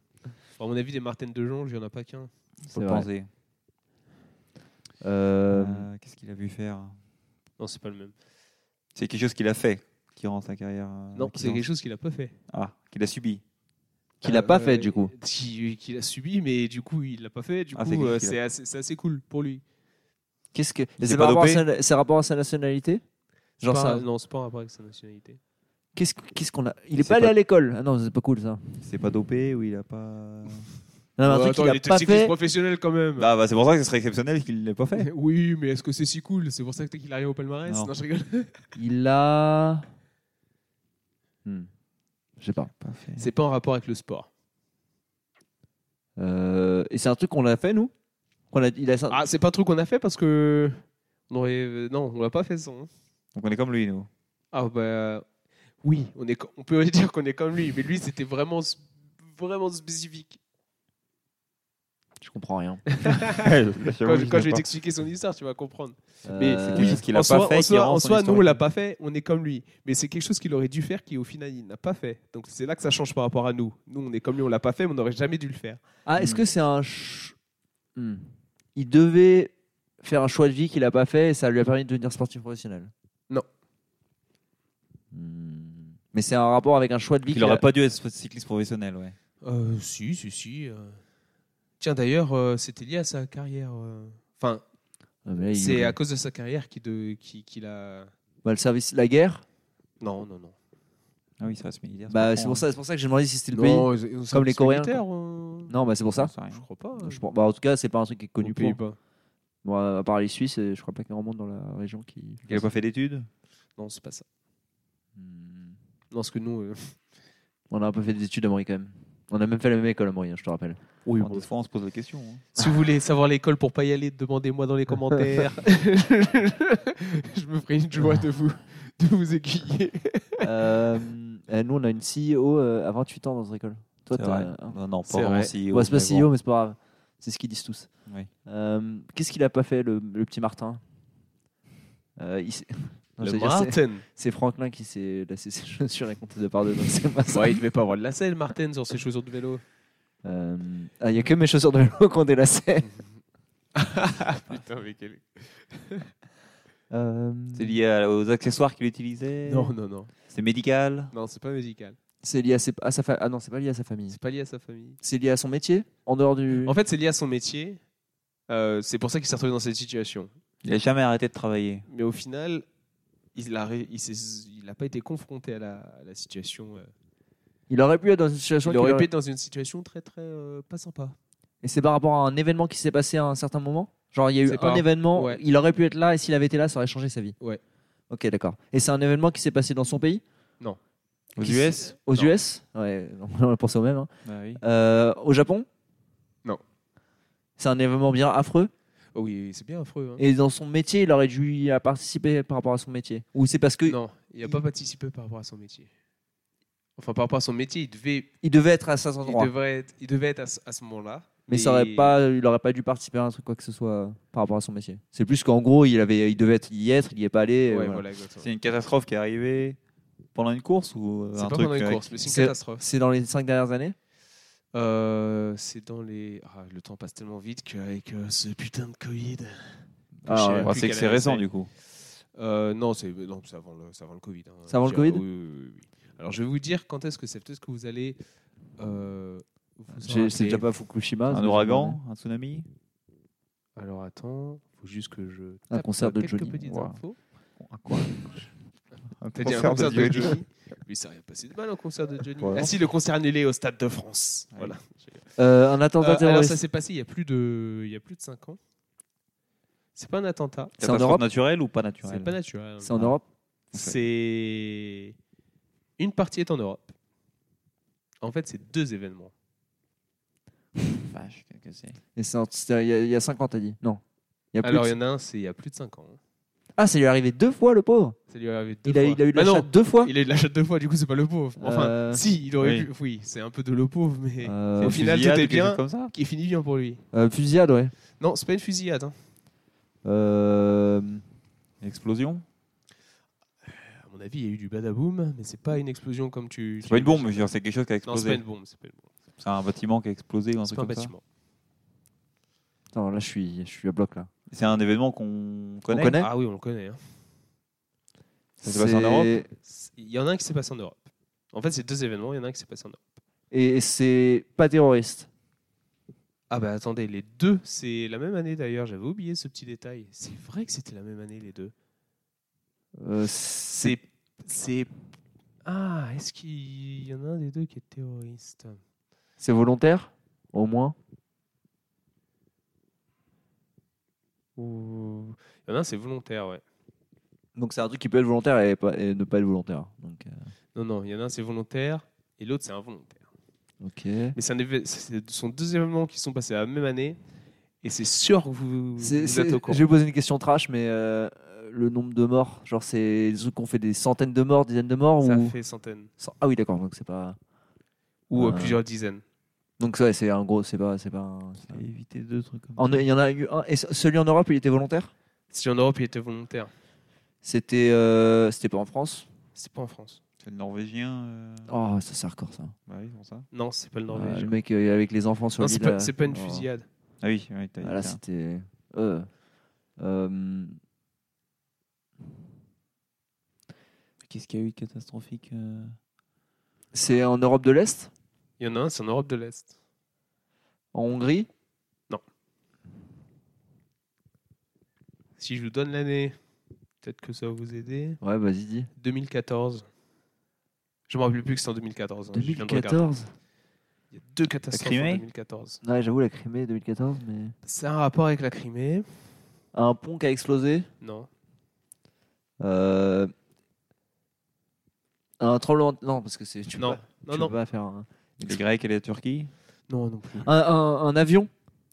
Speaker 1: Bon, À mon avis, des Martin de Jonge, il n'y en a pas qu'un.
Speaker 2: C'est
Speaker 3: faut le
Speaker 2: vrai.
Speaker 3: penser.
Speaker 2: Euh,
Speaker 3: Euh, Qu'est-ce qu'il a vu faire
Speaker 1: Non, c'est pas le même.
Speaker 3: C'est quelque chose qu'il a fait qui rend sa carrière.
Speaker 2: Ah,
Speaker 3: euh,
Speaker 1: Non,
Speaker 3: qui
Speaker 1: c'est
Speaker 3: rend-
Speaker 1: quelque chose qu'il n'a pas fait.
Speaker 3: Ah, qu'il a subi.
Speaker 2: Qu'il a pas fait, du coup.
Speaker 1: Qui- Qu'il a subi, mais du coup, il l'a pas fait. Du
Speaker 3: Ah, c'est
Speaker 1: coup, euh,
Speaker 3: qu'il a-
Speaker 1: c'est assez, c'est assez cool pour lui.
Speaker 2: Qu'est-ce que.
Speaker 3: s'est
Speaker 2: C'est
Speaker 3: pas
Speaker 2: par rapport à
Speaker 3: dopé
Speaker 2: sa- c'est rapport à sa nationalité Genre
Speaker 1: Pas-
Speaker 2: ça.
Speaker 1: Non, c'est pas en rapport avec sa nationalité.
Speaker 2: Qu'est-ce que- qu'est-ce qu'on a Il est
Speaker 3: C'est
Speaker 2: pas allé
Speaker 3: pas-
Speaker 2: à l'école. Ah non, c'est pas cool ça.
Speaker 3: Il s'est pas dopé ou il a pas.
Speaker 2: Non, mais un
Speaker 1: Oh,
Speaker 2: truc
Speaker 1: attends,
Speaker 2: qu'il
Speaker 1: il
Speaker 2: a
Speaker 1: était
Speaker 2: pas
Speaker 1: cycliste
Speaker 2: fait.
Speaker 1: professionnel quand même.
Speaker 3: Bah, bah, c'est pour ça que ce serait exceptionnel qu'il ne l'ait pas fait.
Speaker 1: Oui, mais est-ce que c'est si cool C'est pour ça que- qu'il arrive au palmarès
Speaker 3: Non.
Speaker 1: Non, je rigole.
Speaker 2: Il a. Hmm. Je sais pas.
Speaker 3: Pas fait.
Speaker 1: C'est pas en rapport avec le sport.
Speaker 2: Euh, et c'est un truc qu'on a fait, nous Qu'on a, il a,
Speaker 1: Ah, c'est pas un truc qu'on a fait parce que. On aurait... euh, Non, on l'a pas fait ça. hein.
Speaker 3: Donc on est comme lui, nous.
Speaker 1: Ah, bah. Oui, on, est... co- on peut dire qu'on est comme lui, mais lui, c'était vraiment, s- vraiment spécifique.
Speaker 2: Je comprends rien.
Speaker 1: Quand, je- quand je vais t'expliquer son histoire, tu vas comprendre. Mais
Speaker 2: Euh,
Speaker 3: c'est
Speaker 1: oui,
Speaker 3: quelque chose qu'il a
Speaker 1: en
Speaker 3: pas
Speaker 1: soi,
Speaker 3: fait,
Speaker 1: en
Speaker 3: qui
Speaker 1: soi,
Speaker 3: rend
Speaker 1: en
Speaker 3: son
Speaker 1: soi, nous,
Speaker 3: historique.
Speaker 1: on l'a pas fait, on est comme lui. Mais c'est quelque chose qu'il aurait dû faire qui, au final, il n'a pas fait. Donc c'est là que ça change par rapport à nous. Nous, on est comme lui, on l'a pas fait, mais on n'aurait jamais dû le faire.
Speaker 2: Ah, est-ce que c'est un. ch- Hmm. Il devait faire un choix de vie qu'il a pas fait et ça lui a permis de devenir sportif professionnel
Speaker 1: Non.
Speaker 2: Hmm. Mais c'est un rapport avec un choix de vie
Speaker 3: Il
Speaker 2: qu'il a-
Speaker 3: aurait pas dû être cycliste professionnel, ouais.
Speaker 1: Euh, si, si, si. euh. Tiens, d'ailleurs, euh, c'était lié à sa carrière. euh. Enfin,
Speaker 2: Ah, mais là, il-
Speaker 1: c'est à cause de sa carrière qu'il de... qui- qu'il a.
Speaker 2: Bah, le service, la guerre
Speaker 1: Non, non, non.
Speaker 3: Ah oui, ça reste militaire.
Speaker 2: bah, c'est, pour
Speaker 3: hein.
Speaker 2: ça, c'est pour ça que j'ai demandé si c'était le
Speaker 1: Non,
Speaker 2: pays.
Speaker 1: ils- ils sont
Speaker 2: Comme les
Speaker 1: tous
Speaker 2: Coréens,
Speaker 1: militaires, euh.
Speaker 2: Non, bah, c'est pour ça.
Speaker 3: Ça,
Speaker 1: Je crois pas. hein.
Speaker 2: Je pense- bah, en tout cas, c'est pas un truc qui est connu
Speaker 1: Aux
Speaker 2: pour.
Speaker 1: Pays-Bas.
Speaker 2: Bon, à part les Suisses, euh, je crois pas qu'il y en monde dans la région qui.
Speaker 3: Il n'a pas fait d'études
Speaker 1: Non, c'est pas ça.
Speaker 2: Hmm.
Speaker 1: Non, parce que nous. euh,
Speaker 2: On a un peu fait des études à Maurice quand même. On a même fait la même école à Maurice, je te rappelle.
Speaker 1: Oui,
Speaker 3: Enfin, Des fois, on se pose la question. hein.
Speaker 1: Si vous voulez savoir l'école pour pas y aller, demandez-moi dans les commentaires. je me ferai une joie de vous, de vous aiguiller.
Speaker 2: Euh, euh, nous, on a une CEO euh, à 28 ans dans notre école. Toi,
Speaker 3: C'est
Speaker 2: t'as-
Speaker 3: vrai.
Speaker 2: hein.
Speaker 3: Non, non, pas
Speaker 1: C'est
Speaker 3: vraiment
Speaker 1: vrai.
Speaker 3: CEO.
Speaker 2: Ouais, c'est pas
Speaker 3: mais
Speaker 2: CEO, mais c'est pas grave. C'est ce qu'ils disent tous.
Speaker 3: bon. Oui.
Speaker 2: Euh, Qu'est-ce qu'il a pas fait, le, le petit Martin Euh, il s'est- Non, j'allais dire, c'est- C'est Franklin qui s'est lassé ses chaussures et compté deux par deux, donc c'est pas ça.
Speaker 1: Ouais, il devait pas avoir de la selle, Martin, sur ses chaussures de vélo.
Speaker 2: Euh, ah, Il y a que mes chaussures de vélo qu'on délacé.
Speaker 1: Putain, mais quel.
Speaker 2: Euh,
Speaker 3: C'est lié à- aux accessoires qu'il utilisait
Speaker 1: Non, non, non.
Speaker 3: C'est médical
Speaker 1: Non, c'est pas musical.
Speaker 2: c'est lié à, ses- à sa famille. Ah non, c'est pas lié à sa famille.
Speaker 1: C'est pas lié à sa famille.
Speaker 2: C'est lié à son métier En dehors du.
Speaker 1: En fait, c'est lié à son métier. Euh, c'est pour ça qu'il s'est retrouvé dans cette situation.
Speaker 3: Il n'a jamais arrêté de travailler.
Speaker 1: Mais au final, il n'a il s'est- il a pas été confronté à la, à la situation. euh.
Speaker 2: Il aurait pu être dans une situation.
Speaker 1: Il
Speaker 2: qu'il
Speaker 1: aurait pu
Speaker 2: aurait-
Speaker 1: être dans une situation très, très euh, pas sympa.
Speaker 2: Et c'est par rapport à un événement qui s'est passé à un certain moment Genre, il y a eu
Speaker 1: C'est
Speaker 2: un
Speaker 1: pas-
Speaker 2: événement,
Speaker 1: ouais.
Speaker 2: il aurait pu être là, et s'il avait été là, ça aurait changé sa vie.
Speaker 1: Ouais.
Speaker 2: Ok, d'accord. Et c'est un événement qui s'est passé dans son pays
Speaker 3: Aux
Speaker 2: Qui-
Speaker 3: US
Speaker 2: Aux
Speaker 1: Non.
Speaker 2: US Ouais, on pense au même. hein.
Speaker 3: Bah oui.
Speaker 2: Euh, au Japon
Speaker 1: Non.
Speaker 2: C'est un événement bien affreux.
Speaker 1: Oh oui, c'est bien affreux. hein.
Speaker 2: Et dans son métier, il aurait dû y participer par rapport à son métier. Ou c'est parce qu'il
Speaker 1: Non, il n'a pas participé par rapport à son métier. Enfin, par rapport à son métier, il devait,
Speaker 2: devait être à cet
Speaker 1: il
Speaker 2: endroit.
Speaker 1: devrait être, il devait être à, ce- à ce moment-là.
Speaker 2: Mais ça aurait pas, il n'aurait pas dû participer à un truc quoi que ce soit par rapport à son métier. C'est plus qu'en gros, il, avait, il devait être, y être, il n'y est pas allé.
Speaker 1: Ouais,
Speaker 2: euh, voilà.
Speaker 1: voilà, exactement.
Speaker 3: C'est une catastrophe qui est arrivée pendant une course ou euh,
Speaker 1: C'est
Speaker 3: un
Speaker 1: pas
Speaker 3: truc
Speaker 1: pendant une
Speaker 3: euh,
Speaker 1: course, mais c'est une
Speaker 2: c'est-
Speaker 1: catastrophe.
Speaker 2: C'est dans les cinq dernières années
Speaker 1: Euh, c'est dans les. Ah, le temps passe tellement vite qu'avec euh, ce putain de Covid.
Speaker 2: Ah,
Speaker 1: Je sais
Speaker 2: ouais.
Speaker 1: même
Speaker 3: Bah,
Speaker 1: plus
Speaker 3: c'est que
Speaker 1: quelle
Speaker 3: c'est
Speaker 1: année
Speaker 3: récent du coup.
Speaker 1: Euh, non, c'est non, c'est avant, le, c'est avant le Covid. hein.
Speaker 2: C'est avant le
Speaker 1: Je veux dire,
Speaker 2: Covid
Speaker 1: oui, oui, oui, oui. Alors, je vais vous dire quand est-ce que c'est. Peut-être que vous allez. euh, vous en
Speaker 2: J'ai- C'est
Speaker 1: rappeler.
Speaker 2: déjà pas Fukushima.
Speaker 1: Ah,
Speaker 2: c'est
Speaker 3: Un
Speaker 2: déjà
Speaker 3: ouragan, un tsunami.
Speaker 1: Alors, attends, faut juste que je.
Speaker 2: Un
Speaker 1: tape
Speaker 2: concert de
Speaker 1: quelques
Speaker 2: Johnny.
Speaker 1: petites
Speaker 3: Wow.
Speaker 1: infos.
Speaker 3: Un quoi
Speaker 1: T'as dit un concert de Johnny Mais ça n'a rien passé de mal au concert de Johnny.
Speaker 3: Ouais.
Speaker 1: Ah si, le concert annulé au Stade de France. Voilà.
Speaker 2: Euh, un attentat
Speaker 1: Euh, alors
Speaker 2: terroriste.
Speaker 1: ça s'est passé il y a plus de, il y a plus de 5 ans. C'est pas un attentat.
Speaker 2: C'est en
Speaker 3: Catastrophe
Speaker 2: Europe
Speaker 3: naturelle ou pas
Speaker 1: C'est
Speaker 3: naturelle
Speaker 1: pas naturel.
Speaker 2: C'est en Europe
Speaker 1: C'est une partie est en Europe. En fait, c'est deux événements.
Speaker 3: Vache, qu'est-ce que c'est
Speaker 2: Et c'est en- c'était il y a- il y a 5 ans, t'as dit Non. Il y a plus
Speaker 1: Alors,
Speaker 2: de-
Speaker 1: il y en a un, c'est il y a plus de cinq ans.
Speaker 2: Ah, ça lui est arrivé deux fois, le pauvre
Speaker 1: Ça lui est arrivé deux
Speaker 2: il a,
Speaker 1: fois.
Speaker 2: il a eu de la
Speaker 1: Bah non,
Speaker 2: chatte deux fois
Speaker 1: Il a eu de la chatte deux fois, du coup, c'est pas le pauvre. Enfin,
Speaker 2: Euh,
Speaker 1: si, il aurait
Speaker 3: oui.
Speaker 1: pu. Oui, c'est un peu de le pauvre, mais
Speaker 2: euh,
Speaker 1: Au final,
Speaker 3: Fusillade
Speaker 1: tout est
Speaker 3: ou quelque
Speaker 1: bien.
Speaker 3: chose Comme ça
Speaker 1: qui finit bien pour lui.
Speaker 2: euh, fusillade, ouais.
Speaker 1: Non, c'est pas une fusillade. hein.
Speaker 2: Euh,
Speaker 3: Une Explosion
Speaker 1: À mon avis, il y a eu du badaboom, mais c'est pas une explosion comme tu.
Speaker 3: C'est
Speaker 1: tu
Speaker 3: pas une bombe,
Speaker 1: imagines.
Speaker 3: je veux dire, c'est quelque chose qui a
Speaker 1: Non, c'est pas une
Speaker 3: explosé.
Speaker 1: bombe. C'est pas, une bombe.
Speaker 3: C'est un bâtiment qui a explosé ou un
Speaker 1: C'est
Speaker 3: truc
Speaker 1: pas un
Speaker 3: comme ça.
Speaker 1: bâtiment.
Speaker 2: Attends, là, je suis, je suis à bloc, là.
Speaker 3: C'est un événement qu'on connaît.
Speaker 2: On connaît
Speaker 1: Ah oui, on le connaît. hein.
Speaker 3: Ça s'est passé en
Speaker 2: C'est-
Speaker 3: Europe
Speaker 1: C'est- Il y en a un qui s'est passé en Europe. En fait, c'est deux événements. Il y en a un qui s'est passé en Europe.
Speaker 2: Et c'est pas terroriste.
Speaker 1: Ah bah attendez, les deux, c'est la même année d'ailleurs. J'avais oublié ce petit détail. C'est vrai que c'était la même année les deux.
Speaker 2: Euh, c'est
Speaker 1: C'est, c'est. Ah, est-ce qu'il y en a un des deux qui est terroriste
Speaker 2: c'est volontaire, au moins.
Speaker 1: Ou il y en a un, c'est volontaire, ouais.
Speaker 5: Donc c'est un truc qui peut être volontaire et, pas- et ne pas être volontaire. Donc, euh,
Speaker 1: Non, non, il y en a un, c'est volontaire et l'autre, c'est involontaire.
Speaker 5: ok.
Speaker 1: Mais c'est un éve- c'est- ce sont deux événements qui sont passés la même année et c'est sûr que vous,
Speaker 5: C'est-
Speaker 1: vous
Speaker 5: c'est-
Speaker 1: êtes au courant.
Speaker 5: Je vais vous poser une question trash, mais euh, le nombre de morts, genre c'est des trucs qu'on fait des centaines de morts, dizaines de morts
Speaker 1: Ça
Speaker 5: ou
Speaker 1: fait centaines
Speaker 5: Cent- ah oui d'accord donc c'est pas
Speaker 1: ou euh,
Speaker 5: Ouais.
Speaker 1: plusieurs dizaines.
Speaker 5: donc ouais, c'est un gros c'est pas c'est pas un- c'est pas-
Speaker 3: Éviter deux trucs
Speaker 2: Oh.
Speaker 3: comme
Speaker 5: En- il y en a eu un et ce- celui en Europe il était volontaire
Speaker 1: Si en Europe, il était volontaire,
Speaker 5: c'était euh, c'était pas en France
Speaker 1: c'est pas en France.
Speaker 3: C'est le Norvégien. euh,
Speaker 5: oh ça c'est hardcore ça
Speaker 3: bah oui, pour ça.
Speaker 1: Non, c'est pas le
Speaker 5: Ah,
Speaker 1: Norvégien.
Speaker 5: le mec euh, avec les enfants sur
Speaker 1: non,
Speaker 5: l'île
Speaker 1: c'est pas,
Speaker 5: euh,
Speaker 1: c'est pas une
Speaker 5: oh.
Speaker 1: fusillade.
Speaker 3: Ah oui, oui, t'as dit
Speaker 5: Ah, là
Speaker 3: ça.
Speaker 5: c'était euh, euh,
Speaker 3: Qu'est-ce qu'il y a eu de catastrophique euh
Speaker 5: c'est en Europe de l'Est
Speaker 1: Il y en a un, c'est en Europe de l'Est.
Speaker 5: en Hongrie
Speaker 1: Si je vous donne l'année, peut-être que ça va vous aider.
Speaker 5: ouais vas-y dis
Speaker 1: 2014. Je me rappelle plus que c'est en 2014. hein, je viens de regarder. Il y a deux catastrophes en
Speaker 3: Crimée
Speaker 1: 2014.
Speaker 5: ouais j'avoue la Crimée 2014 mais
Speaker 1: C'est un rapport avec la Crimée
Speaker 5: un pont qui a explosé
Speaker 1: Non.
Speaker 5: Euh, Un tremblement. de- Non, parce que c'est. Tu peux
Speaker 1: Non.
Speaker 5: pas-
Speaker 1: Non,
Speaker 5: tu
Speaker 1: non.
Speaker 5: peux pas faire un...
Speaker 3: Les Grecs et les Turquie
Speaker 1: Non, non plus.
Speaker 5: Un, un- un avion.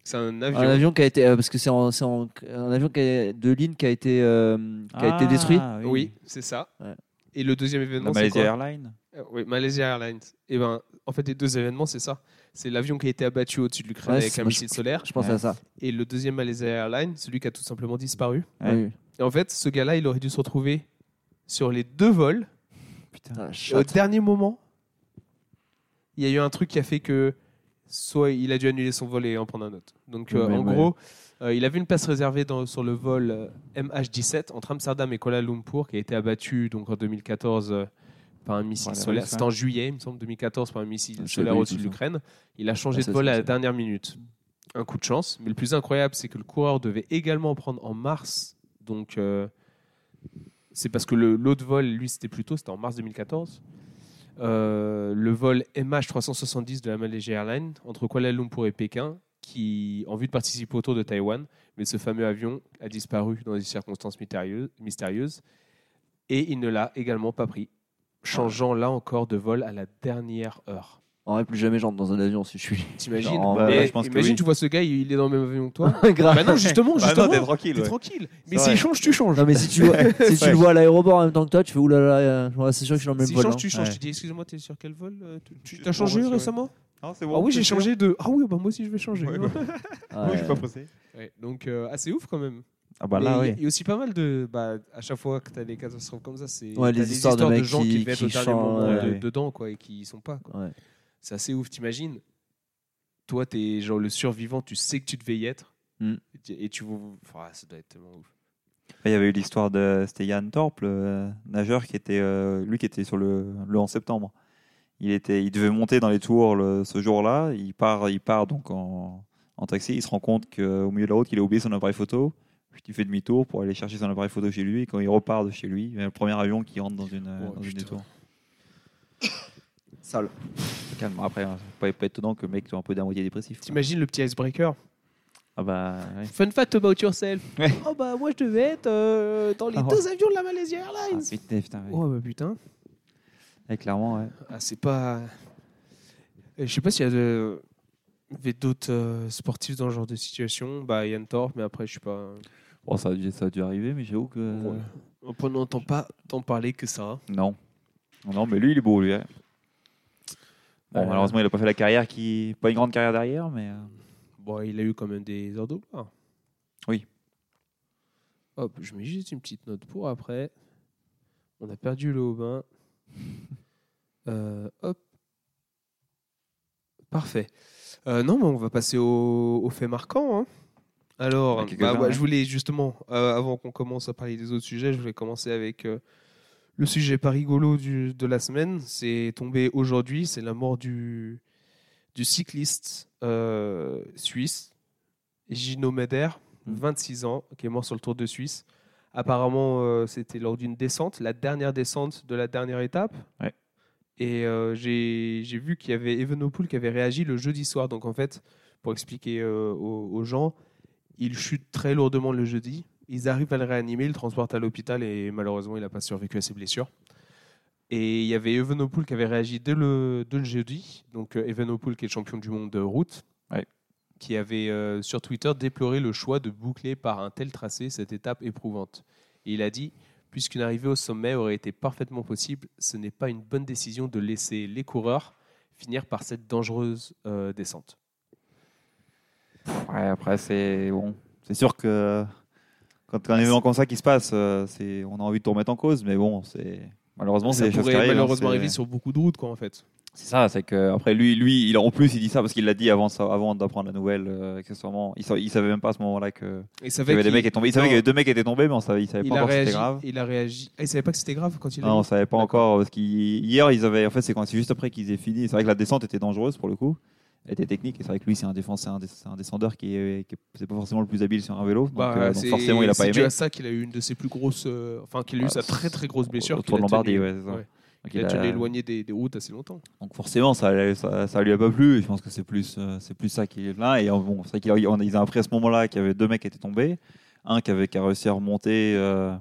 Speaker 1: C'est un avion.
Speaker 5: Ah. Un avion qui a été. euh, parce que c'est en- c'est en- un avion qui a- de ligne qui a été, euh, qui a été détruit.
Speaker 3: Ah,
Speaker 1: Oui, c'est ça.
Speaker 5: Ouais.
Speaker 1: Et le deuxième
Speaker 3: La
Speaker 1: événement, c'est
Speaker 3: Malaysia
Speaker 1: quoi
Speaker 3: Airlines.
Speaker 1: Euh, Oui, Malaysia Airlines. Et ben, en fait, les deux événements, c'est ça. C'est l'avion qui a été abattu au-dessus de l'Ukraine
Speaker 5: Ouais,
Speaker 1: avec
Speaker 5: c'est-
Speaker 1: un
Speaker 5: moi,
Speaker 1: missile solaire.
Speaker 5: Je pense
Speaker 3: Ouais.
Speaker 5: à ça.
Speaker 1: Et le deuxième Malaysia Airlines, celui qui a tout simplement disparu.
Speaker 3: Ouais.
Speaker 5: Oui.
Speaker 1: Et en fait, ce gars-là, il aurait dû se retrouver sur les deux vols.
Speaker 3: Putain.
Speaker 5: Ah,
Speaker 1: Et au
Speaker 5: chatte.
Speaker 1: dernier moment, il y a eu un truc qui a fait que soit il a dû annuler son vol et en prendre un autre. Donc euh,
Speaker 5: Ouais,
Speaker 1: en
Speaker 5: ouais.
Speaker 1: gros, euh, il avait une place réservée dans- sur le vol euh, MH17 entre Amsterdam et Kuala Lumpur qui a été abattu donc en 2014 euh, par un missile
Speaker 3: Par les
Speaker 1: solaire.
Speaker 3: Russes,
Speaker 1: C'était en juillet, il me semble, 2014 par un missile
Speaker 5: Ah, je
Speaker 1: solaire
Speaker 5: savais
Speaker 1: au-dessus
Speaker 5: tout
Speaker 1: de
Speaker 5: ça.
Speaker 1: l'Ukraine. Il a changé
Speaker 5: Ah, ça,
Speaker 1: de vol
Speaker 5: c'est
Speaker 1: à la
Speaker 5: ça.
Speaker 1: dernière minute. Un coup de chance. Mais le plus incroyable, c'est que le coureur devait également prendre en mars. Donc euh, c'est parce que le- l'autre vol, lui, c'était plus tôt, c'était en mars 2014. Euh, le vol MH370 de la Malaysia Airlines entre Kuala Lumpur et Pékin, qui, en vue de participer au tour de Taïwan, mais ce fameux avion a disparu dans des circonstances mystérieuses, mystérieuses et il ne l'a également pas pris,
Speaker 5: Ah.
Speaker 1: changeant là encore de vol à la dernière heure.
Speaker 5: En vrai, plus jamais j'entre dans un avion si je suis.
Speaker 1: T'imagines
Speaker 5: Genre,
Speaker 1: Mais
Speaker 3: ouais, bah, je pense que
Speaker 1: Imagine,
Speaker 3: oui.
Speaker 1: tu vois ce gars, il est dans le même avion que toi.
Speaker 5: Grave.
Speaker 1: bah non, justement,
Speaker 3: Bah non,
Speaker 1: justement.
Speaker 3: t'es tranquille,
Speaker 1: T'es
Speaker 3: ouais.
Speaker 1: tranquille. Mais
Speaker 3: C'est
Speaker 1: s'il
Speaker 3: vrai.
Speaker 1: change, tu changes.
Speaker 5: Non, mais si tu, vois, si tu le vois à l'aéroport en même temps que toi, tu fais oulala, là euh, c'est sûr que je suis dans le même
Speaker 1: S'il
Speaker 5: vol.
Speaker 1: change,
Speaker 5: hein.
Speaker 1: tu changes.
Speaker 3: Ouais.
Speaker 1: Tu dis, excuse-moi, t'es sur quel vol euh, tu- Tu
Speaker 3: Je-
Speaker 1: t'as changé
Speaker 3: bon, ouais,
Speaker 1: récemment
Speaker 3: Non, c'est bon.
Speaker 1: Ah oui, j'ai
Speaker 3: c'est
Speaker 1: changé de. Ah oui, bah moi aussi, je vais changer.
Speaker 3: Ouais, bah.
Speaker 5: Ah,
Speaker 3: bon. Oui, je suis pas
Speaker 5: ouais.
Speaker 3: pressé.
Speaker 1: Ouais, donc, euh, assez ouf quand même.
Speaker 3: Ah bah
Speaker 1: Mais
Speaker 3: là,
Speaker 1: il y a-
Speaker 3: oui.
Speaker 1: il y a aussi pas mal de. Bah, à chaque fois que t'as des catastrophes comme ça, c'est.
Speaker 5: Ouais,
Speaker 1: t'as
Speaker 5: les
Speaker 1: des
Speaker 5: histoires de mecs
Speaker 1: gens qui,
Speaker 5: qui-
Speaker 1: devaient être au
Speaker 5: qui
Speaker 1: dernier
Speaker 5: chantent,
Speaker 1: moment
Speaker 3: ouais.
Speaker 1: de- dedans, quoi, et qui y sont pas, quoi.
Speaker 5: Ouais.
Speaker 1: C'est assez ouf, t'imagines Toi, t'es genre le survivant, tu sais que tu devais y être.
Speaker 3: Hmm.
Speaker 5: Mm.
Speaker 1: Et tu- Et tu. Enfin, ça doit être tellement ouf.
Speaker 3: Il y avait eu l'histoire de c'était Yann Torp, le nageur qui était euh, lui qui était sur le, le 11 septembre. Il était, il devait monter dans les tours le- ce jour-là. Il part, il part donc en, en taxi. Il se rend compte qu'au milieu de la route, il a oublié son appareil photo. Puis il fait demi-tour pour aller chercher son appareil photo chez lui. Et quand il repart de chez lui, il y a le premier avion qui rentre dans une,
Speaker 1: Oh,
Speaker 3: dans une
Speaker 1: putain.
Speaker 3: des tours.
Speaker 5: Sale.
Speaker 3: Calme. Après, hein, c'est pas, pas étonnant que le mec soit un peu d'un moitié dépressif. quoi.
Speaker 1: T'imagines le petit icebreaker
Speaker 3: Ah bah, oui.
Speaker 7: Fun fact about yourself.
Speaker 3: Ouais.
Speaker 7: Oh bah moi je devais être euh, dans les
Speaker 3: Ah ouais.
Speaker 7: deux avions de la Malaysia
Speaker 3: Ah,
Speaker 7: Airlines.
Speaker 3: putain, putain, oui.
Speaker 7: Oh bah putain.
Speaker 3: Ouais, clairement, ouais.
Speaker 1: Ah, c'est pas. Et Je sais pas s'il y a de- il y avait d'autres euh, sportifs dans ce genre de situation. Bah, Yann Thorpe, mais après, je sais pas.
Speaker 3: Bon, Oh, ça a dû, ça a dû arriver, mais j'avoue que.
Speaker 1: Oh, Ouais. Après, on n'entend pas tant parler que ça.
Speaker 3: Non. Non, mais lui, il est beau, lui. ouais. Bon,
Speaker 1: Ouais.
Speaker 3: malheureusement, il n'a pas fait la carrière qui. Pas une grande carrière derrière, mais. euh,
Speaker 1: Bon, il a eu quand même des heures de gloire.
Speaker 3: Oui.
Speaker 1: Hop, je mets juste une petite note pour après. On a perdu le Aubin. Euh, hop. Parfait. Euh, non, mais on va passer au, au fait marquant. hein. Alors,
Speaker 3: Ah, quelques-uns,
Speaker 1: bah, ouais,
Speaker 3: ouais.
Speaker 1: je voulais justement, euh, avant qu'on commence à parler des autres sujets, je voulais commencer avec euh, le sujet pas rigolo du- de la semaine. C'est tombé aujourd'hui, c'est la mort du, du cycliste euh, suisse, Gino Meder,
Speaker 3: Mm.
Speaker 1: 26 ans, qui est mort sur le Tour de Suisse. Apparemment, euh, c'était lors d'une descente, la dernière descente de la dernière étape.
Speaker 3: Ouais.
Speaker 1: Et euh, j'ai j'ai vu qu'il y avait Evenopoul qui avait réagi le jeudi soir. Donc en fait, pour expliquer euh, aux, aux gens, il chute très lourdement le jeudi. Ils arrivent à le réanimer, ils le transportent à l'hôpital et malheureusement, il n'a pas survécu à ses blessures. Et il y avait Evenopoul qui avait réagi dès le, dès le jeudi. Donc euh, Evenopoul qui est champion du monde de route qui avait euh, sur Twitter déploré le choix de boucler par un tel tracé cette étape éprouvante. Et il a dit Puisqu'une arrivée au sommet aurait été parfaitement possible, ce n'est pas une bonne décision de laisser les coureurs finir par cette dangereuse euh, descente.
Speaker 3: Ouais, après, c'est bon. C'est sûr que quand un événement comme ça qui se passe, euh, c'est on a envie de tout remettre en cause, mais bon, c'est malheureusement c'est
Speaker 1: ça
Speaker 3: des choses qui
Speaker 1: pourrait
Speaker 3: arrivent. hein,
Speaker 1: malheureusement
Speaker 3: c'est-
Speaker 1: arriver sur beaucoup de routes, quoi, en fait.
Speaker 3: C'est ça, c'est que après lui, lui, il en plus il dit ça parce qu'il l'a dit avant ça, avant d'apprendre la nouvelle. euh, accessoirement, il, sa- il savait même pas à ce moment-là que
Speaker 1: Et
Speaker 3: il y avait des mecs qui étaient tombés. Il savait
Speaker 1: Non.
Speaker 3: qu'il y avait deux mecs qui étaient tombés, mais on savait, il savait
Speaker 1: il
Speaker 3: pas
Speaker 1: a
Speaker 3: encore que
Speaker 1: réagi.
Speaker 3: c'était grave.
Speaker 1: Il a réagi. Ah, il savait pas que c'était grave quand il a
Speaker 3: Non, on
Speaker 1: dit
Speaker 3: savait pas encore parce qu'hier ils avaient en fait c'est quand c'est juste après qu'ils aient fini. C'est vrai que la descente était dangereuse pour le coup, elle était technique et c'est vrai que lui c'est un défenseur, un, dé- c'est un descendeur qui est, qui est- c'est pas forcément le plus habile sur un vélo, donc,
Speaker 1: Bah,
Speaker 3: euh, donc
Speaker 1: c'est-
Speaker 3: forcément il a pas
Speaker 1: C'est
Speaker 3: aimé.
Speaker 1: dû à ça qu'il a eu une de ses plus grosses. euh, Enfin, qu'il a eu
Speaker 3: Ah,
Speaker 1: sa très très grosse blessure.
Speaker 3: au
Speaker 1: qu'il
Speaker 3: Tour de
Speaker 1: a
Speaker 3: Lombardie,
Speaker 1: tenu-
Speaker 3: ouais, c'est ça.
Speaker 1: ouais.
Speaker 3: Donc,
Speaker 1: Il
Speaker 3: il
Speaker 1: a
Speaker 3: a-
Speaker 1: tenu éloigné des, des routes assez longtemps.
Speaker 3: donc forcément, ça, ça, ça lui a pas plu. et Je pense que c'est plus, euh, c'est plus ça qui est là. Et euh, bon, c'est vrai qu'ils ont ils ont appris à ce moment-là qu'il y avait deux mecs qui étaient tombés, un qui avait qui a réussi à remonter, euh,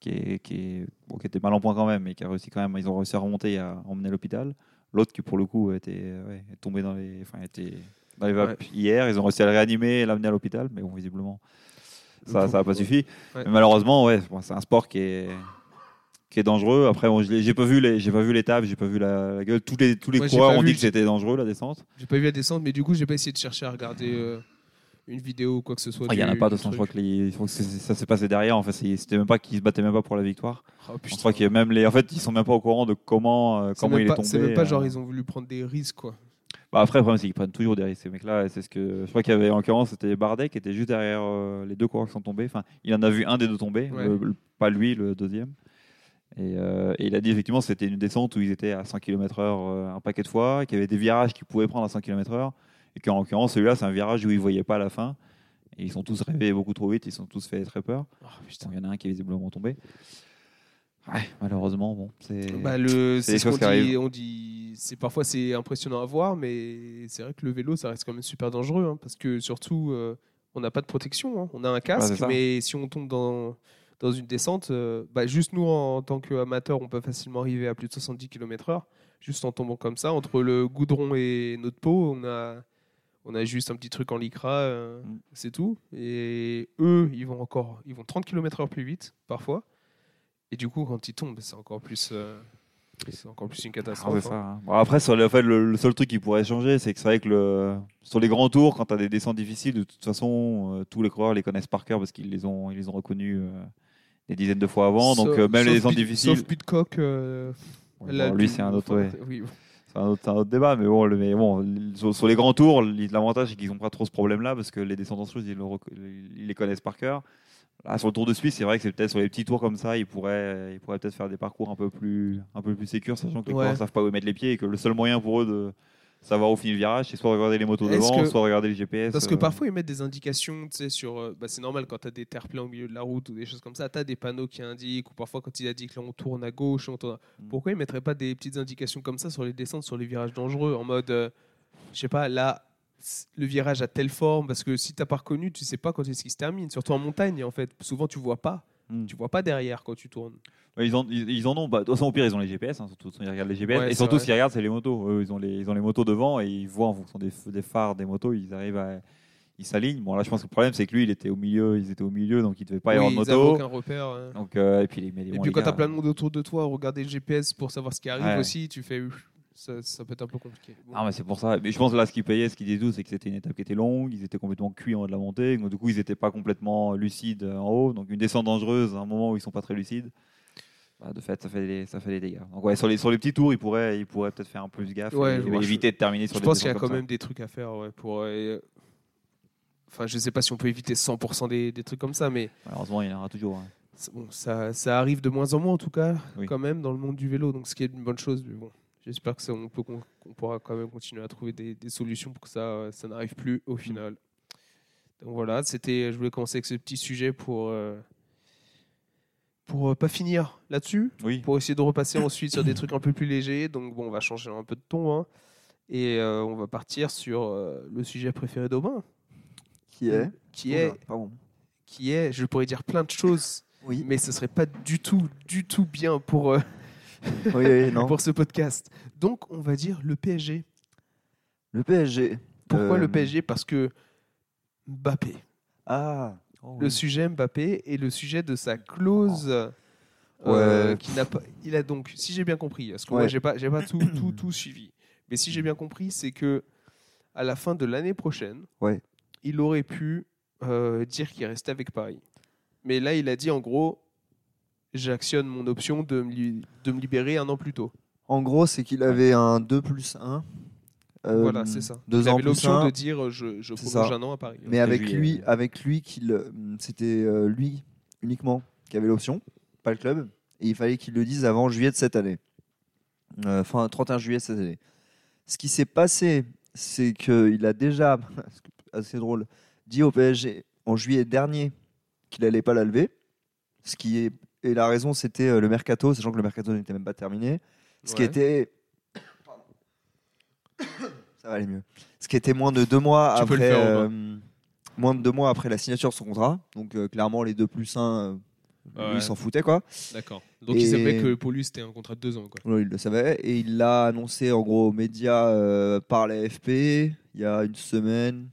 Speaker 3: qui, est- qui, est- bon, qui était mal en point quand même, mais qui a réussi quand même. Ils ont réussi à remonter et à emmener à l'hôpital. L'autre qui pour le coup était euh, ouais, est tombé dans les, enfin était dans les vapes hier. Ils ont réussi à le réanimer et l'amener à l'hôpital, mais bon, visiblement, ça, ça n'a pas suffi.
Speaker 1: Ouais.
Speaker 3: Mais malheureusement, ouais, bon, c'est un sport qui est qui est dangereux. Après, bon, je l'ai- j'ai pas vu les, j'ai pas vu l'étape, j'ai pas vu la, la gueule. Tous les tous les
Speaker 1: Ouais, j'ai
Speaker 3: coureurs
Speaker 1: pas
Speaker 3: ont
Speaker 1: vu,
Speaker 3: dit que
Speaker 1: j'ai-
Speaker 3: c'était dangereux la descente.
Speaker 1: J'ai pas vu la descente, mais du coup, j'ai pas essayé de chercher à regarder euh, une vidéo ou quoi que ce soit.
Speaker 3: Ah, Il y en a
Speaker 1: Oh, du-
Speaker 3: pas
Speaker 1: du
Speaker 3: de sens. Je crois
Speaker 1: truc.
Speaker 3: que, les- je crois que c'est- ça s'est passé derrière. En fait, c'est- c'était même pas qu'ils se battaient même pas pour la victoire.
Speaker 1: Oh, putain.
Speaker 3: Je crois que même les, en fait, ils sont même pas au courant de comment euh,
Speaker 1: C'est
Speaker 3: comment
Speaker 1: même
Speaker 3: il
Speaker 1: pas-
Speaker 3: est tombé.
Speaker 1: C'est même pas
Speaker 3: euh.
Speaker 1: genre ils ont voulu prendre des risques, quoi.
Speaker 3: Bah, après, le problème c'est qu'ils prennent toujours des risques. Ces mecs-là, Et c'est ce que je crois qu'il y avait en l'occurrence c'était Bardet qui était juste derrière euh, les deux coureurs qui sont tombés. Enfin, il en a vu un des deux tomber,
Speaker 1: Ouais.
Speaker 3: le- le- pas lui, le deuxième. Et, euh, et il a dit effectivement c'était une descente où ils étaient à 100 km/h euh, un paquet de fois, qu'il y avait des virages qu'ils pouvaient prendre à 100 km/h, et qu'en l'occurrence celui-là c'est un virage où ils voyaient pas la fin. Et ils sont tous rêvés beaucoup trop vite, ils sont tous fait très peur. Bon, Il y en a un qui est visiblement tombé. Ouais, malheureusement, bon, c'est.
Speaker 1: Bah, le,
Speaker 3: des
Speaker 1: c'est ce
Speaker 3: choses
Speaker 1: qu'on dit.
Speaker 3: qui arrivent.
Speaker 1: On dit c'est parfois c'est impressionnant à voir, mais c'est vrai que le vélo, ça reste quand même super dangereux, hein, parce que surtout, euh, on n'a pas de protection. hein. On a un
Speaker 3: c'est
Speaker 1: casque,
Speaker 3: ça.
Speaker 1: mais si on tombe dans dans une descente, euh, bah, juste nous en, tant qu'amateurs, on peut facilement arriver à plus de 70 km/h, juste en tombant comme ça entre le goudron et notre peau, on a on a juste un petit truc en lycra, euh,
Speaker 3: Mm.
Speaker 1: c'est tout. Et eux, ils vont encore, ils vont 30 km/h plus vite parfois. Et du coup, quand ils tombent, c'est encore plus, euh, c'est encore plus une
Speaker 3: Ah, c'est
Speaker 1: catastrophe.
Speaker 3: ça,
Speaker 1: hein.
Speaker 3: hein. Bon, après, sur le, en fait, le, le seul truc qui pourrait changer, c'est que c'est vrai que le, sur les grands tours, quand tu as des descentes difficiles, de toute façon, euh, tous les coureurs les connaissent par cœur parce qu'ils les ont, ils les ont reconnus euh, des dizaines de fois avant. Donc,
Speaker 1: Sauf-
Speaker 3: euh, même les
Speaker 1: sauf
Speaker 3: descentes
Speaker 1: Pit-
Speaker 3: difficiles.
Speaker 1: Sauf Pidcock. euh,
Speaker 3: Ouais,
Speaker 1: là,
Speaker 3: bon, lui,
Speaker 1: du-
Speaker 3: c'est un autre.
Speaker 1: enfin,
Speaker 3: ouais.
Speaker 1: oui, bon.
Speaker 3: C'est un, autre- c'est un autre débat, mais bon, le, mais bon l- sur, sur les grands tours, l- l'avantage c'est qu'ils n'ont pas trop ce problème-là parce que les descentes en Suisse, ils, le reco- ils les connaissent par cœur. Là, sur le Tour de Suisse, c'est vrai que c'est peut-être sur les petits tours comme ça, ils pourraient, ils pourraient peut-être faire des parcours un peu plus, un peu plus sécures, sachant que les
Speaker 1: Ouais.
Speaker 3: coureurs ne savent pas où mettre les pieds et que le seul moyen pour eux de savoir où finit le virage, c'est soit regarder les motos
Speaker 1: Est-ce
Speaker 3: devant,
Speaker 1: que-
Speaker 3: soit regarder le GPS.
Speaker 1: Parce que
Speaker 3: euh,
Speaker 1: parfois, ils mettent des indications, tu sais, sur. euh, bah, c'est normal quand tu as des terre-pleins au milieu de la route ou des choses comme ça, tu as des panneaux qui indiquent, ou parfois quand il a dit que là, on tourne à gauche, on tourne à-
Speaker 3: Mm.
Speaker 1: Pourquoi ils mettraient pas des petites indications comme ça sur les descentes, sur les virages dangereux, en mode, euh, je sais pas, là, le virage a telle forme parce que si t'as pas reconnu, tu sais pas quand est-ce qu'il se termine. Surtout en montagne, en fait, souvent tu vois pas,
Speaker 3: Hmm.
Speaker 1: tu vois pas derrière quand tu tournes.
Speaker 3: Ouais, Ils, en, ils, ils en ont, bah, de toute façon, au pire, ils ont les GPS, hein, surtout, ils regardent les GPS,
Speaker 1: Ouais,
Speaker 3: et
Speaker 1: c'est
Speaker 3: surtout,
Speaker 1: vrai.
Speaker 3: ce qu'ils regardent, c'est les motos. Eux, ils, ont les, ils ont les motos devant et ils voient en fonction des, des phares des motos, ils arrivent à. Ils s'alignent. Bon, là, je pense que le problème, c'est que lui, il était au milieu, ils étaient au milieu, donc il devait pas y
Speaker 1: Oui,
Speaker 3: avoir
Speaker 1: ils
Speaker 3: de
Speaker 1: avaient
Speaker 3: moto.
Speaker 1: aucun repère. hein.
Speaker 3: Donc, euh, et puis, les, mais les-
Speaker 1: Et
Speaker 3: bon,
Speaker 1: puis
Speaker 3: les
Speaker 1: quand
Speaker 3: gars,
Speaker 1: t'as plein de monde autour de toi, regarder le GPS pour savoir ce qui arrive
Speaker 3: Ouais. Ah,
Speaker 1: aussi, tu fais. Ouf, Ça, ça peut être un peu compliqué. Bon.
Speaker 3: Non, mais c'est pour ça. Mais je pense là, ce qu'ils payaient, ce qu'ils disaient tous, c'est que c'était une étape qui était longue, ils étaient complètement cuits en haut de la montée, donc du coup, ils n'étaient pas complètement lucides euh, en haut. Donc, une descente dangereuse, à un moment où ils sont pas très lucides, bah, de fait, ça fait, des, ça fait des dégâts. Donc, ouais, sur les, sur les petits tours, ils pourraient, ils pourraient peut-être faire un peu plus gaffe
Speaker 1: Ouais,
Speaker 3: et,
Speaker 1: je vois,
Speaker 3: éviter de terminer sur
Speaker 1: Je
Speaker 3: des
Speaker 1: pense qu'il y a
Speaker 3: descentes
Speaker 1: quand
Speaker 3: comme ça.
Speaker 1: même des trucs à faire ouais, pour. euh, Enfin, je sais pas si on peut éviter 100% des, des trucs comme ça, mais
Speaker 3: Malheureusement, il y en aura toujours. hein.
Speaker 1: c'est- bon, ça, ça arrive de moins en moins en tout cas,
Speaker 3: Oui.
Speaker 1: quand même, dans le monde du vélo. Donc, ce qui est une bonne chose. Mais bon, j'espère que ça, on, peut, qu'on, qu'on pourra quand même continuer à trouver des, des solutions pour que ça, euh, ça n'arrive plus
Speaker 3: Mm.
Speaker 1: au final. Donc voilà, c'était. Je voulais commencer avec ce petit sujet pour euh, pour euh, pas finir là-dessus
Speaker 3: Oui.
Speaker 1: pour essayer de repasser ensuite sur des trucs un peu plus légers. Donc bon, on va changer un peu de ton. hein. Et euh, on va partir sur euh, le sujet préféré d'Aubin,
Speaker 2: Qui est
Speaker 1: qui est,
Speaker 2: Pardon.
Speaker 1: qui est, je pourrais dire plein de choses,
Speaker 2: Oui.
Speaker 1: mais ce serait pas du tout, du tout bien pour, euh,
Speaker 2: oui, oui, non.
Speaker 1: pour ce podcast. Donc on va dire le PSG.
Speaker 2: Le PSG.
Speaker 1: Pourquoi
Speaker 2: Euh,
Speaker 1: le PSG Parce que Mbappé.
Speaker 2: Ah.
Speaker 1: Le sujet Mbappé et le sujet de sa clause.
Speaker 2: Ouais.
Speaker 1: euh, qui n'a pas, il a donc, si j'ai bien compris, parce que moi
Speaker 2: Ouais.
Speaker 1: j'ai pas, j'ai pas tout, tout, tout suivi, mais si j'ai bien compris, c'est que à la fin de l'année prochaine,
Speaker 2: Ouais.
Speaker 1: il aurait pu euh, dire qu'il restait avec Paris. Mais là, il a dit en gros, j'actionne mon option de me, li- de me libérer un an plus tôt.
Speaker 2: En gros, c'est qu'il avait un 2 plus 1. euh,
Speaker 1: voilà, c'est ça.
Speaker 2: deux
Speaker 1: il
Speaker 2: ans
Speaker 1: avait
Speaker 2: plus
Speaker 1: l'option
Speaker 2: un.
Speaker 1: de dire euh, je, je
Speaker 2: C'est
Speaker 1: prolonge
Speaker 2: ça.
Speaker 1: un an à Paris.
Speaker 2: Mais
Speaker 3: C'était
Speaker 2: avec
Speaker 3: juillet,
Speaker 2: lui,
Speaker 3: ouais.
Speaker 2: avec lui qu'il, euh, c'était euh, lui uniquement qui avait l'option, pas le club. Et il fallait qu'il le dise avant juillet de cette année, Euh, fin 31 juillet de cette année. Ce qui s'est passé, c'est qu'il a déjà, assez drôle, dit au PSG en juillet dernier qu'il n'allait pas la lever. Ce qui est et la raison, c'était euh, le mercato, sachant que le mercato n'était même pas terminé. Ce qui
Speaker 1: Ouais.
Speaker 2: était ça va aller mieux. Ce qui était moins de deux mois
Speaker 1: Tu peux le
Speaker 2: après
Speaker 1: faire,
Speaker 2: euh, moins de deux mois après la signature de son contrat. Donc euh, clairement les deux plus 1
Speaker 1: Ah ouais.
Speaker 2: lui il s'en foutait quoi.
Speaker 1: D'accord. Donc
Speaker 2: Et-
Speaker 1: il savait que pour lui c'était un contrat de deux ans. Quoi.
Speaker 2: Ouais, il le savait et il l'a annoncé en gros aux médias euh, par l'AFP il y a une semaine,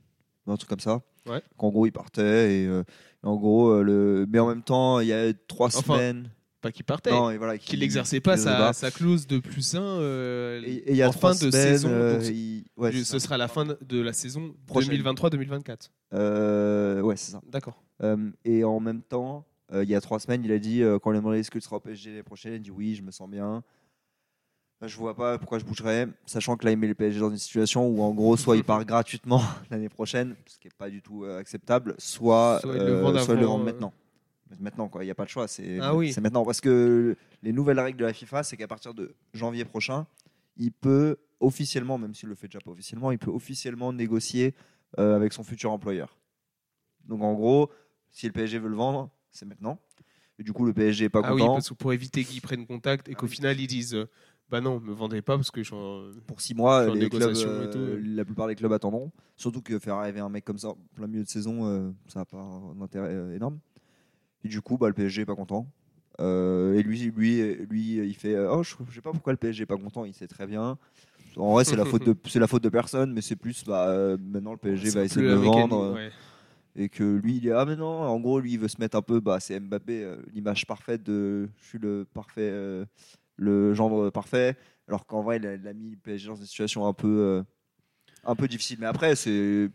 Speaker 2: un truc comme ça.
Speaker 1: Ouais.
Speaker 2: Qu'en gros il partait et, euh, et en gros euh, le mais en même temps il y a trois
Speaker 1: Enfin,
Speaker 2: semaines.
Speaker 1: Pas qu'il partait.
Speaker 2: Non et voilà
Speaker 1: qu'il n'exerçait pas
Speaker 2: qu'il
Speaker 1: sa,
Speaker 2: débat.
Speaker 1: sa clause de plus 1 euh,
Speaker 2: Et et il y a
Speaker 1: en
Speaker 2: trois
Speaker 1: fin de
Speaker 2: semaines,
Speaker 1: saison.
Speaker 2: euh,
Speaker 1: donc,
Speaker 2: il- ouais,
Speaker 1: du-
Speaker 2: c'est
Speaker 1: ce
Speaker 2: ça.
Speaker 1: sera la fin de- de la saison
Speaker 2: Prochaine.
Speaker 1: 2023-2024.
Speaker 2: Euh, ouais, c'est ça.
Speaker 1: D'accord.
Speaker 2: Euh, et en même temps, euh, il y a trois semaines, il a dit, euh, quand on lui a demandé est-ce que tu seras au PSG l'année prochaine, il a dit oui, je me sens bien. Euh, Je vois pas pourquoi je bougerais, sachant que là, il met le PSG dans une situation où, en gros, soit il part gratuitement l'année prochaine, ce qui est pas du tout euh, acceptable, soit,
Speaker 1: Soit il le vend
Speaker 2: soit il le
Speaker 1: avant,
Speaker 2: vend
Speaker 1: euh.
Speaker 2: maintenant. Maintenant, quoi, il n'y a pas de choix, c'est
Speaker 1: Ah oui.
Speaker 2: c'est maintenant. Parce que les nouvelles règles de la FIFA, c'est qu'à partir de janvier prochain, il peut officiellement, même s'il le fait déjà pas officiellement, il peut officiellement négocier euh, avec son futur employeur. Donc en gros, si le PSG veut le vendre, c'est maintenant. Et du coup, le PSG est pas
Speaker 1: Ah oui,
Speaker 2: content
Speaker 1: parce que pour éviter qu'ils prennent contact et qu'au
Speaker 2: Ah oui.
Speaker 1: final ils disent euh, Bah non, me vendez pas parce que je suis en-
Speaker 2: pour six mois.
Speaker 1: Sur
Speaker 2: Les clubs,
Speaker 1: négociation et tout,
Speaker 2: euh,
Speaker 1: ouais.
Speaker 2: la plupart des clubs attendront. Surtout que faire arriver un mec comme ça en plein milieu de saison, euh, ça n'a pas un intérêt euh, énorme. Et du coup, bah, le PSG est pas content. Euh, et lui, lui, lui, il fait euh, oh, je, je sais pas pourquoi le PSG est pas content. Il sait très bien. En vrai, c'est la faute de c'est la faute de personne, mais c'est plus bah, euh, maintenant le PSG va
Speaker 1: C'est
Speaker 2: essayer
Speaker 1: plus
Speaker 2: de le
Speaker 1: avec Andy,
Speaker 2: vendre.
Speaker 1: ouais.
Speaker 2: et que lui il est ah mais non en gros lui il veut se mettre un peu bah c'est Mbappé euh, l'image parfaite de je suis le parfait euh, le gendre parfait alors qu'en vrai il a, il a mis le PSG dans une situation un peu euh, un peu difficile mais après c'est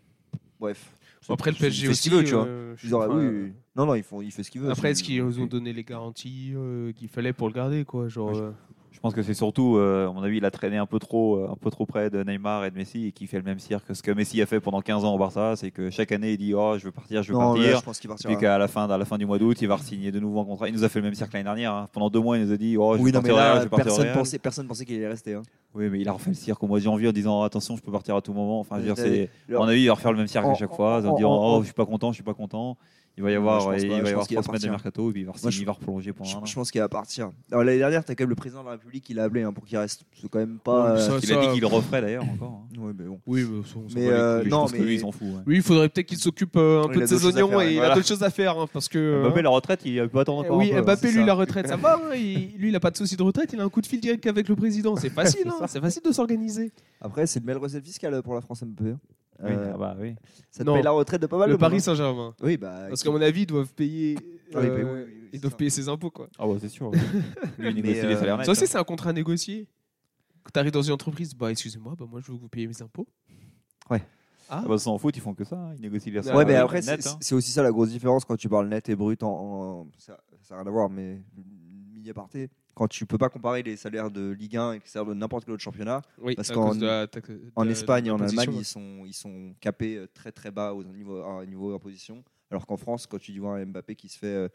Speaker 2: bref C'est-
Speaker 1: Après le
Speaker 2: c'est-
Speaker 1: PSG
Speaker 2: il fait ce
Speaker 1: aussi.
Speaker 2: qu'il veut, tu vois
Speaker 1: euh, je
Speaker 2: Ils auraient-
Speaker 1: enfin,
Speaker 2: oui, oui, oui. non non ils font il fait ce qu'il veut
Speaker 1: Après,
Speaker 2: c'est-
Speaker 1: est-ce qu'ils nous ont donné les garanties euh, qu'il fallait pour le garder quoi, genre,
Speaker 3: Ouais, je-
Speaker 1: euh,
Speaker 3: Je pense que c'est surtout, euh, à mon avis, il a traîné un peu trop, euh, un peu trop près de Neymar et de Messi et qui fait le même cirque que ce que Messi a fait pendant 15 ans au Barça, c'est que chaque année il dit oh je veux partir, je veux
Speaker 2: non là,
Speaker 3: partir.
Speaker 2: je pense qu'il
Speaker 3: Et Puis
Speaker 2: partira
Speaker 3: qu'à la fin, à la fin du mois d'août, il va signer de nouveau un contrat. Il nous a fait le même cirque l'année dernière. hein. Pendant deux mois, il nous a dit oh je
Speaker 2: oui
Speaker 3: vais
Speaker 2: non mais
Speaker 3: partir au Real, je
Speaker 2: là
Speaker 3: vais partir au
Speaker 2: personne
Speaker 3: Real.
Speaker 2: pensait personne pensait qu'il allait rester hein.
Speaker 3: Oui, mais il a refait le cirque au mois de janvier en disant oh, attention, je peux partir à tout moment. Enfin, je veux dire,
Speaker 2: D'aller-
Speaker 3: c'est à mon avis, il va refaire le même cirque
Speaker 2: En-
Speaker 3: à chaque fois, en,
Speaker 2: en-
Speaker 3: disant
Speaker 2: en-
Speaker 3: oh
Speaker 2: en-
Speaker 3: je suis pas content, je suis pas content. Il va y
Speaker 2: Moi,
Speaker 3: avoir,
Speaker 2: je pense
Speaker 3: il
Speaker 2: pas,
Speaker 3: va
Speaker 2: je
Speaker 3: y avoir
Speaker 2: pense qu'il
Speaker 3: trois semaines de
Speaker 2: appartient.
Speaker 3: mercato, et puis il va,
Speaker 2: Moi, je-
Speaker 3: il va replonger
Speaker 2: Je,
Speaker 3: pendant un
Speaker 2: je
Speaker 3: an.
Speaker 2: pense qu'il va partir. Alors l'année dernière, t'as quand même le président de la République qui l'a appelé hein, pour qu'il reste. C'est quand même pas. euh,
Speaker 1: Ouais, mais ça-
Speaker 3: Il a dit qu'il le referait d'ailleurs encore. hein.
Speaker 2: Ouais, mais bon.
Speaker 1: Oui, mais, ça, on s'en
Speaker 2: Mais,
Speaker 1: bat les
Speaker 2: euh,
Speaker 1: couilles.
Speaker 3: Je
Speaker 2: non,
Speaker 3: pense que
Speaker 2: mais-
Speaker 3: lui, il s'en fout. ouais.
Speaker 1: Oui, il faudrait peut-être qu'il s'occupe euh, un
Speaker 2: Il
Speaker 1: peu
Speaker 2: a
Speaker 1: de ses
Speaker 2: d'autres choses à
Speaker 1: oignons
Speaker 2: faire,
Speaker 1: et il
Speaker 2: voilà. Ah, bah,
Speaker 1: a d'autres choses à faire hein, parce que. euh,
Speaker 3: Mbappé, la retraite, il peut attendre encore
Speaker 1: oui,
Speaker 3: un peu. hein.
Speaker 1: Mbappé, lui, la retraite, ça va. hein, il- lui, il a pas de souci de retraite. Il a un coup de fil direct avec le président. C'est facile, hein, c'est facile de s'organiser.
Speaker 2: Après, c'est une belle recette fiscale pour la France MPE.
Speaker 3: Oui,
Speaker 2: Euh,
Speaker 3: ah bah oui.
Speaker 2: ça te
Speaker 1: non.
Speaker 2: paye la retraite de pas mal
Speaker 1: Le Ah,
Speaker 2: de monde,
Speaker 1: Paris
Speaker 2: hein.
Speaker 1: Saint-Germain.
Speaker 2: Oui, bah.
Speaker 1: Parce
Speaker 2: qui-
Speaker 1: qu'à mon avis, ils doivent payer.
Speaker 2: Ah oui,
Speaker 1: euh,
Speaker 2: bah oui, oui, oui, c'est
Speaker 1: ils doivent
Speaker 2: ça.
Speaker 1: payer ses impôts, quoi.
Speaker 3: Ah bah c'est sûr. oui. Lui, il négocie
Speaker 2: Mais,
Speaker 3: les
Speaker 2: euh,
Speaker 3: salaires nets. hein.
Speaker 1: Ça aussi, c'est un contrat négocié. Quand t'arrives dans une entreprise, bah excusez-moi, bah moi je veux que vous payiez mes impôts.
Speaker 3: Ah bah, ils s'en foutent, ils font que ça. hein. Ils négocient les salaires
Speaker 2: Ouais, mais
Speaker 3: nets,
Speaker 2: après, c'est
Speaker 3: hein.
Speaker 2: c'est aussi ça la grosse différence quand tu parles net et brut. En, en- Ça n'a rien à voir, mais mini aparté. Quand tu peux pas comparer les salaires de Ligue 1 et les salaires de n'importe quel autre championnat,
Speaker 1: Oui,
Speaker 2: Parce
Speaker 1: à
Speaker 2: qu'en-
Speaker 1: cause de la taxe- de
Speaker 2: en
Speaker 1: la-
Speaker 2: Espagne et en
Speaker 1: de la
Speaker 2: Allemagne,
Speaker 1: position.
Speaker 2: ils sont, ils sont capés euh, très très bas au niveau, à un niveau d'imposition. Alors qu'en France, quand tu dis voir un Mbappé qui se fait. euh,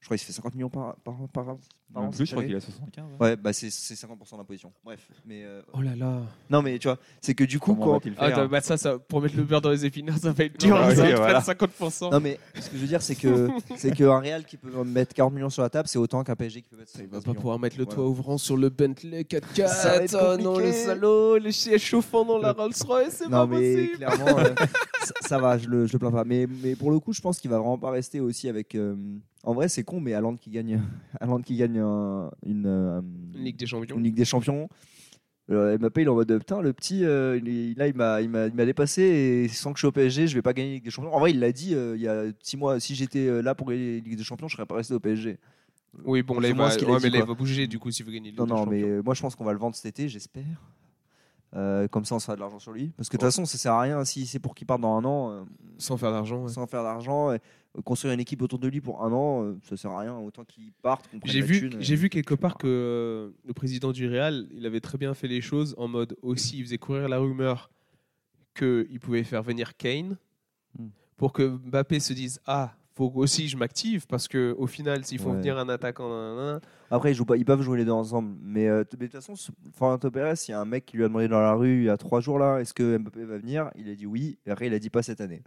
Speaker 2: je crois qu'il se fait 50 millions par, par, par, par an.
Speaker 3: En plus,
Speaker 2: cette
Speaker 3: je crois
Speaker 2: année.
Speaker 3: qu'il a 75. hein.
Speaker 2: Ouais, bah c'est c'est 50% d'imposition. Bref. Mais, euh,
Speaker 1: Oh là là.
Speaker 2: Non, mais tu vois, c'est que du coup,
Speaker 3: Comment
Speaker 2: quand,
Speaker 3: va-t-il faire
Speaker 1: Ah, t'as- bah, ça, ça, pour mettre le beurre dans les épinards, ça va être dur.
Speaker 3: bah
Speaker 1: ça
Speaker 3: oui,
Speaker 1: va te
Speaker 3: voilà.
Speaker 1: faire 50%.
Speaker 2: Non mais ce que je veux dire c'est que c'est qu'un Real qui peut mettre 40 millions sur la table c'est autant qu'un PSG qui peut mettre
Speaker 1: Il
Speaker 2: 50
Speaker 1: va
Speaker 2: millions.
Speaker 1: pas pouvoir mettre le
Speaker 2: Voilà.
Speaker 1: toit ouvrant sur le Bentley 4x4.
Speaker 2: Ça va être
Speaker 1: oh non,
Speaker 2: compliqué.
Speaker 1: le salaud, le siège chauffant dans la Rolls-Royce, c'est pas
Speaker 2: Non mais
Speaker 1: possible.
Speaker 2: clairement euh, ça, ça va, je le je le plains pas. Mais mais pour le coup je pense qu'il va vraiment pas rester aussi avec. euh, en vrai c'est con mais Haaland qui gagne Haaland qui gagne un- une, euh,
Speaker 1: Une Ligue des Champions.
Speaker 2: une Ligue des Champions. Euh, Mbappé il est en mode putain le petit euh, il est- là il m'a il m'a il m'a dépassé et sans que je sois au PSG je vais pas gagner la Ligue des Champions. En vrai il l'a dit euh, il y a 6 mois si j'étais euh, là pour gagner la Ligue des Champions je serais pas resté au PSG.
Speaker 1: Oui, bon, là,
Speaker 2: Plus
Speaker 1: il
Speaker 2: ou moins
Speaker 1: va,
Speaker 2: ce qu'il a
Speaker 1: ouais,
Speaker 2: dit,
Speaker 1: mais là, il
Speaker 2: quoi.
Speaker 1: va bouger du coup s'il veut gagner le
Speaker 2: Non, non, mais euh, moi je pense qu'on va le vendre cet été, j'espère. Euh, comme ça, on se fera de l'argent sur lui. Parce que de toute façon, ça sert à rien si c'est pour qu'il parte dans un an euh,
Speaker 1: Sans faire d'argent. ouais.
Speaker 2: sans faire d'argent. et, euh, Construire une équipe autour de lui pour un an, euh, ça sert à rien. Autant qu'il parte, qu'on prenne
Speaker 1: J'ai
Speaker 2: la
Speaker 1: vu,
Speaker 2: thune, euh.
Speaker 1: j'ai vu quelque part que euh, le président du Real, il avait très bien fait les choses en mode aussi, il faisait courir la rumeur qu'il pouvait faire venir Kane
Speaker 3: Hmm.
Speaker 1: pour que Mbappé se dise ah faut aussi je m'active parce que au final s'ils font
Speaker 2: Ouais.
Speaker 1: venir un attaquant nanana,
Speaker 2: Après, ils, jouent pas, ils peuvent jouer les deux ensemble. Mais euh, t- mais de toute façon, ce- Florentino Pérez, il y a un mec qui lui a demandé dans la rue il y a trois jours là est-ce que Mbappé va venir Il a dit oui. Et après, il a dit pas cette année.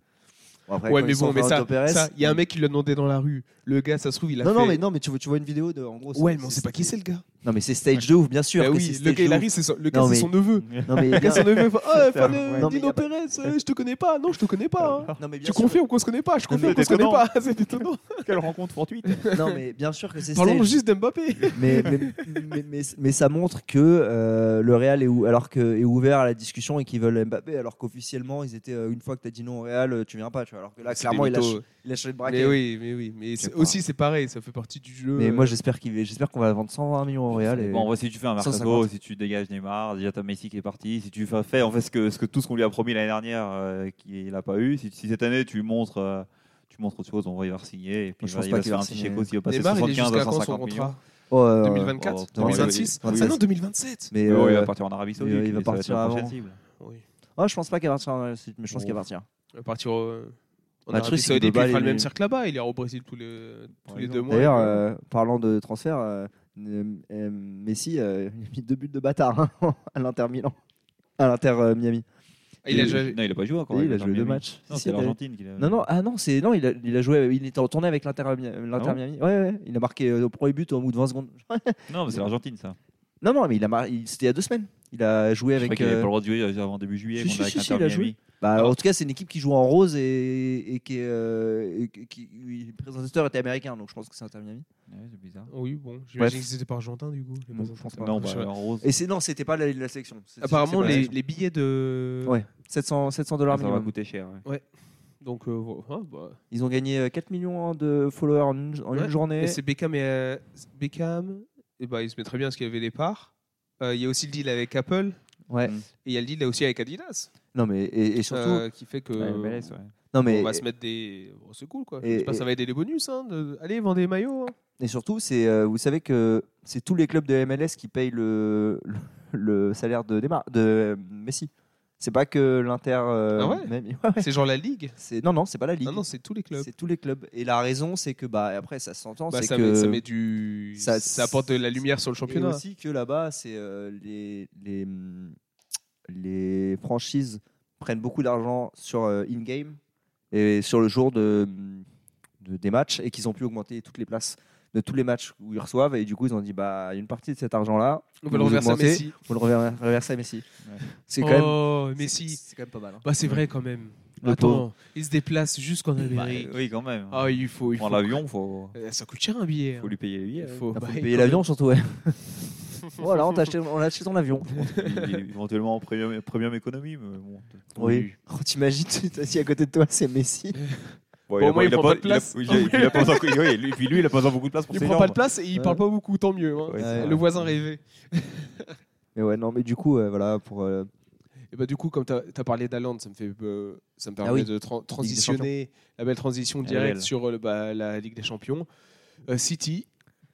Speaker 2: Bon, après,
Speaker 1: ouais
Speaker 2: quand
Speaker 1: mais
Speaker 2: il sent
Speaker 1: bon mais ça
Speaker 2: Florentino Pérez,
Speaker 1: ça, il y a un mec qui l'a demandé dans la rue le gars ça se trouve il a
Speaker 2: Non,
Speaker 1: fait
Speaker 2: non, mais, non, mais tu vois, tu vois une vidéo de. En gros,
Speaker 1: ouais mais on sait pas qui c'est le gars
Speaker 2: Non, mais c'est stage 2, bien sûr.
Speaker 1: Bah
Speaker 2: que
Speaker 1: oui
Speaker 2: c'est
Speaker 1: le
Speaker 2: stage
Speaker 1: gars il
Speaker 2: de ouf.
Speaker 1: arrive c'est son, le gars
Speaker 2: Non,
Speaker 1: c'est
Speaker 2: mais-
Speaker 1: son neveu
Speaker 2: Non, mais
Speaker 1: Le gars, son neveu il fait, ah fan
Speaker 2: Ouais.
Speaker 1: euh,
Speaker 2: Non, mais y
Speaker 1: Dino
Speaker 2: a pas-
Speaker 1: Pérez euh, je te connais pas non je te connais pas hein.
Speaker 2: Non, mais bien
Speaker 1: tu
Speaker 2: sûr.
Speaker 1: confirmes qu'on se connaît pas je
Speaker 2: Non, mais
Speaker 1: confirme qu'on se connaît
Speaker 3: étonnant.
Speaker 1: pas c'est étonnant
Speaker 3: Quelle rencontre fortuite
Speaker 2: Non, mais bien sûr que c'est
Speaker 1: Parlons
Speaker 2: stage.
Speaker 1: juste d'Mbappé.
Speaker 2: Mais, mais, mais, mais- mais ça montre que euh, le Real est, ou- alors que, est ouvert à la discussion et qu'ils veulent Mbappé, alors qu'officiellement, ils étaient euh, une fois que tu as dit non au Real, euh, tu viens pas. Tu vois, alors que là, clairement, il a, ch- il a changé de braquet.
Speaker 1: Mais oui, mais oui, mais
Speaker 2: sais
Speaker 1: c'est-
Speaker 2: pas.
Speaker 1: aussi c'est pareil, ça fait partie du jeu.
Speaker 2: Mais moi, j'espère qu'il va- j'espère qu'on va vendre 120 millions au Real. Et...
Speaker 3: Bon, en vrai, si tu fais un mercato,
Speaker 2: 150.
Speaker 3: si tu dégages Neymar, déjà t'as Messi qui est parti, si tu fais, fais, en fait ce que, ce que tout ce qu'on lui a promis l'année dernière euh, qu'il n'a pas eu, si, si cette année tu montres, euh, tu montres autre chose, on va y va signer et puis
Speaker 2: Je
Speaker 3: il va,
Speaker 2: pense
Speaker 3: il
Speaker 2: pas
Speaker 3: va
Speaker 2: qu'il
Speaker 3: se faire
Speaker 2: va
Speaker 3: un petit
Speaker 2: signer.
Speaker 3: chèque aussi, il va passer
Speaker 1: Neymar, il est
Speaker 3: 75 à
Speaker 1: jusqu'à quand son
Speaker 3: 150 millions.
Speaker 1: contrat
Speaker 2: Oh, euh,
Speaker 1: 2024
Speaker 3: oh,
Speaker 1: 2026
Speaker 2: oui, oui.
Speaker 1: Ah non, 2027
Speaker 2: Mais,
Speaker 3: Mais bon, il
Speaker 2: euh,
Speaker 3: va partir en Arabie Saoudite.
Speaker 2: il va
Speaker 3: et ça être
Speaker 2: partir
Speaker 3: la
Speaker 2: avant.
Speaker 3: prochaine cible.
Speaker 1: Oui.
Speaker 2: oh, je pense pas qu'il va partir, en Real, mais je pense qu'il va partir.
Speaker 1: Il va partir euh, au- en
Speaker 2: Bah, le
Speaker 1: Arabie
Speaker 2: truc, c'est qu'il
Speaker 1: Saoudite,
Speaker 2: peut
Speaker 1: puis il
Speaker 2: pas
Speaker 1: fera le
Speaker 2: aller-
Speaker 1: même cercle là-bas. Il ira au Brésil tous les, tous les deux mois.
Speaker 2: D'ailleurs, euh, parlant de transfert, euh, euh, euh, Messi euh, il a mis deux buts de bâtard hein, à l'Inter Milan, à l'Inter euh, Miami.
Speaker 1: Ah, il a déjà-
Speaker 3: Non, il a pas joué encore.
Speaker 2: Et il a
Speaker 3: était en
Speaker 2: joué deux
Speaker 3: Miami.
Speaker 2: matchs.
Speaker 3: Non,
Speaker 2: Si,
Speaker 3: c'est
Speaker 2: il a-
Speaker 3: l'Argentine qu'il a.
Speaker 2: Non, non, ah non, c'est non, il a, il a joué, il était en tournée avec l'Inter Mia- l'Inter
Speaker 3: Ah bon
Speaker 2: Miami. Ouais, ouais, il a marqué euh, le premier but au bout de 20 secondes.
Speaker 3: Non, mais c'est l'Argentine ça.
Speaker 2: Non, non, mais il a mar- il- c'était il y a deux semaines. Il a joué
Speaker 3: Je crois
Speaker 2: avec.
Speaker 3: qu'il avait
Speaker 2: euh,
Speaker 3: pas le droit de jouer avant début juillet.
Speaker 2: si,
Speaker 3: contre
Speaker 2: si,
Speaker 3: avec
Speaker 2: si, si,
Speaker 3: Inter
Speaker 2: il a joué.
Speaker 3: Miami.
Speaker 2: bah, en tout cas, c'est une équipe qui joue en rose et, et qui, est, euh, et qui- oui, le présentateur était américain, donc je pense que c'est Inter Miami.
Speaker 3: Ouais, c'est bizarre.
Speaker 1: Ah Oui, bon,
Speaker 2: Bref.
Speaker 1: j'imagine que c'était pas argentin du coup. les
Speaker 2: Bon,
Speaker 1: bons
Speaker 2: je pense
Speaker 1: enfants.
Speaker 2: pas.
Speaker 3: Non,
Speaker 1: Je
Speaker 3: bah,
Speaker 1: sais pas.
Speaker 3: en rose.
Speaker 2: Et c'est non, c'était pas la, la sélection. C'est- c'est-
Speaker 1: Apparemment,
Speaker 2: c'est pas la
Speaker 1: les,
Speaker 2: sélection.
Speaker 1: les billets de.
Speaker 2: Ouais. 700 700
Speaker 3: Ah, Ça
Speaker 2: dollars
Speaker 3: va
Speaker 2: minimum.
Speaker 3: coûter cher. ouais.
Speaker 1: Donc, euh, voilà, hein, bah.
Speaker 2: Ils ont gagné euh, 4 millions de followers en une, en une
Speaker 1: Ouais.
Speaker 2: journée.
Speaker 1: Et c'est Beckham et euh, Beckham. Et bah, il se met très bien parce qu'il y avait les parts. Euh, Il y a aussi le deal avec Apple.
Speaker 2: Ouais.
Speaker 3: Mm.
Speaker 1: Et il y a le deal aussi avec Adidas.
Speaker 2: Non mais et, et surtout,
Speaker 1: euh, qui fait que.
Speaker 3: Ouais, MLS, ouais.
Speaker 2: non mais
Speaker 1: on
Speaker 3: bah,
Speaker 1: va se mettre des. bon, c'est cool quoi.
Speaker 2: et-
Speaker 1: J'espère que ça va aider les bonus. Hein, de- Allez, vendez des maillots. hein.
Speaker 2: et surtout c'est euh, vous savez que c'est tous les clubs de MLS qui payent le le, le salaire de Neymar- de euh, Messi. C'est pas que l'Inter. euh,
Speaker 1: Ah ouais
Speaker 2: même- ouais, ouais.
Speaker 1: C'est genre la Ligue. Ah
Speaker 2: C'est non non c'est pas la ligue.
Speaker 1: Non, non, c'est tous les clubs.
Speaker 2: c'est tous les clubs. Et la raison c'est que bah après ça s'entend
Speaker 1: Bah,
Speaker 2: c'est
Speaker 1: ça,
Speaker 2: que
Speaker 1: met, ça met du.
Speaker 2: ça-
Speaker 1: Ça, apporte de la lumière sur le
Speaker 2: Et
Speaker 1: championnat.
Speaker 2: aussi que là-bas, c'est euh, les, les, hum, les franchises prennent beaucoup d'argent sur euh, in-game et sur le jour de, hum, de- de- des matchs et qu'ils ont pu augmenter toutes les places de tous les matchs où ils reçoivent. Et du coup, ils ont dit bah, une partie de cet argent-là,
Speaker 1: On va le
Speaker 2: Vous
Speaker 1: reverser à
Speaker 2: augmentez.
Speaker 1: Messi.
Speaker 2: on le rever- reverse à Messi.
Speaker 3: Ouais.
Speaker 2: C'est quand même.
Speaker 1: oh,
Speaker 2: c'est-
Speaker 1: Messi.
Speaker 2: C'est quand même pas mal. hein.
Speaker 1: Bah, c'est vrai quand même.
Speaker 2: Le
Speaker 1: Attends,
Speaker 2: pauvre.
Speaker 1: il se déplace jusqu'en
Speaker 3: Bah,
Speaker 1: Amérique.
Speaker 3: oui, quand même.
Speaker 1: Ah, il faut. Il faut
Speaker 3: Prendre l'avion, faut,
Speaker 1: Euh, Ça coûte cher un billet. hein.
Speaker 3: faut lui payer le billet.
Speaker 1: Il faut,
Speaker 2: Ah, faut
Speaker 1: bah,
Speaker 2: payer
Speaker 1: quand même.
Speaker 2: l'avion surtout, ouais. voilà, on t'a acheté, on a acheté ton avion.
Speaker 3: Il est éventuellement en premium, premium économie, mais bon.
Speaker 2: Oui. Oh, T'imagines, tu t'es assis à côté de toi, c'est Messi.
Speaker 3: Bon,
Speaker 1: au moins, il prend pas de place.
Speaker 3: Il a, il a- il a pas encore- oui, lui- puis lui, il a pas besoin de beaucoup de place pour
Speaker 1: Il
Speaker 3: ses
Speaker 1: prend pas
Speaker 3: jambes.
Speaker 1: de place et il
Speaker 2: Ouais.
Speaker 1: parle pas beaucoup, tant mieux. hein.
Speaker 3: Ouais, c'est
Speaker 2: Ouais.
Speaker 3: vrai.
Speaker 1: Le voisin rêvé.
Speaker 2: Mais ouais, non, mais du coup, euh, voilà, pour. euh,
Speaker 1: Et bah, du coup, comme tu as, parlé d'Aland, ça me fait, euh, ça me permet
Speaker 2: Ah oui.
Speaker 1: de tran- transitionner la belle
Speaker 2: Ah,
Speaker 1: transition directe
Speaker 3: belle.
Speaker 1: sur euh, le- bah, la Ligue des Champions. Euh, City,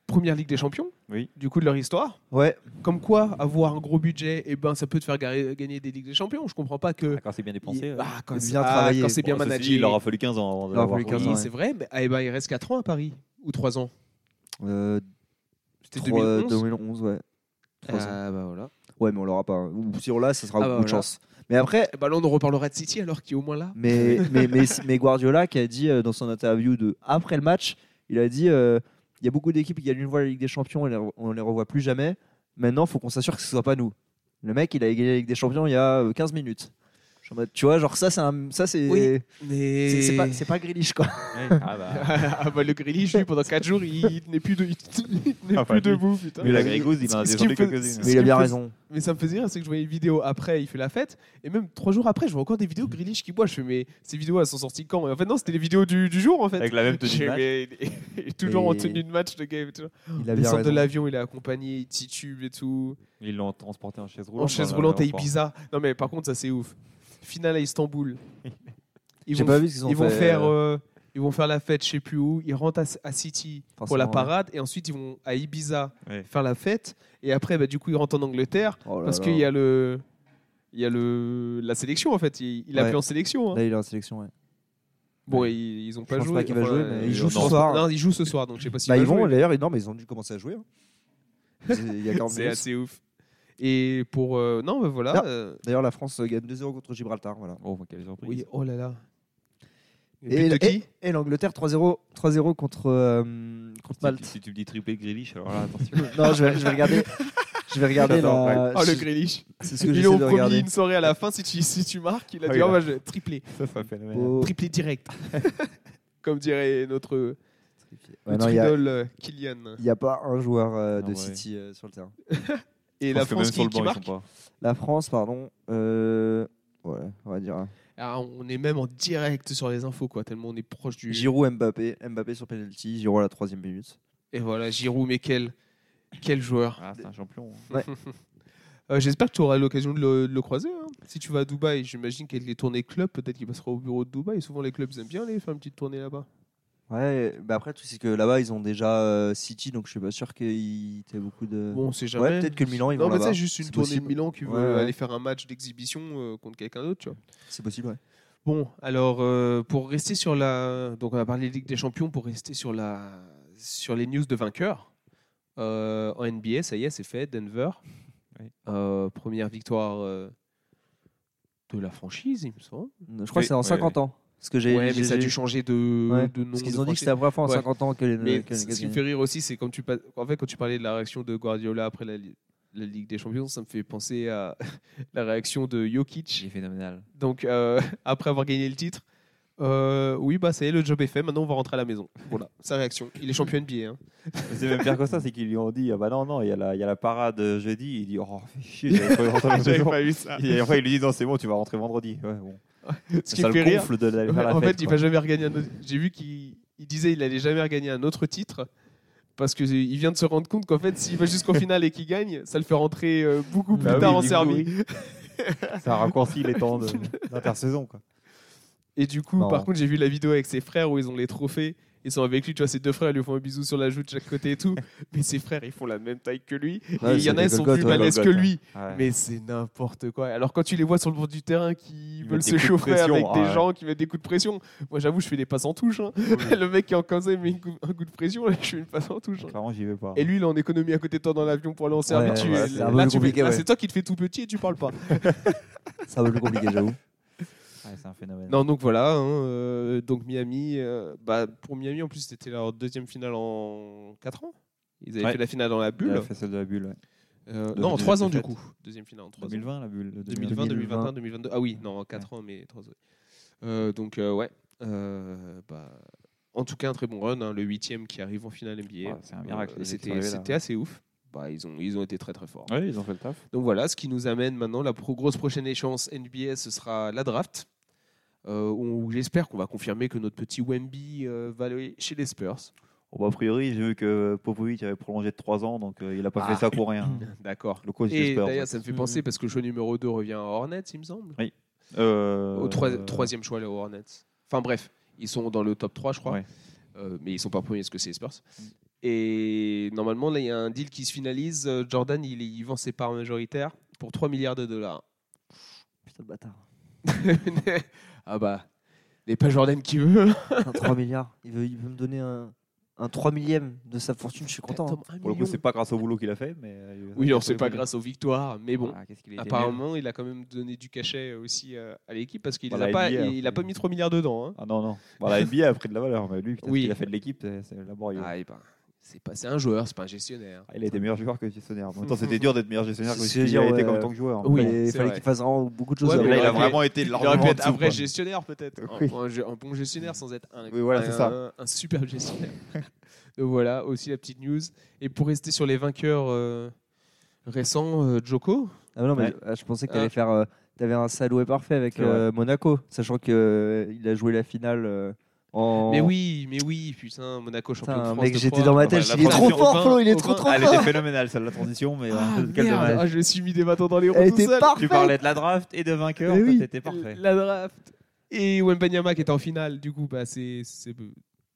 Speaker 1: première Ligue des Champions,
Speaker 3: Oui.
Speaker 1: du coup de leur histoire.
Speaker 2: Ouais,
Speaker 1: Comme quoi, avoir un gros budget, et ben, ça peut te faire gar- gagner des Ligues des Champions. Je comprends pas que.
Speaker 3: Ah, Quand c'est bien dépensé.
Speaker 2: euh,
Speaker 1: il-
Speaker 3: ouais.
Speaker 1: Ah, quand
Speaker 2: Bien
Speaker 1: c'est
Speaker 2: travaillé.
Speaker 1: quand c'est bien
Speaker 3: Bon, ceci dit,
Speaker 1: managé.
Speaker 3: Il aura fallu 15 ans avant de
Speaker 2: Il aura
Speaker 3: l'avoir.
Speaker 2: fallu
Speaker 1: Oui,
Speaker 2: 15 ans, ouais.
Speaker 1: c'est vrai, mais ah, eh ben, il reste 4 ans à Paris, ou 3 ans.
Speaker 2: euh,
Speaker 1: C'était
Speaker 2: trois- euh,
Speaker 1: 2011.
Speaker 2: 2011, ouais. Trois ans.
Speaker 3: Euh,
Speaker 1: Ah, bah voilà.
Speaker 2: Ouais, mais on l'aura pas. hein. Ou si on l'a, ça sera
Speaker 1: Ah, bah,
Speaker 2: beaucoup de
Speaker 1: voilà.
Speaker 2: chance. Mais après,
Speaker 1: Eh ben, là, on reparlera de City alors qu'il est au moins là.
Speaker 2: mais, mais, mais, mais Guardiola qui a dit euh, dans son interview de après le match, il a dit euh, il y a beaucoup d'équipes qui gagnent une fois la Ligue des Champions, et les re- on les revoit plus jamais. Maintenant, faut qu'on s'assure que ce soit pas nous. Le mec, il a gagné la Ligue des Champions il y a euh, 15 minutes. Je suis en mode, tu vois, genre ça, c'est un- ça c'est
Speaker 1: Oui. Mais.
Speaker 2: c'est c'est pas c'est pas Grealish quoi.
Speaker 3: Ah, bah.
Speaker 1: ah bah le Grealish lui pendant 4 jours il, il n'est plus, de, il, n'est
Speaker 3: Ah, bah,
Speaker 1: plus
Speaker 3: lui-
Speaker 1: debout putain.
Speaker 3: Mais la Grégouze, il en a
Speaker 1: Ce qui
Speaker 3: défendu
Speaker 1: me fait-
Speaker 3: quelques-unes.
Speaker 1: ce
Speaker 2: Mais il a
Speaker 1: qui
Speaker 2: bien
Speaker 1: me fait-
Speaker 2: raison.
Speaker 1: Mais ça me faisait rire c'est que je voyais une vidéo après il fait la fête et même 3 jours après je vois encore des vidéos Grealish qui boit je fais mais ces vidéos elles sont sorties quand et en fait non c'était les vidéos du, du jour en fait.
Speaker 3: Avec la même tenue
Speaker 1: Je
Speaker 3: de
Speaker 1: fais,
Speaker 3: match.
Speaker 1: mais il est- il est toujours en
Speaker 2: Mais-
Speaker 1: tenue de match le game.
Speaker 2: Il a
Speaker 1: Il
Speaker 2: bien
Speaker 1: sort de
Speaker 2: raison.
Speaker 1: l'avion, il est accompagné, il titube et tout.
Speaker 3: Ils l'ont transporté en chaise roulante.
Speaker 1: En chaise
Speaker 3: dans
Speaker 1: roulante à
Speaker 3: l'aéroport.
Speaker 1: Ibiza. Non mais par contre ça c'est ouf. Finale à Istanbul. Ils
Speaker 2: J'ai
Speaker 1: vont
Speaker 2: pas vu ce qu'ils ont
Speaker 1: ils vont
Speaker 2: fait,
Speaker 1: faire
Speaker 2: euh,
Speaker 1: euh, ils vont faire la fête je sais plus où ils rentrent à, à City euh, pour
Speaker 2: Forcément,
Speaker 1: la
Speaker 2: ouais.
Speaker 1: parade et ensuite ils vont à Ibiza
Speaker 3: Ouais.
Speaker 1: faire la fête et après bah, du coup ils rentrent en Angleterre
Speaker 2: Oh là
Speaker 1: parce
Speaker 2: là.
Speaker 1: qu'il y a le il y a le la sélection en fait il, il a
Speaker 2: Ouais.
Speaker 1: pris en sélection hein.
Speaker 2: Là, il est en sélection. Ouais.
Speaker 1: bon ils, ils ont pas
Speaker 2: pense
Speaker 1: joué
Speaker 2: pas qu'il va jouer, mais il
Speaker 1: ils
Speaker 2: joue ce
Speaker 1: ont-
Speaker 2: soir.
Speaker 1: non ils jouent ce soir donc je sais pas si
Speaker 2: Bah, ils vont d'ailleurs, ils- non, mais ils ont dû commencer à jouer. hein. Il y a 40
Speaker 1: c'est
Speaker 2: minutes.
Speaker 1: assez ouf et pour euh, non bah, voilà
Speaker 2: Non.
Speaker 1: euh,
Speaker 2: D'ailleurs, la France gagne 2-0 contre Gibraltar. Voilà.
Speaker 3: Oh, quelle surprise.
Speaker 1: oui oh là là
Speaker 2: Et, euh,
Speaker 1: et, de qui
Speaker 2: et- et l'Angleterre 3-0 3-0 contre, euh, contre
Speaker 3: Si, tu,
Speaker 2: Malte.
Speaker 3: si tu me dis triplé Grealish, alors là, attention.
Speaker 2: non, je vais, je vais regarder. Je vais regarder
Speaker 3: J'adore,
Speaker 2: la.
Speaker 1: oh le
Speaker 2: c'est-
Speaker 1: Grealish
Speaker 2: C'est ce que
Speaker 1: ils lui ont
Speaker 2: j'essaie de
Speaker 1: promis
Speaker 2: regarder.
Speaker 1: une soirée à la fin si tu, si tu marques il a
Speaker 3: Ah
Speaker 1: dit
Speaker 3: oui,
Speaker 1: oh, bah,
Speaker 3: là.
Speaker 1: je vais tripler
Speaker 3: ça, ça fait le
Speaker 2: Oh.
Speaker 1: triplé direct. Comme dirait notre
Speaker 2: Ouais, non,
Speaker 1: notre
Speaker 2: Il n'y a,
Speaker 1: idole, euh, Kylian.
Speaker 2: il y a pas un joueur euh, de
Speaker 3: Ah ouais.
Speaker 2: City euh, sur le terrain.
Speaker 1: Et la France qui, qui marque.
Speaker 3: pas.
Speaker 2: La France, pardon. euh, Ouais, on va dire. hein.
Speaker 1: Ah, on est même en direct sur les infos, quoi, tellement on est proche du.
Speaker 2: Giroud, Mbappé, Mbappé sur penalty, Giroud à la troisième minute.
Speaker 1: Et voilà, Giroud, mais quel, quel joueur.
Speaker 3: Ah, c'est un champion.
Speaker 1: Euh, J'espère que tu auras l'occasion de, le- de le croiser. hein. Si tu vas à Dubaï, j'imagine qu'avec les tournées club, peut-être qu'il passera au bureau de Dubaï. Souvent, les clubs ils aiment bien aller faire une petite tournée là-bas.
Speaker 2: Ouais, bah après, le truc, c'est que là-bas, ils ont déjà euh, City, donc je suis pas sûr qu'il y ait beaucoup de.
Speaker 1: Bon, on sait jamais.
Speaker 2: Euh, ouais, peut-être que le Milan, ils
Speaker 1: non,
Speaker 2: vont
Speaker 1: mais
Speaker 2: là-bas.
Speaker 1: c'est juste une
Speaker 2: C'est
Speaker 1: tournée de
Speaker 2: possible.
Speaker 1: Milan qui veut
Speaker 2: Ouais, ouais.
Speaker 1: aller faire un match d'exhibition euh, contre quelqu'un d'autre, tu vois.
Speaker 2: C'est possible, ouais.
Speaker 1: Bon, alors euh, pour rester sur la, donc on a parlé de Ligue des Champions pour rester sur la, sur les news de vainqueurs euh, en NBA, ça y est, c'est fait, Denver,
Speaker 3: Oui.
Speaker 1: Euh, première victoire euh, de la franchise, il me semble.
Speaker 2: Je crois
Speaker 3: Oui,
Speaker 2: que c'est en
Speaker 3: ouais,
Speaker 2: 50 ans. Parce que j'ai.
Speaker 1: ouais, mais
Speaker 2: j'ai-
Speaker 1: ça a
Speaker 2: j'ai-
Speaker 1: dû changer de,
Speaker 2: Ouais,
Speaker 1: de nom.
Speaker 2: Parce
Speaker 1: de
Speaker 2: qu'ils ont dit que
Speaker 1: franchise.
Speaker 2: c'était la première fois en
Speaker 1: Ouais.
Speaker 2: 50 ans que les.
Speaker 1: Mais
Speaker 2: que les-
Speaker 1: ce qui me
Speaker 2: que-
Speaker 1: fait rire aussi, c'est quand tu pas- en fait quand tu parlais de la réaction de Guardiola après la, li- la Ligue des Champions, ça me fait penser à la réaction de Jokic.
Speaker 3: Il est phénoménal.
Speaker 1: Donc, euh, après avoir gagné le titre, euh, oui, bah, ça y est, le job est fait. Maintenant, on va rentrer à la maison. Voilà, sa réaction. Il est champion NBA. hein.
Speaker 3: C'est même pire que ça, c'est qu'ils lui ont dit Ah bah non, non, il y, a la- il y a la parade jeudi. Il dit Oh, fais chier, j'avais pas rentré le jour.
Speaker 1: vu ça.
Speaker 3: Et après, il lui dit Non, c'est bon, tu vas rentrer vendredi. Ouais, bon.
Speaker 1: Ce qui
Speaker 3: ça
Speaker 1: me fait
Speaker 3: le
Speaker 1: rire.
Speaker 3: gonfle de
Speaker 1: ouais,
Speaker 3: la, faire la
Speaker 1: en fait,
Speaker 3: fête,
Speaker 1: il
Speaker 3: quoi.
Speaker 1: va jamais regagner un autre. J'ai vu qu'il il disait il allait jamais regagner un autre titre. Parce qu'il vient de se rendre compte qu'en fait, s'il va jusqu'en finale et qu'il gagne, ça le fait rentrer euh, beaucoup plus
Speaker 3: Bah oui,
Speaker 1: tard en
Speaker 3: du coup,
Speaker 1: Serbie.
Speaker 3: Ça raccourcit les temps de- d'intersaison. quoi.
Speaker 1: Et du coup,
Speaker 2: Non.
Speaker 1: par contre, j'ai vu la vidéo avec ses frères où ils ont les trophées. Ils sont avec lui, tu vois, ses deux frères, ils lui font un bisou sur la joue de chaque côté et tout. Mais ses frères, ils font la même taille que lui. et
Speaker 2: Ouais,
Speaker 1: il y
Speaker 2: c'est
Speaker 1: en a,
Speaker 2: des
Speaker 1: ils sont
Speaker 2: Golgothes,
Speaker 1: plus
Speaker 2: ouais.
Speaker 1: balèzes que
Speaker 3: Golgothes,
Speaker 1: lui.
Speaker 3: Ouais.
Speaker 1: Mais c'est n'importe quoi. Alors quand tu les vois sur le bord du terrain qui
Speaker 3: Ils
Speaker 1: veulent
Speaker 3: mettent
Speaker 1: se
Speaker 3: des coups de
Speaker 1: chauffer
Speaker 3: pression,
Speaker 1: avec
Speaker 3: ah
Speaker 1: des
Speaker 3: ouais.
Speaker 1: gens qui mettent des coups de pression, moi j'avoue je fais des passes en touche. hein. le mec qui est en Kansas il met une coup- un coup de pression, là, je fais une passe en touche. hein.
Speaker 3: Clairement, j'y vais pas.
Speaker 1: Et lui il est en économie à côté de toi dans l'avion pour aller en Serbie.
Speaker 2: Ouais,
Speaker 1: tu-
Speaker 2: ouais, c'est un peu
Speaker 1: là, tu fais- ah,
Speaker 2: plus compliqué,
Speaker 1: là,
Speaker 2: ouais.
Speaker 1: c'est toi qui te fais tout petit et tu parles pas.
Speaker 2: C'est un peu plus compliqué, j'avoue.
Speaker 3: Ouais, c'est un phénomène.
Speaker 1: Non, donc voilà. hein, euh, donc Miami, euh, bah, pour Miami, en plus, c'était leur deuxième finale en 4 ans. Ils avaient
Speaker 3: Ouais.
Speaker 1: fait la finale dans la
Speaker 3: Il
Speaker 1: bulle.
Speaker 3: a fait celle de la bulle. ouais.
Speaker 1: Euh,
Speaker 3: de-
Speaker 1: non, en
Speaker 3: de-
Speaker 1: 3 ans
Speaker 3: de
Speaker 1: du
Speaker 3: fait.
Speaker 1: coup. Deuxième finale en 3 ans.
Speaker 3: 2020, la bulle. le
Speaker 1: 2020,
Speaker 8: 2020.
Speaker 1: 2021, 2022. Ah oui, non, 4 ans, mais 3 ans. Euh, donc, euh, ouais. Euh, bah, en tout cas, un très bon run. hein, le huitième qui arrive en finale NBA.
Speaker 3: Ah, c'est un miracle,
Speaker 1: Euh,
Speaker 3: ils étaient
Speaker 1: C'était
Speaker 3: arrivés là.
Speaker 1: c'était assez ouf. Bah, ils, ont, ils ont été très très forts.
Speaker 3: Oui, ils ont fait le taf.
Speaker 1: Donc voilà, ce qui nous amène maintenant, la pro- grosse prochaine échéance NBA, ce sera la draft. euh, où j'espère qu'on va confirmer que notre petit Wemby euh, va aller chez les Spurs.
Speaker 3: Bon, bah, a priori, j'ai vu que Popovic avait prolongé de 3 ans, donc euh, il n'a pas
Speaker 1: Ah.
Speaker 3: fait ça pour rien.
Speaker 1: D'accord.
Speaker 3: Le coach
Speaker 1: Et
Speaker 3: des Spurs.
Speaker 1: d'ailleurs, ça me fait penser parce que le choix numéro 2 revient à Hornets, il me semble.
Speaker 3: Euh,
Speaker 1: Au troi-
Speaker 3: euh,
Speaker 1: troisième choix, les Hornets. Enfin bref, ils sont dans le top 3, je crois.
Speaker 3: Ouais.
Speaker 1: Euh, mais ils sont pas premiers parce que c'est les Spurs. Et normalement, là, il y a un deal qui se finalise. Euh, Jordan, il, il vend ses parts majoritaires pour 3 milliards de dollars.
Speaker 2: Putain de bâtard.
Speaker 1: ah bah, les pas Jordan qui veut.
Speaker 2: Putain, 3 milliards. Il veut, il veut me donner un, un 3 millième de sa fortune, je suis content. hein.
Speaker 1: Attends, un
Speaker 3: Pour le coup,
Speaker 1: million.
Speaker 3: c'est pas grâce au boulot qu'il a fait, mais. euh,
Speaker 1: Oui, non,
Speaker 3: il-
Speaker 1: c'est pas grâce aux victoires, mais bon.
Speaker 3: Ah, qu'est-ce qu'il a été nul.
Speaker 1: Apparemment, il a quand même donné du cachet aussi euh, à l'équipe parce qu'il
Speaker 3: Bah,
Speaker 1: n'a
Speaker 3: la
Speaker 1: pas,
Speaker 3: NBA,
Speaker 1: il, il a
Speaker 3: c'est-
Speaker 1: pas mis 3 milliards dedans. hein.
Speaker 3: Ah non, non. Bon, la NBA a pris de la valeur, mais lui, putain,
Speaker 1: Oui.
Speaker 3: il a fait de l'équipe, c'est c'est laborieux.
Speaker 1: Ah, et ben, c'est pas, c'est un joueur, c'est pas un gestionnaire.
Speaker 3: Ah, Il a été meilleur joueur que gestionnaire. En même temps, c'était dur d'être meilleur gestionnaire que
Speaker 2: C'est-
Speaker 3: ce qu'il
Speaker 2: c'est-à-dire,
Speaker 3: a été
Speaker 2: ouais.
Speaker 3: comme en tant que joueur.
Speaker 1: Oui,
Speaker 2: il fallait,
Speaker 1: c'est
Speaker 2: fallait
Speaker 1: vrai.
Speaker 2: qu'il fasse vraiment beaucoup de choses.
Speaker 1: Ouais,
Speaker 3: Mais
Speaker 1: mais
Speaker 3: là, il a
Speaker 1: aurait
Speaker 3: vraiment été
Speaker 1: Il aurait
Speaker 3: largement
Speaker 1: pu
Speaker 3: en
Speaker 1: être un
Speaker 3: dessous,
Speaker 1: vrai
Speaker 3: quoi.
Speaker 1: gestionnaire peut-être. Un-
Speaker 3: Oui.
Speaker 1: Un, ge- un bon gestionnaire sans être un,
Speaker 3: Oui, voilà,
Speaker 1: un,
Speaker 3: c'est ça.
Speaker 1: un super gestionnaire. Donc voilà, aussi la petite news. Et pour rester sur les vainqueurs euh, récents, euh, Joko.
Speaker 2: Ah mais non, mais
Speaker 3: Ouais.
Speaker 2: je- ah, je, pensais que
Speaker 1: Ah.
Speaker 2: t'allais faire. euh, T'avais un salouet parfait avec
Speaker 3: C'est vrai.
Speaker 2: euh, Monaco, sachant qu'il a joué la finale euh, en.
Speaker 1: Mais oui, mais oui, putain, Monaco champion
Speaker 2: Putain,
Speaker 1: de France.
Speaker 2: mec,
Speaker 1: de Ah, bah,
Speaker 2: j'étais
Speaker 1: fois.
Speaker 2: dans ma
Speaker 3: Enfin,
Speaker 2: tête.
Speaker 3: la
Speaker 2: il est trop
Speaker 3: transition au
Speaker 2: fort,
Speaker 1: vin,
Speaker 2: Flo, il est
Speaker 1: au
Speaker 2: trop
Speaker 1: vin.
Speaker 2: trop
Speaker 3: Ah, elle était
Speaker 2: fort.
Speaker 3: phénoménale, celle de la transition, mais
Speaker 1: Ah,
Speaker 3: euh, quel
Speaker 1: merde,
Speaker 3: dommage.
Speaker 1: ah, je me suis mis des bâtons dans les roues
Speaker 2: Elle
Speaker 1: tout
Speaker 2: était
Speaker 1: seul.
Speaker 2: parfaite.
Speaker 3: Tu parlais de la draft et de vainqueur,
Speaker 2: Mais
Speaker 3: toi,
Speaker 2: oui.
Speaker 3: t'étais parfait.
Speaker 1: La draft. Et Wembanyama qui était en finale, du coup, bah, c'est c'est-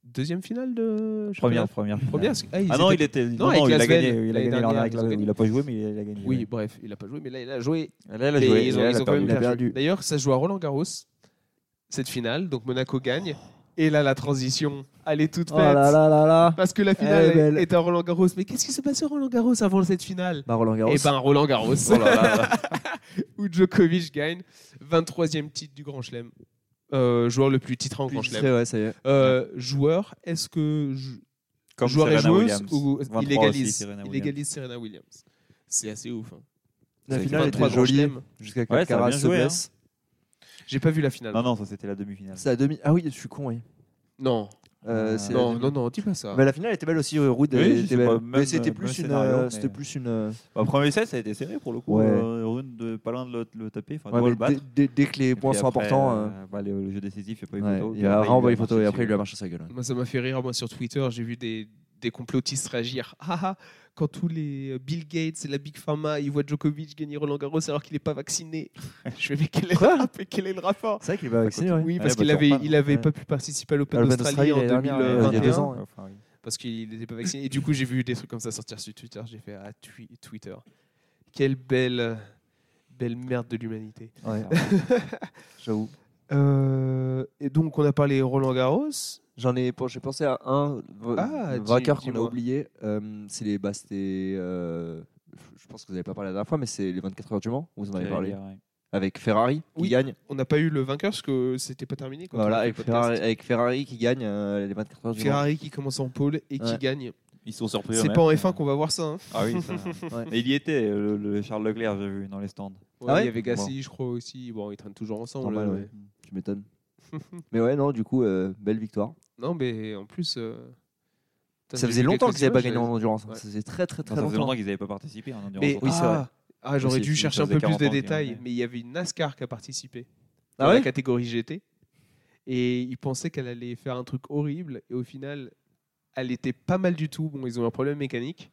Speaker 1: deuxième finale de
Speaker 3: Première, première. finale.
Speaker 1: première. parce que- ils
Speaker 3: Ah non,
Speaker 1: étaient-
Speaker 3: il était.
Speaker 1: Non,
Speaker 3: Non,
Speaker 1: avec
Speaker 3: non, il a
Speaker 1: Las
Speaker 3: gagné.
Speaker 1: Vegas,
Speaker 3: Il a
Speaker 1: l'année
Speaker 3: gagné l'an
Speaker 1: dernier,
Speaker 3: dernier avec
Speaker 1: ils
Speaker 3: la
Speaker 1: ont
Speaker 3: Vegas.
Speaker 1: gagné.
Speaker 3: Il a pas joué, mais il a gagné.
Speaker 1: Oui, bref, il a pas joué, mais là, il a joué.
Speaker 2: Là, elle a
Speaker 1: Mais
Speaker 2: joué,
Speaker 1: ils ont,
Speaker 2: là,
Speaker 1: ils
Speaker 2: elle a
Speaker 1: ont quand même
Speaker 2: perdu.
Speaker 1: bien joué. D'ailleurs, ça se joue à Roland Garros, cette finale. Donc Monaco gagne. Et là, la transition, elle est toute
Speaker 2: Oh
Speaker 1: faite.
Speaker 2: là là là là.
Speaker 1: Parce que la
Speaker 2: Elle
Speaker 1: finale
Speaker 2: est belle.
Speaker 1: est à Roland Garros. Mais qu'est-ce qui se passe à Roland Garros avant cette finale
Speaker 2: Bah, Roland Garros.
Speaker 1: Eh ben, Roland Garros. Où Djokovic gagne. 23e titre du Grand Chelem. Euh, joueur le plus titré en Grand
Speaker 2: Puis,
Speaker 1: Chelem.
Speaker 2: ouais, ça y est.
Speaker 1: Euh, joueur, est-ce que. je-
Speaker 3: Comme
Speaker 1: joueur et
Speaker 3: Serena
Speaker 1: joueuse
Speaker 3: Williams.
Speaker 1: ou
Speaker 3: 23
Speaker 1: il
Speaker 3: aussi,
Speaker 1: égalise,
Speaker 3: Serena
Speaker 1: il
Speaker 3: Williams.
Speaker 1: égalise Serena Williams. C'est assez ouf. hein.
Speaker 2: La
Speaker 3: c'est
Speaker 2: finale
Speaker 3: pas
Speaker 2: était
Speaker 3: trois
Speaker 1: Grands
Speaker 2: jolie.
Speaker 1: Chelems.
Speaker 2: Jusqu'à
Speaker 3: Ouais, ça a
Speaker 2: Alcaraz
Speaker 3: bien
Speaker 2: se
Speaker 3: joué, hein.
Speaker 2: blesse.
Speaker 1: J'ai pas vu la finale.
Speaker 3: Non, non, ça c'était la demi-finale.
Speaker 2: C'est à demi. Ah oui, je suis con, oui.
Speaker 1: Non,
Speaker 2: Euh,
Speaker 3: Ah.
Speaker 2: c'est la
Speaker 1: non,
Speaker 2: demi-
Speaker 1: non, non, dis pas ça.
Speaker 2: Bah, la finale était belle aussi, euh, Rude
Speaker 3: Oui,
Speaker 2: elle
Speaker 3: je
Speaker 2: était
Speaker 3: sais
Speaker 2: belle.
Speaker 3: pas,
Speaker 2: mais
Speaker 3: même,
Speaker 2: c'était
Speaker 3: euh,
Speaker 2: plus,
Speaker 3: même
Speaker 2: une,
Speaker 3: scénario,
Speaker 2: euh,
Speaker 3: mais-
Speaker 2: c'était plus une. euh,
Speaker 3: Bah, premier set, ça a été serré pour le coup.
Speaker 2: Ouais.
Speaker 3: Euh, Rune de pas loin de le, le taper, enfin de
Speaker 2: ouais,
Speaker 3: pas
Speaker 2: mais
Speaker 3: le battre.
Speaker 2: dès- dès, dès que les
Speaker 3: Et
Speaker 2: points
Speaker 3: puis
Speaker 2: sont
Speaker 3: après,
Speaker 2: importants. euh,
Speaker 3: euh, bah, le, le jeu décisif, il n'y a pas eu
Speaker 2: ouais,
Speaker 3: photo.
Speaker 2: il a renvoyé les photos et après il lui a marché sa gueule.
Speaker 1: Moi, ça m'a fait rire. Moi, sur Twitter, j'ai vu des, des complotistes réagir. Ah, ah, quand tous les euh, Bill Gates et la Big Pharma, ils voient Djokovic gagner Roland Garros alors qu'il n'est pas vacciné. Je fais, mais quel est, le rap- quel est le rapport
Speaker 2: C'est vrai qu'il est pas vacciné, ouais.
Speaker 1: Oui, parce
Speaker 3: Ouais, bah,
Speaker 1: qu'il avait,
Speaker 3: normal,
Speaker 1: il avait
Speaker 2: ouais.
Speaker 1: pas pu participer à l'Open
Speaker 2: À l'Open
Speaker 1: d'Australie en
Speaker 2: d'Australie l'année dernière,
Speaker 3: Il y a deux
Speaker 1: 2021
Speaker 2: ans.
Speaker 3: ouais. Enfin, oui.
Speaker 1: parce qu'il n'était pas vacciné. Et du coup, j'ai vu des trucs comme ça sortir sur Twitter. J'ai fait ah twi- Twitter, quelle belle, belle merde de l'humanité.
Speaker 2: Ouais. J'avoue.
Speaker 1: Euh, et donc, on a parlé Roland Garros.
Speaker 2: J'en ai, j'ai pensé à un v-
Speaker 1: Ah, dis-
Speaker 2: vainqueur qu'on a
Speaker 1: dis-moi.
Speaker 2: oublié. euh, c'est les bah, c'était, euh, je pense que vous n'avez pas parlé la dernière fois, mais c'est les 24 heures du Mans. Vous en avez
Speaker 3: J'allais
Speaker 2: parlé
Speaker 3: dire, ouais.
Speaker 2: avec Ferrari qui
Speaker 1: Oui.
Speaker 2: gagne.
Speaker 1: On n'a pas eu le vainqueur parce que c'était pas terminé. Quand
Speaker 2: Voilà,
Speaker 1: on a fait
Speaker 2: avec
Speaker 1: le podcast.
Speaker 2: Ferrari, avec Ferrari qui gagne euh, les 24 heures du Mans.
Speaker 1: Ferrari qui commence en pôle et qui
Speaker 2: Ouais.
Speaker 1: gagne.
Speaker 3: Ils sont surpris.
Speaker 1: C'est
Speaker 3: eux-mêmes.
Speaker 1: pas en F1 qu'on va voir ça. hein.
Speaker 3: Ah oui. ça-
Speaker 2: Ouais.
Speaker 3: Mais il y était, le, le Charles Leclerc, j'ai vu dans les stands.
Speaker 1: Ouais,
Speaker 2: Ah ouais
Speaker 1: il y avait Gasly, je crois aussi. Bon, ils traînent toujours ensemble. euh,
Speaker 2: Normal,
Speaker 1: là,
Speaker 2: ouais. Tu m'étonnes. mais ouais, non, du coup, euh, belle victoire.
Speaker 1: mais- Non, mais en plus. euh, putain, j'ai
Speaker 2: ça faisait
Speaker 1: vu
Speaker 2: longtemps
Speaker 1: quelques
Speaker 2: qu'ils n'avaient pas
Speaker 1: images,
Speaker 2: gagné en endurance. hein.
Speaker 1: Ouais.
Speaker 2: Ça faisait très très
Speaker 3: Ça
Speaker 2: très
Speaker 3: faisait
Speaker 2: longtemps.
Speaker 3: longtemps qu'ils n'avaient pas participé en endurance.
Speaker 1: Mais
Speaker 2: Oui, c'est
Speaker 1: ah,
Speaker 2: vrai.
Speaker 1: ah, j'aurais
Speaker 3: Aussi,
Speaker 1: dû
Speaker 3: ça
Speaker 1: chercher un
Speaker 3: faisait
Speaker 1: peu plus
Speaker 3: 40
Speaker 1: de
Speaker 3: ans qu'il y en
Speaker 1: détails,
Speaker 3: avait.
Speaker 1: mais il y avait une NASCAR qui a participé
Speaker 2: Ah
Speaker 1: dans la
Speaker 2: ouais
Speaker 1: catégorie GT. Et ils pensaient qu'elle allait faire un truc horrible. Et au final, elle était pas mal du tout. Bon, ils ont eu un problème mécanique.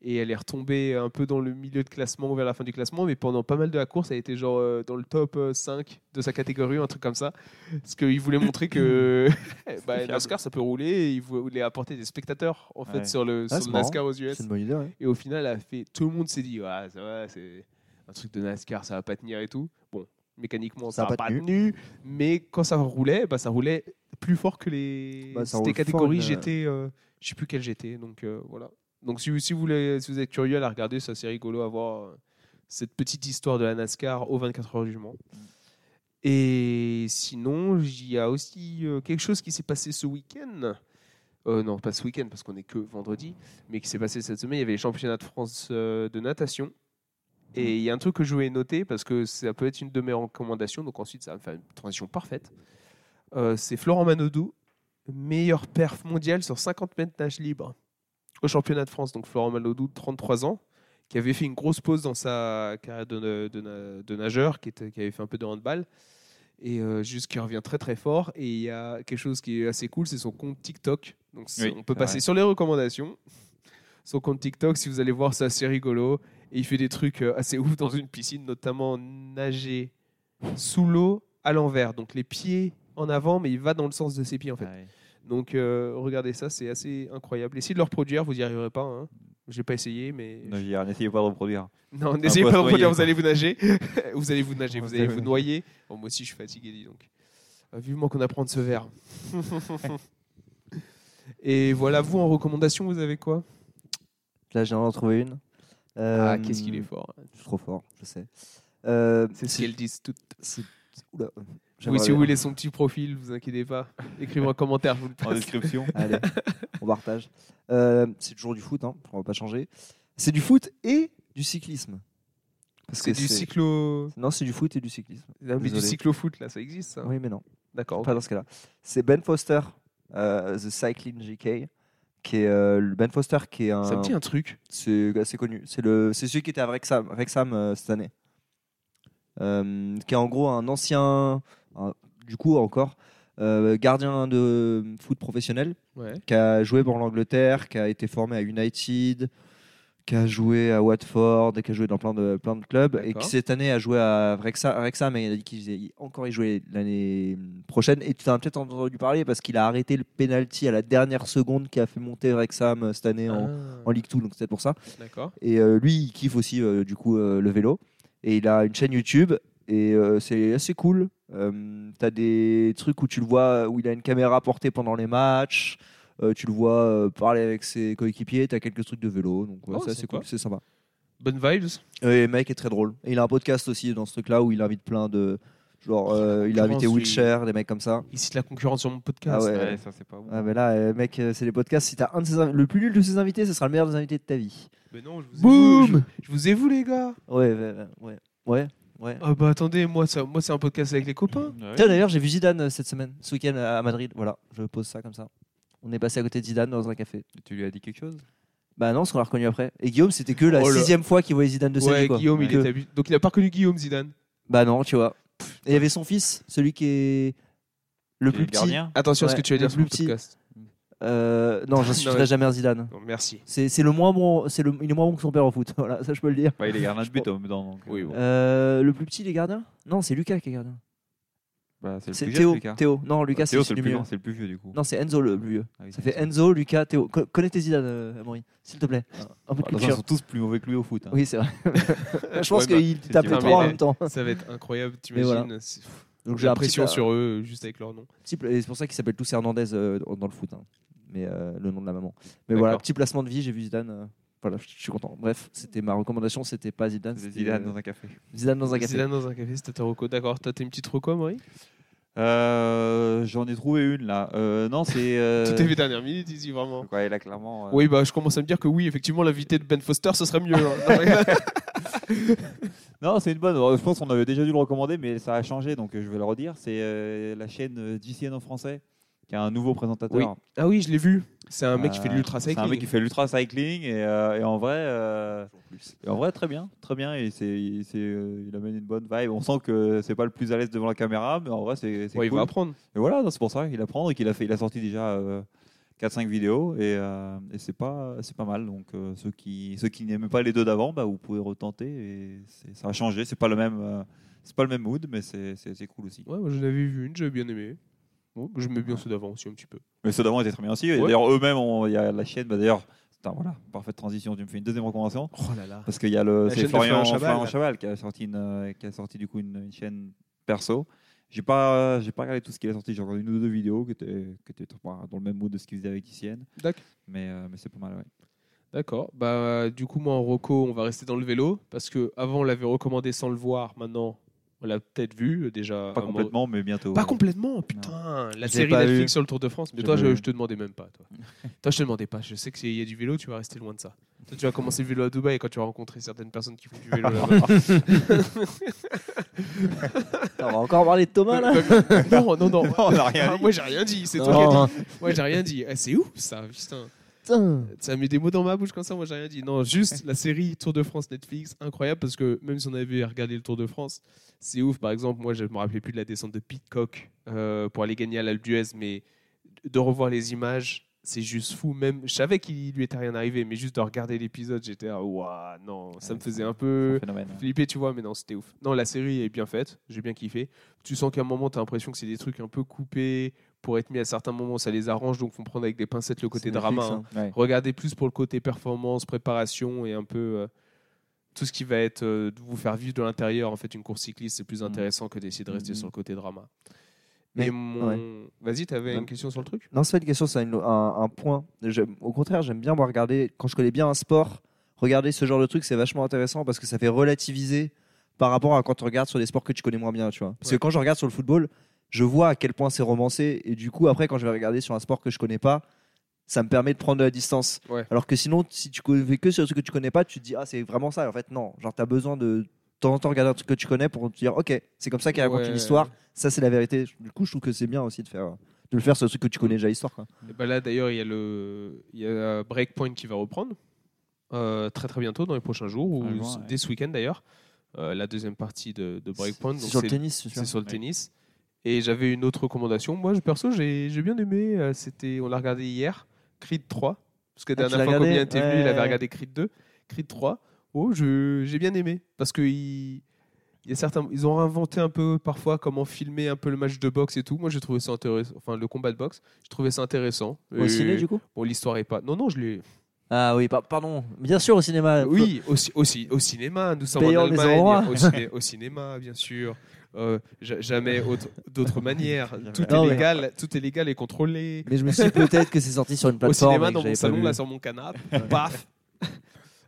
Speaker 1: Et elle est retombée un peu dans le milieu de classement, vers la fin du classement. Mais pendant pas mal de la course, elle était genre euh, dans le top euh, 5 de sa catégorie, un truc comme ça. Parce qu'ils voulaient montrer que bah,
Speaker 3: fiable.
Speaker 1: NASCAR, ça peut rouler. Et ils voulaient apporter des spectateurs, en fait,
Speaker 3: Ouais.
Speaker 1: sur le,
Speaker 2: Ah,
Speaker 1: sur
Speaker 2: c'est
Speaker 1: le
Speaker 2: marrant.
Speaker 1: NASCAR aux US.
Speaker 2: C'est une bonne idée. ouais.
Speaker 1: Et au final, elle a fait, tout le monde s'est dit, ouais, ça va, c'est un truc de NASCAR, ça va pas tenir et tout. Bon, mécaniquement, ça,
Speaker 2: Ça a
Speaker 1: n'a
Speaker 2: pas
Speaker 1: pas
Speaker 2: tenu.
Speaker 1: tenu. mais quand ça roulait, bah, ça roulait plus fort que les
Speaker 2: Bah, ça
Speaker 1: c'était
Speaker 2: roule
Speaker 1: catégories
Speaker 2: fort, une-
Speaker 1: GT, euh, je sais plus quelle GT, donc euh, voilà. Donc si, vous- si vous voulez, si vous êtes curieux à la regarder, ça c'est rigolo à voir euh, cette petite histoire de la NASCAR aux 24 heures du Mans. Et sinon, il y a aussi euh, quelque chose qui s'est passé ce week-end. Euh, non, pas ce week-end parce qu'on est que vendredi, mais qui s'est passé cette semaine. Il y avait les championnats de France euh, de natation.
Speaker 3: Mm.
Speaker 1: Et il y a un truc que je voulais noter parce que ça peut être une de mes recommandations. Donc ensuite, ça va me faire une transition parfaite. Euh, c'est Florent Manodou, meilleur perf mondial sur 50 mètres nage libre au championnat de France. Donc Florent Manodou, 33 ans, qui avait fait une grosse pause dans sa carrière de, na- de na- de nageur, qui, était- qui avait fait un peu de handball. Et euh, juste qui revient très très fort. Et il y a quelque chose qui est assez cool, c'est son compte TikTok. Donc c'est-
Speaker 3: Oui,
Speaker 1: on peut
Speaker 3: c'est
Speaker 1: passer
Speaker 3: vrai.
Speaker 1: sur les recommandations. Son compte TikTok, si vous allez voir, c'est assez rigolo. Et il fait des trucs euh, assez ouf dans une piscine, notamment nager sous l'eau à l'envers. Donc les pieds en avant, mais il va dans le sens de ses pieds en fait.
Speaker 3: Ah,
Speaker 1: Donc euh, regardez ça, c'est assez incroyable. Essayez de le reproduire, vous n'y arriverez pas. Hein. Je l'ai pas essayé, mais...
Speaker 3: Non, j'y ai- N'essayez pas de reproduire.
Speaker 1: Non, n'essayez pas de
Speaker 3: se noyer,
Speaker 1: reproduire,
Speaker 3: quoi.
Speaker 1: vous allez vous nager. vous allez vous nager, vous
Speaker 3: Vous
Speaker 1: allez
Speaker 3: allez
Speaker 1: vous
Speaker 3: vous-
Speaker 1: noyer. Bon, moi aussi, je suis fatigué, dis donc. Euh, vivement qu'on apprend de ce verre. Et voilà, vous, en recommandation, vous avez quoi
Speaker 2: Là, j'ai en trouvé une. Euh,
Speaker 1: Ah, qu'est-ce qu'il est fort.
Speaker 2: Je suis trop fort, je sais. Euh,
Speaker 1: C'est ce qu'elles disent toutes.
Speaker 2: c'est- Oula.
Speaker 1: Oui,
Speaker 2: J'aimerais
Speaker 1: si
Speaker 2: bien.
Speaker 1: vous voulez son petit profil, vous inquiétez pas. Écrivez un commentaire, je vous le
Speaker 3: En
Speaker 1: passe.
Speaker 3: description.
Speaker 2: Allez, on partage. Euh, c'est toujours du foot, hein, on va pas changer. C'est du foot et du cyclisme. Parce
Speaker 1: C'est
Speaker 2: que
Speaker 1: du cyclo...
Speaker 2: Non, c'est du foot et du cyclisme.
Speaker 1: Non, mais du
Speaker 2: Désolé.
Speaker 1: cyclo-foot, là, ça existe, ça
Speaker 2: Oui, mais non.
Speaker 1: D'accord.
Speaker 2: Pas dans ce cas-là. C'est Ben Foster, euh, The Cycling GK, qui est euh, le- Ben Foster, qui est un.
Speaker 1: Ça me dit un truc.
Speaker 2: C'est assez connu. C'est le, c'est celui qui était à Wrexham, Wrexham, euh, cette année, Euh, qui est en gros un ancien, un- du coup encore euh, gardien de foot professionnel,
Speaker 1: Ouais.
Speaker 2: qui a joué pour l'Angleterre, qui a été formé à United, qui a joué à Watford, qui a joué dans plein de plein de clubs, et
Speaker 1: D'accord.
Speaker 2: qui cette année a joué à Wrexham, à Wrexham, et il a dit qu'il faisait- il- encore y jouer l'année prochaine. Et tu en as peut-être entendu parler parce qu'il a arrêté le penalty à la dernière seconde qui a fait monter Wrexham euh, cette année en,
Speaker 1: Ah.
Speaker 2: en Ligue 2, donc c'est peut-être pour ça.
Speaker 1: D'accord.
Speaker 2: Et euh, lui, il kiffe aussi euh, du coup euh, le vélo. Et il a une chaîne YouTube et euh, c'est assez cool. Euh, T'as des trucs où tu le vois, où il a une caméra portée pendant les matchs. Euh, tu le vois euh, parler avec ses coéquipiers. T'as quelques trucs de vélo, donc ouais,
Speaker 1: Oh,
Speaker 2: c'est assez
Speaker 1: sympa.
Speaker 2: cool, c'est sympa.
Speaker 1: Bonne vibes.
Speaker 2: Et le mec est très drôle. Et il a un podcast aussi dans ce truc-là où il invite plein de genre, euh, il a
Speaker 1: concurrence,
Speaker 2: invité Wilshire, des mecs comme ça.
Speaker 1: Il cite la concurrence sur mon podcast.
Speaker 2: Ah ouais.
Speaker 3: Ouais, ça, c'est pas bon.
Speaker 2: Ouais, mais là, euh, mec, euh, c'est les podcasts. Si t'as un de ses inv- le plus nul de ses invités, ce sera le meilleur des invités de ta vie.
Speaker 1: Mais non, je vous ai
Speaker 2: Boum
Speaker 1: vous, je, je vous ai vous les gars.
Speaker 2: Ouais, ouais, ouais, ouais, ouais.
Speaker 1: Ah bah attendez, moi ça, moi c'est un podcast avec les copains.
Speaker 3: Ouais.
Speaker 2: Tiens, d'ailleurs, j'ai vu Zidane euh, cette semaine, ce week-end à à Madrid. Voilà, je pose ça comme ça. On est passé à côté de Zidane dans un café.
Speaker 3: Tu lui as dit quelque chose
Speaker 2: Bah non, parce qu'on l'a reconnu après. Et Guillaume, c'était que la
Speaker 1: Oh là.
Speaker 2: sixième fois qu'il voyait Zidane de sa
Speaker 1: ouais,
Speaker 2: vie. quoi.
Speaker 1: Guillaume, il
Speaker 2: Que-
Speaker 1: est abusé. Donc il a pas connu Guillaume Zidane.
Speaker 2: Bah non, tu vois. Et il y avait son fils, celui qui est le
Speaker 3: Qui est
Speaker 2: plus petit.
Speaker 3: gardien
Speaker 1: Attention à ce
Speaker 2: Ouais,
Speaker 1: que tu vas
Speaker 2: le
Speaker 1: dire sur le
Speaker 2: plus petit.
Speaker 1: podcast.
Speaker 2: Euh, non, je
Speaker 1: Non, mais-
Speaker 2: n'insulterai jamais un Zidane.
Speaker 1: Non, merci.
Speaker 2: C'est c'est le moins bon. C'est le, il est moins bon que son père au foot. Voilà, ça je peux le dire.
Speaker 3: Bah, Il est gardien de
Speaker 2: Je pense-
Speaker 3: but en même temps. donc, euh,
Speaker 1: Oui, bon.
Speaker 2: Euh, le plus petit, il est gardien Non, c'est Lucas qui est gardien.
Speaker 3: bah, C'est le
Speaker 2: C'est
Speaker 3: plus jeune,
Speaker 2: Théo.
Speaker 3: Lucas.
Speaker 2: Théo. Non, Lucas,
Speaker 3: Ah, Théo, c'est
Speaker 2: celui du
Speaker 3: le plus
Speaker 2: milieu.
Speaker 3: grand, c'est le plus vieux du coup.
Speaker 2: Non, c'est Enzo le plus vieux.
Speaker 3: Ah oui,
Speaker 2: Ça
Speaker 3: c'est
Speaker 2: fait Enzo, Lucas, Théo. Co- Connais tes Zidane, euh, Amaury, s'il te plaît. Un peu de
Speaker 3: Ah, de toute façon,
Speaker 2: culture.
Speaker 3: Ils sont tous plus mauvais que lui au foot. hein.
Speaker 2: Oui, c'est vrai. je pense
Speaker 1: Ouais, bah,
Speaker 2: qu'il
Speaker 3: c'est
Speaker 2: tape les
Speaker 1: différent.
Speaker 2: trois en
Speaker 1: Mais-
Speaker 2: même temps.
Speaker 1: ça va être incroyable,
Speaker 2: Mais voilà.
Speaker 1: t'imagines. C'est- pff,
Speaker 2: Donc j'ai
Speaker 1: La
Speaker 2: un petit
Speaker 1: pression
Speaker 2: pla-
Speaker 1: sur eux euh, juste avec leur nom.
Speaker 2: petit pla- et C'est pour ça qu'ils s'appellent tous Hernandez euh, dans le foot. hein. Mais euh, le nom de la maman. Mais voilà,
Speaker 1: D'accord.
Speaker 2: petit placement de vie, j'ai vu Zidane. euh, voilà, je je suis content. Bref, c'était ma recommandation, c'était pas Zidane.
Speaker 3: C'est
Speaker 2: c'était,
Speaker 3: Zidane
Speaker 2: euh,
Speaker 3: dans un café.
Speaker 2: Zidane dans un café.
Speaker 1: Zidane dans un café, c'était ta reco. D'accord, toi t'es une petite reco, Marie
Speaker 3: Euh, J'en ai trouvé une là. Euh, non, c'est. euh,
Speaker 1: Tout est fait dernière minute ici, vraiment.
Speaker 3: Ouais, il a clairement. euh,
Speaker 1: Oui, bah je commence à me dire que oui, effectivement, l'invité de Ben Foster, ce serait mieux. hein.
Speaker 3: Non, c'est une bonne. Euh, Je pense qu'on avait déjà dû le recommander, mais ça a changé, donc euh, je vais le redire. C'est euh, la chaîne euh, JCN en français qui a un nouveau présentateur.
Speaker 1: Oui, ah oui, je l'ai vu. C'est un mec qui fait de
Speaker 3: Euh,
Speaker 1: l'ultra
Speaker 3: C'est un mec qui
Speaker 1: cycling.
Speaker 3: fait de l'ultra cycling et, euh, et en vrai, euh, et en vrai très bien, très bien. Et c'est, il- c'est, euh, il amène une bonne vibe. On sent que c'est pas le plus à l'aise devant la caméra, mais en vrai c'est, c'est
Speaker 1: Ouais, il
Speaker 3: cool.
Speaker 1: va apprendre.
Speaker 3: Et voilà, non, c'est pour ça qu'il apprend et qu'il a fait, il a sorti déjà euh, 4-5 vidéos et, euh, et c'est pas, c'est pas mal. Donc euh, ceux qui, ceux qui n'aimaient pas les deux d'avant, bah, vous pouvez retenter et c'est- ça a changé. C'est pas le même, euh, c'est pas le même mood, mais c'est, c'est, c'est cool aussi.
Speaker 1: Ouais, moi j'en avais vu une, j'avais bien aimé. Bon, je mets bien ceux d'avant aussi un petit peu.
Speaker 3: Mais ceux d'avant étaient très bien aussi. Et
Speaker 1: Ouais.
Speaker 3: D'ailleurs eux-mêmes, on- il y a la chaîne. Bah, d'ailleurs, putain, voilà, parfaite transition. Tu me fais une deuxième recommandation.
Speaker 1: Oh là là.
Speaker 3: Parce qu'il y a le
Speaker 1: La chaîne
Speaker 3: c'est
Speaker 1: de
Speaker 3: Florian,
Speaker 1: Florian Chabal,
Speaker 3: Florian
Speaker 1: là.
Speaker 3: Chabal qui a sorti une euh, qui a sorti du coup une, une chaîne perso. J'ai pas j'ai pas regardé tout ce qu'il a sorti. J'ai regardé une ou deux vidéos qui étaient qui étaient bah, dans le même mood de ce qu'il faisait avec Ticienne.
Speaker 1: D'accord.
Speaker 3: Mais euh, mais c'est pas mal. Ouais.
Speaker 1: D'accord. Bah, du coup, moi en Rocco, on va rester dans le vélo parce que avant on l'avait recommandé sans le voir. Maintenant, On l'a peut-être vu euh, déjà.
Speaker 3: Pas
Speaker 1: un mo-
Speaker 3: complètement, mais bientôt.
Speaker 1: Pas complètement, putain. La
Speaker 2: Je l'ai
Speaker 1: série
Speaker 2: pas
Speaker 1: Netflix
Speaker 2: vu.
Speaker 1: sur le Tour de France. Mais
Speaker 3: J'ai
Speaker 1: toi,
Speaker 3: pas
Speaker 1: je,
Speaker 3: vu.
Speaker 1: je te demandais même pas. Toi, toi je te demandais pas. Je sais qu'il y a du vélo, tu vas rester loin de ça. Toi, tu vas commencer le vélo à Dubaï quand tu vas rencontrer certaines personnes qui font du vélo là-bas.
Speaker 5: On va encore parler de Thomas là
Speaker 1: non, non, non.
Speaker 3: on n'a rien
Speaker 1: Ah,
Speaker 3: dit.
Speaker 1: moi, j'ai rien dit. C'est toi qui as dit.
Speaker 5: Non,
Speaker 1: Moi, j'ai rien dit. Eh, c'est ouf, ça, putain.
Speaker 5: putain.
Speaker 1: Ça met des mots dans ma bouche comme ça, moi, j'ai rien dit. Non, juste la série Tour de France Netflix, incroyable, parce que même si on avait regardé le Tour de France, c'est ouf. Par exemple, moi, je me rappelais plus de la descente de Pitcock euh, pour aller gagner à l'Alpe d'Huez, mais de revoir les images, c'est juste fou. Même, je savais qu'il lui était rien arrivé, mais juste de regarder l'épisode, j'étais, ah, ouah, non, ça me faisait un peu
Speaker 3: Phénomène. ouais.
Speaker 1: flippé, tu vois, mais non, c'était ouf. Non, la série est bien faite, j'ai bien kiffé. Tu sens qu'à un moment, t'as l'impression que c'est des trucs un peu coupés pour être mis à certains moments, ça les arrange, donc faut prendre avec des pincettes le côté
Speaker 2: C'est
Speaker 1: drama. hein.
Speaker 2: Netflix, hein.
Speaker 3: Ouais.
Speaker 1: Regardez plus pour le côté performance, préparation et un peu euh, tout ce qui va être euh, de vous faire vivre de l'intérieur. En fait, une course cycliste, c'est plus
Speaker 3: Mhm.
Speaker 1: intéressant que d'essayer de rester
Speaker 2: Mhm.
Speaker 1: sur le côté drama.
Speaker 2: Mm. Mais-
Speaker 1: Mais mon... vas-y, t'avais
Speaker 2: Non.
Speaker 1: une question sur le truc
Speaker 2: Non, c'est pas une question, c'est un, un- un point. J'aime- Au contraire, j'aime bien moi regarder, quand je connais bien un sport, regarder ce genre de truc, c'est vachement intéressant parce que ça fait relativiser par rapport à quand tu regardes sur des sports que tu connais moins bien, tu vois. Parce
Speaker 1: Ouais.
Speaker 2: que quand je regarde sur le football, je vois à quel point c'est romancé et du coup, après, quand je vais regarder sur un sport que je connais pas, ça me permet de prendre de la distance.
Speaker 1: Ouais.
Speaker 2: Alors que sinon, si tu fais que sur un truc que tu connais pas, tu te dis, ah, c'est vraiment ça. En fait, non. Genre, t'as besoin de de temps en temps regarder un truc que tu connais pour te dire, ok, c'est comme ça qu'il raconte
Speaker 1: Ouais.
Speaker 2: une histoire, ça c'est la vérité. Du coup, je trouve que c'est bien aussi de faire. De le faire sur un truc que tu connais déjà l'histoire. quoi.
Speaker 1: Et ben là, d'ailleurs, il y a le il y a Breakpoint qui va reprendre euh, très très bientôt dans les prochains jours ou
Speaker 3: Ah, je vois,
Speaker 1: ce-
Speaker 3: ouais.
Speaker 1: dès ce week-end d'ailleurs. Euh, la deuxième partie de, de Breakpoint, donc
Speaker 2: C'est sur le
Speaker 1: c'est
Speaker 2: tennis, tu
Speaker 1: c'est sur le
Speaker 3: Ouais.
Speaker 1: tennis. Et j'avais une autre recommandation. Moi, je- perso, j'ai j'ai bien aimé. euh, C'était, on l'a regardé hier, Creed 3. Parce que la
Speaker 2: Ah, tu
Speaker 1: dernière
Speaker 2: l'as
Speaker 1: fois,
Speaker 2: regardé
Speaker 1: Combien était venu, il
Speaker 2: Ouais.
Speaker 1: avait regardé Creed 2, Creed 3. Oh, je- j'ai bien aimé parce que il, il y a certains, ils ont réinventé un peu parfois comment filmer un peu le match de boxe et tout. Moi, j'ai trouvé ça intéressant. Enfin, le combat de boxe, j'ai trouvé ça intéressant.
Speaker 2: Au
Speaker 1: Et-
Speaker 2: ciné, du coup
Speaker 1: Bon, l'histoire est pas. Non, non, je l'ai.
Speaker 5: Ah oui, par- pardon. Bien sûr, au cinéma.
Speaker 1: Oui, au, ci- au ci- au cinéma. Nous sommes
Speaker 5: Payant
Speaker 1: en
Speaker 5: Euh, les
Speaker 1: Allemagne.
Speaker 5: endroits.
Speaker 1: Au, ciné- au cinéma, bien sûr. Euh, ja- jamais autre- d'autre manière. Tout
Speaker 5: Non,
Speaker 1: est
Speaker 5: mais-
Speaker 1: légal. Tout est légal et contrôlé.
Speaker 5: Mais je me suis dit peut-être que c'est sorti sur une
Speaker 1: Au
Speaker 5: plateforme.
Speaker 1: cinéma,
Speaker 5: et que
Speaker 1: dans mon
Speaker 5: j'avais pas
Speaker 1: salon,
Speaker 5: vu.
Speaker 1: là, sur mon canapé. Paf.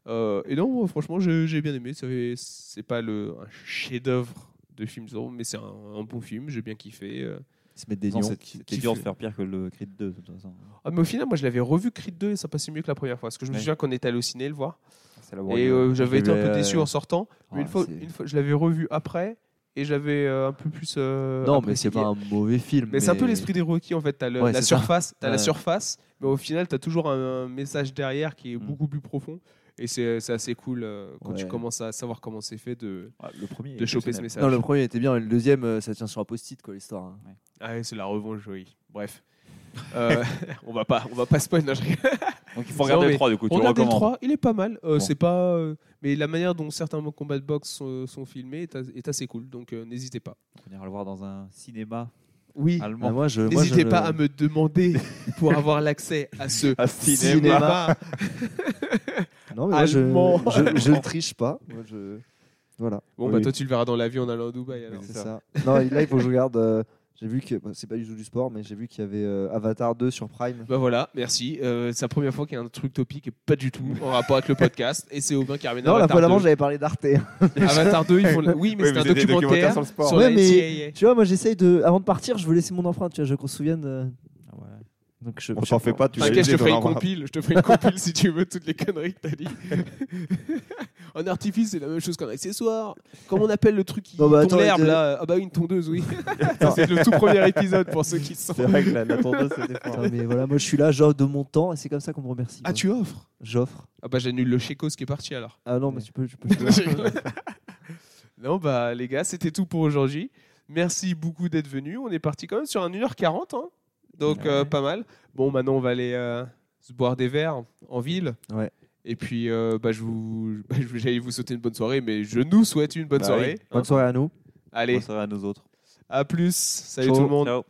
Speaker 1: Euh, et non, franchement, j'ai j'ai bien aimé. Ça fait- C'est pas le un chef-d'œuvre de film Zorro, mais c'est un, un bon film. J'ai bien kiffé. euh.
Speaker 5: Ils se mettent des
Speaker 3: Non,
Speaker 5: lions.
Speaker 3: c'est
Speaker 1: qui-
Speaker 3: c'est
Speaker 1: qui
Speaker 3: dur de
Speaker 1: fait-
Speaker 3: faire pire que le Creed 2, de toute façon.
Speaker 1: Ah, mais au final, moi, je l'avais revu Creed 2 et ça passait mieux que la première fois. Parce que je me
Speaker 3: Ouais.
Speaker 1: souviens qu'on était allé au ciné le voir.
Speaker 3: C'est
Speaker 1: Et
Speaker 3: laborieux.
Speaker 1: euh, j'avais
Speaker 5: je
Speaker 1: été un
Speaker 5: l'ai
Speaker 1: peu
Speaker 5: vu,
Speaker 1: déçu
Speaker 5: euh,
Speaker 1: en sortant. Mais une
Speaker 5: Ah,
Speaker 1: fois,
Speaker 5: c'est-
Speaker 1: une fois, je l'avais revu après et j'avais euh, un peu plus. euh,
Speaker 5: Non, mais
Speaker 1: apprécié.
Speaker 5: c'est pas un mauvais film.
Speaker 1: Mais, c'est un peu l'esprit des Rocky en fait. T'as le-
Speaker 5: Ouais,
Speaker 1: la
Speaker 5: c'est ça.
Speaker 1: surface, t'as la
Speaker 5: Ouais.
Speaker 1: surface, mais au final t'as toujours un, un message derrière qui est
Speaker 3: Mm.
Speaker 1: beaucoup plus profond. Et c'est c'est assez cool euh, quand tu
Speaker 5: Ouais.
Speaker 1: commences à savoir comment c'est fait de,
Speaker 3: Ouais, le premier.
Speaker 1: de
Speaker 3: est
Speaker 1: choper ce
Speaker 3: exceptionnel.
Speaker 1: message.
Speaker 5: Non, le premier était bien, et le deuxième, euh, ça tient sur un post-it, quoi, l'histoire. hein.
Speaker 1: Ah ouais, c'est la revanche, oui. Bref. Euh, on va pas, on va pas spoil. non, je rigole.
Speaker 3: Donc il faut regarder
Speaker 1: Non, mais
Speaker 3: le 3 du coup, tu
Speaker 1: on
Speaker 3: le
Speaker 1: a des
Speaker 3: recommandes.
Speaker 1: trois, il est pas mal. Euh,
Speaker 3: Bon.
Speaker 1: C'est pas, euh, mais la manière dont certains combats de boxe sont, sont filmés est, as- est assez cool. Donc euh, n'hésitez pas.
Speaker 3: On ira le voir dans un cinéma
Speaker 1: Oui.
Speaker 3: allemand.
Speaker 5: Ah, moi, je, moi, je
Speaker 1: N'hésitez
Speaker 5: me-
Speaker 1: pas à me demander pour avoir l'accès à ce
Speaker 3: Un
Speaker 1: cinéma.
Speaker 2: Non, mais moi, je,
Speaker 1: Allemand.
Speaker 2: je, je ne triche pas. Moi, je... Voilà.
Speaker 1: Bon,
Speaker 2: Oui,
Speaker 1: bah
Speaker 2: oui,
Speaker 1: toi, tu le verras dans l'avion en allant à Dubaï. alors.
Speaker 2: c'est ça. Non, là, il faut que je regarde. euh, j'ai vu que. bah, c'est pas du tout du sport, mais j'ai vu qu'il y avait euh, Avatar 2 sur Prime.
Speaker 1: Bah voilà, merci. Euh, c'est la première fois qu'il y a un truc topique et pas du tout en rapport avec le podcast. Et c'est Aubin qui ramène
Speaker 2: Non, la
Speaker 1: Avatar
Speaker 2: fois
Speaker 1: 2.
Speaker 2: d'avant, j'avais parlé d'Arte.
Speaker 1: Avatar 2, ils font le- Oui, mais
Speaker 3: Oui,
Speaker 1: c'est un
Speaker 3: des
Speaker 1: documentaire
Speaker 3: documentaires sur le sport.
Speaker 1: sur
Speaker 2: Ouais,
Speaker 1: la
Speaker 2: mais-
Speaker 1: NCAA.
Speaker 2: tu vois, moi, j'essaye de. Avant de partir, je veux laisser mon empreinte, tu vois, je veux qu'on se souvienne. euh,
Speaker 3: Ah ouais.
Speaker 2: Donc, je.
Speaker 3: On s'en fait pas, tu
Speaker 1: T'inquiète, je Ah, te
Speaker 3: les
Speaker 1: ferai une
Speaker 3: devras voir.
Speaker 1: compile. Je te ferai une compile si tu veux toutes les conneries que t'as dit. en artifice, c'est la même chose qu'en accessoire. Comment on appelle le truc qui
Speaker 2: Non, bah,
Speaker 1: tourne
Speaker 2: attends,
Speaker 1: l'herbe
Speaker 2: euh,
Speaker 1: là Ah bah une tondeuse, oui. Ça, c'est le tout premier épisode pour ceux qui sont.
Speaker 3: C'est vrai que la, la tondeuse c'était fort.
Speaker 2: Putain, mais voilà, moi, je suis là, j'offre de mon temps et c'est comme ça qu'on me remercie.
Speaker 1: Ah
Speaker 2: quoi.
Speaker 1: tu offres
Speaker 2: J'offre.
Speaker 1: Ah bah j'annule le Chécos qui est parti alors.
Speaker 2: Ah non, mais tu peux. Tu peux
Speaker 1: non, bah les gars, c'était tout pour aujourd'hui. Merci beaucoup d'être venus. On est parti quand même sur un 1h40, hein. donc euh, pas mal. Bon, maintenant on va aller euh, se boire des verres en ville.
Speaker 2: Ouais.
Speaker 1: Et puis, euh, bah, je vous, bah, je- j'allais vous souhaiter une bonne soirée, mais je nous souhaite une bonne
Speaker 3: Bah
Speaker 1: soirée.
Speaker 3: oui.
Speaker 1: hein.
Speaker 2: Bonne soirée à nous.
Speaker 1: Allez,
Speaker 3: Bonne soirée à nous autres.
Speaker 1: à plus. Salut
Speaker 2: Ciao.
Speaker 1: tout le monde.
Speaker 3: Ciao.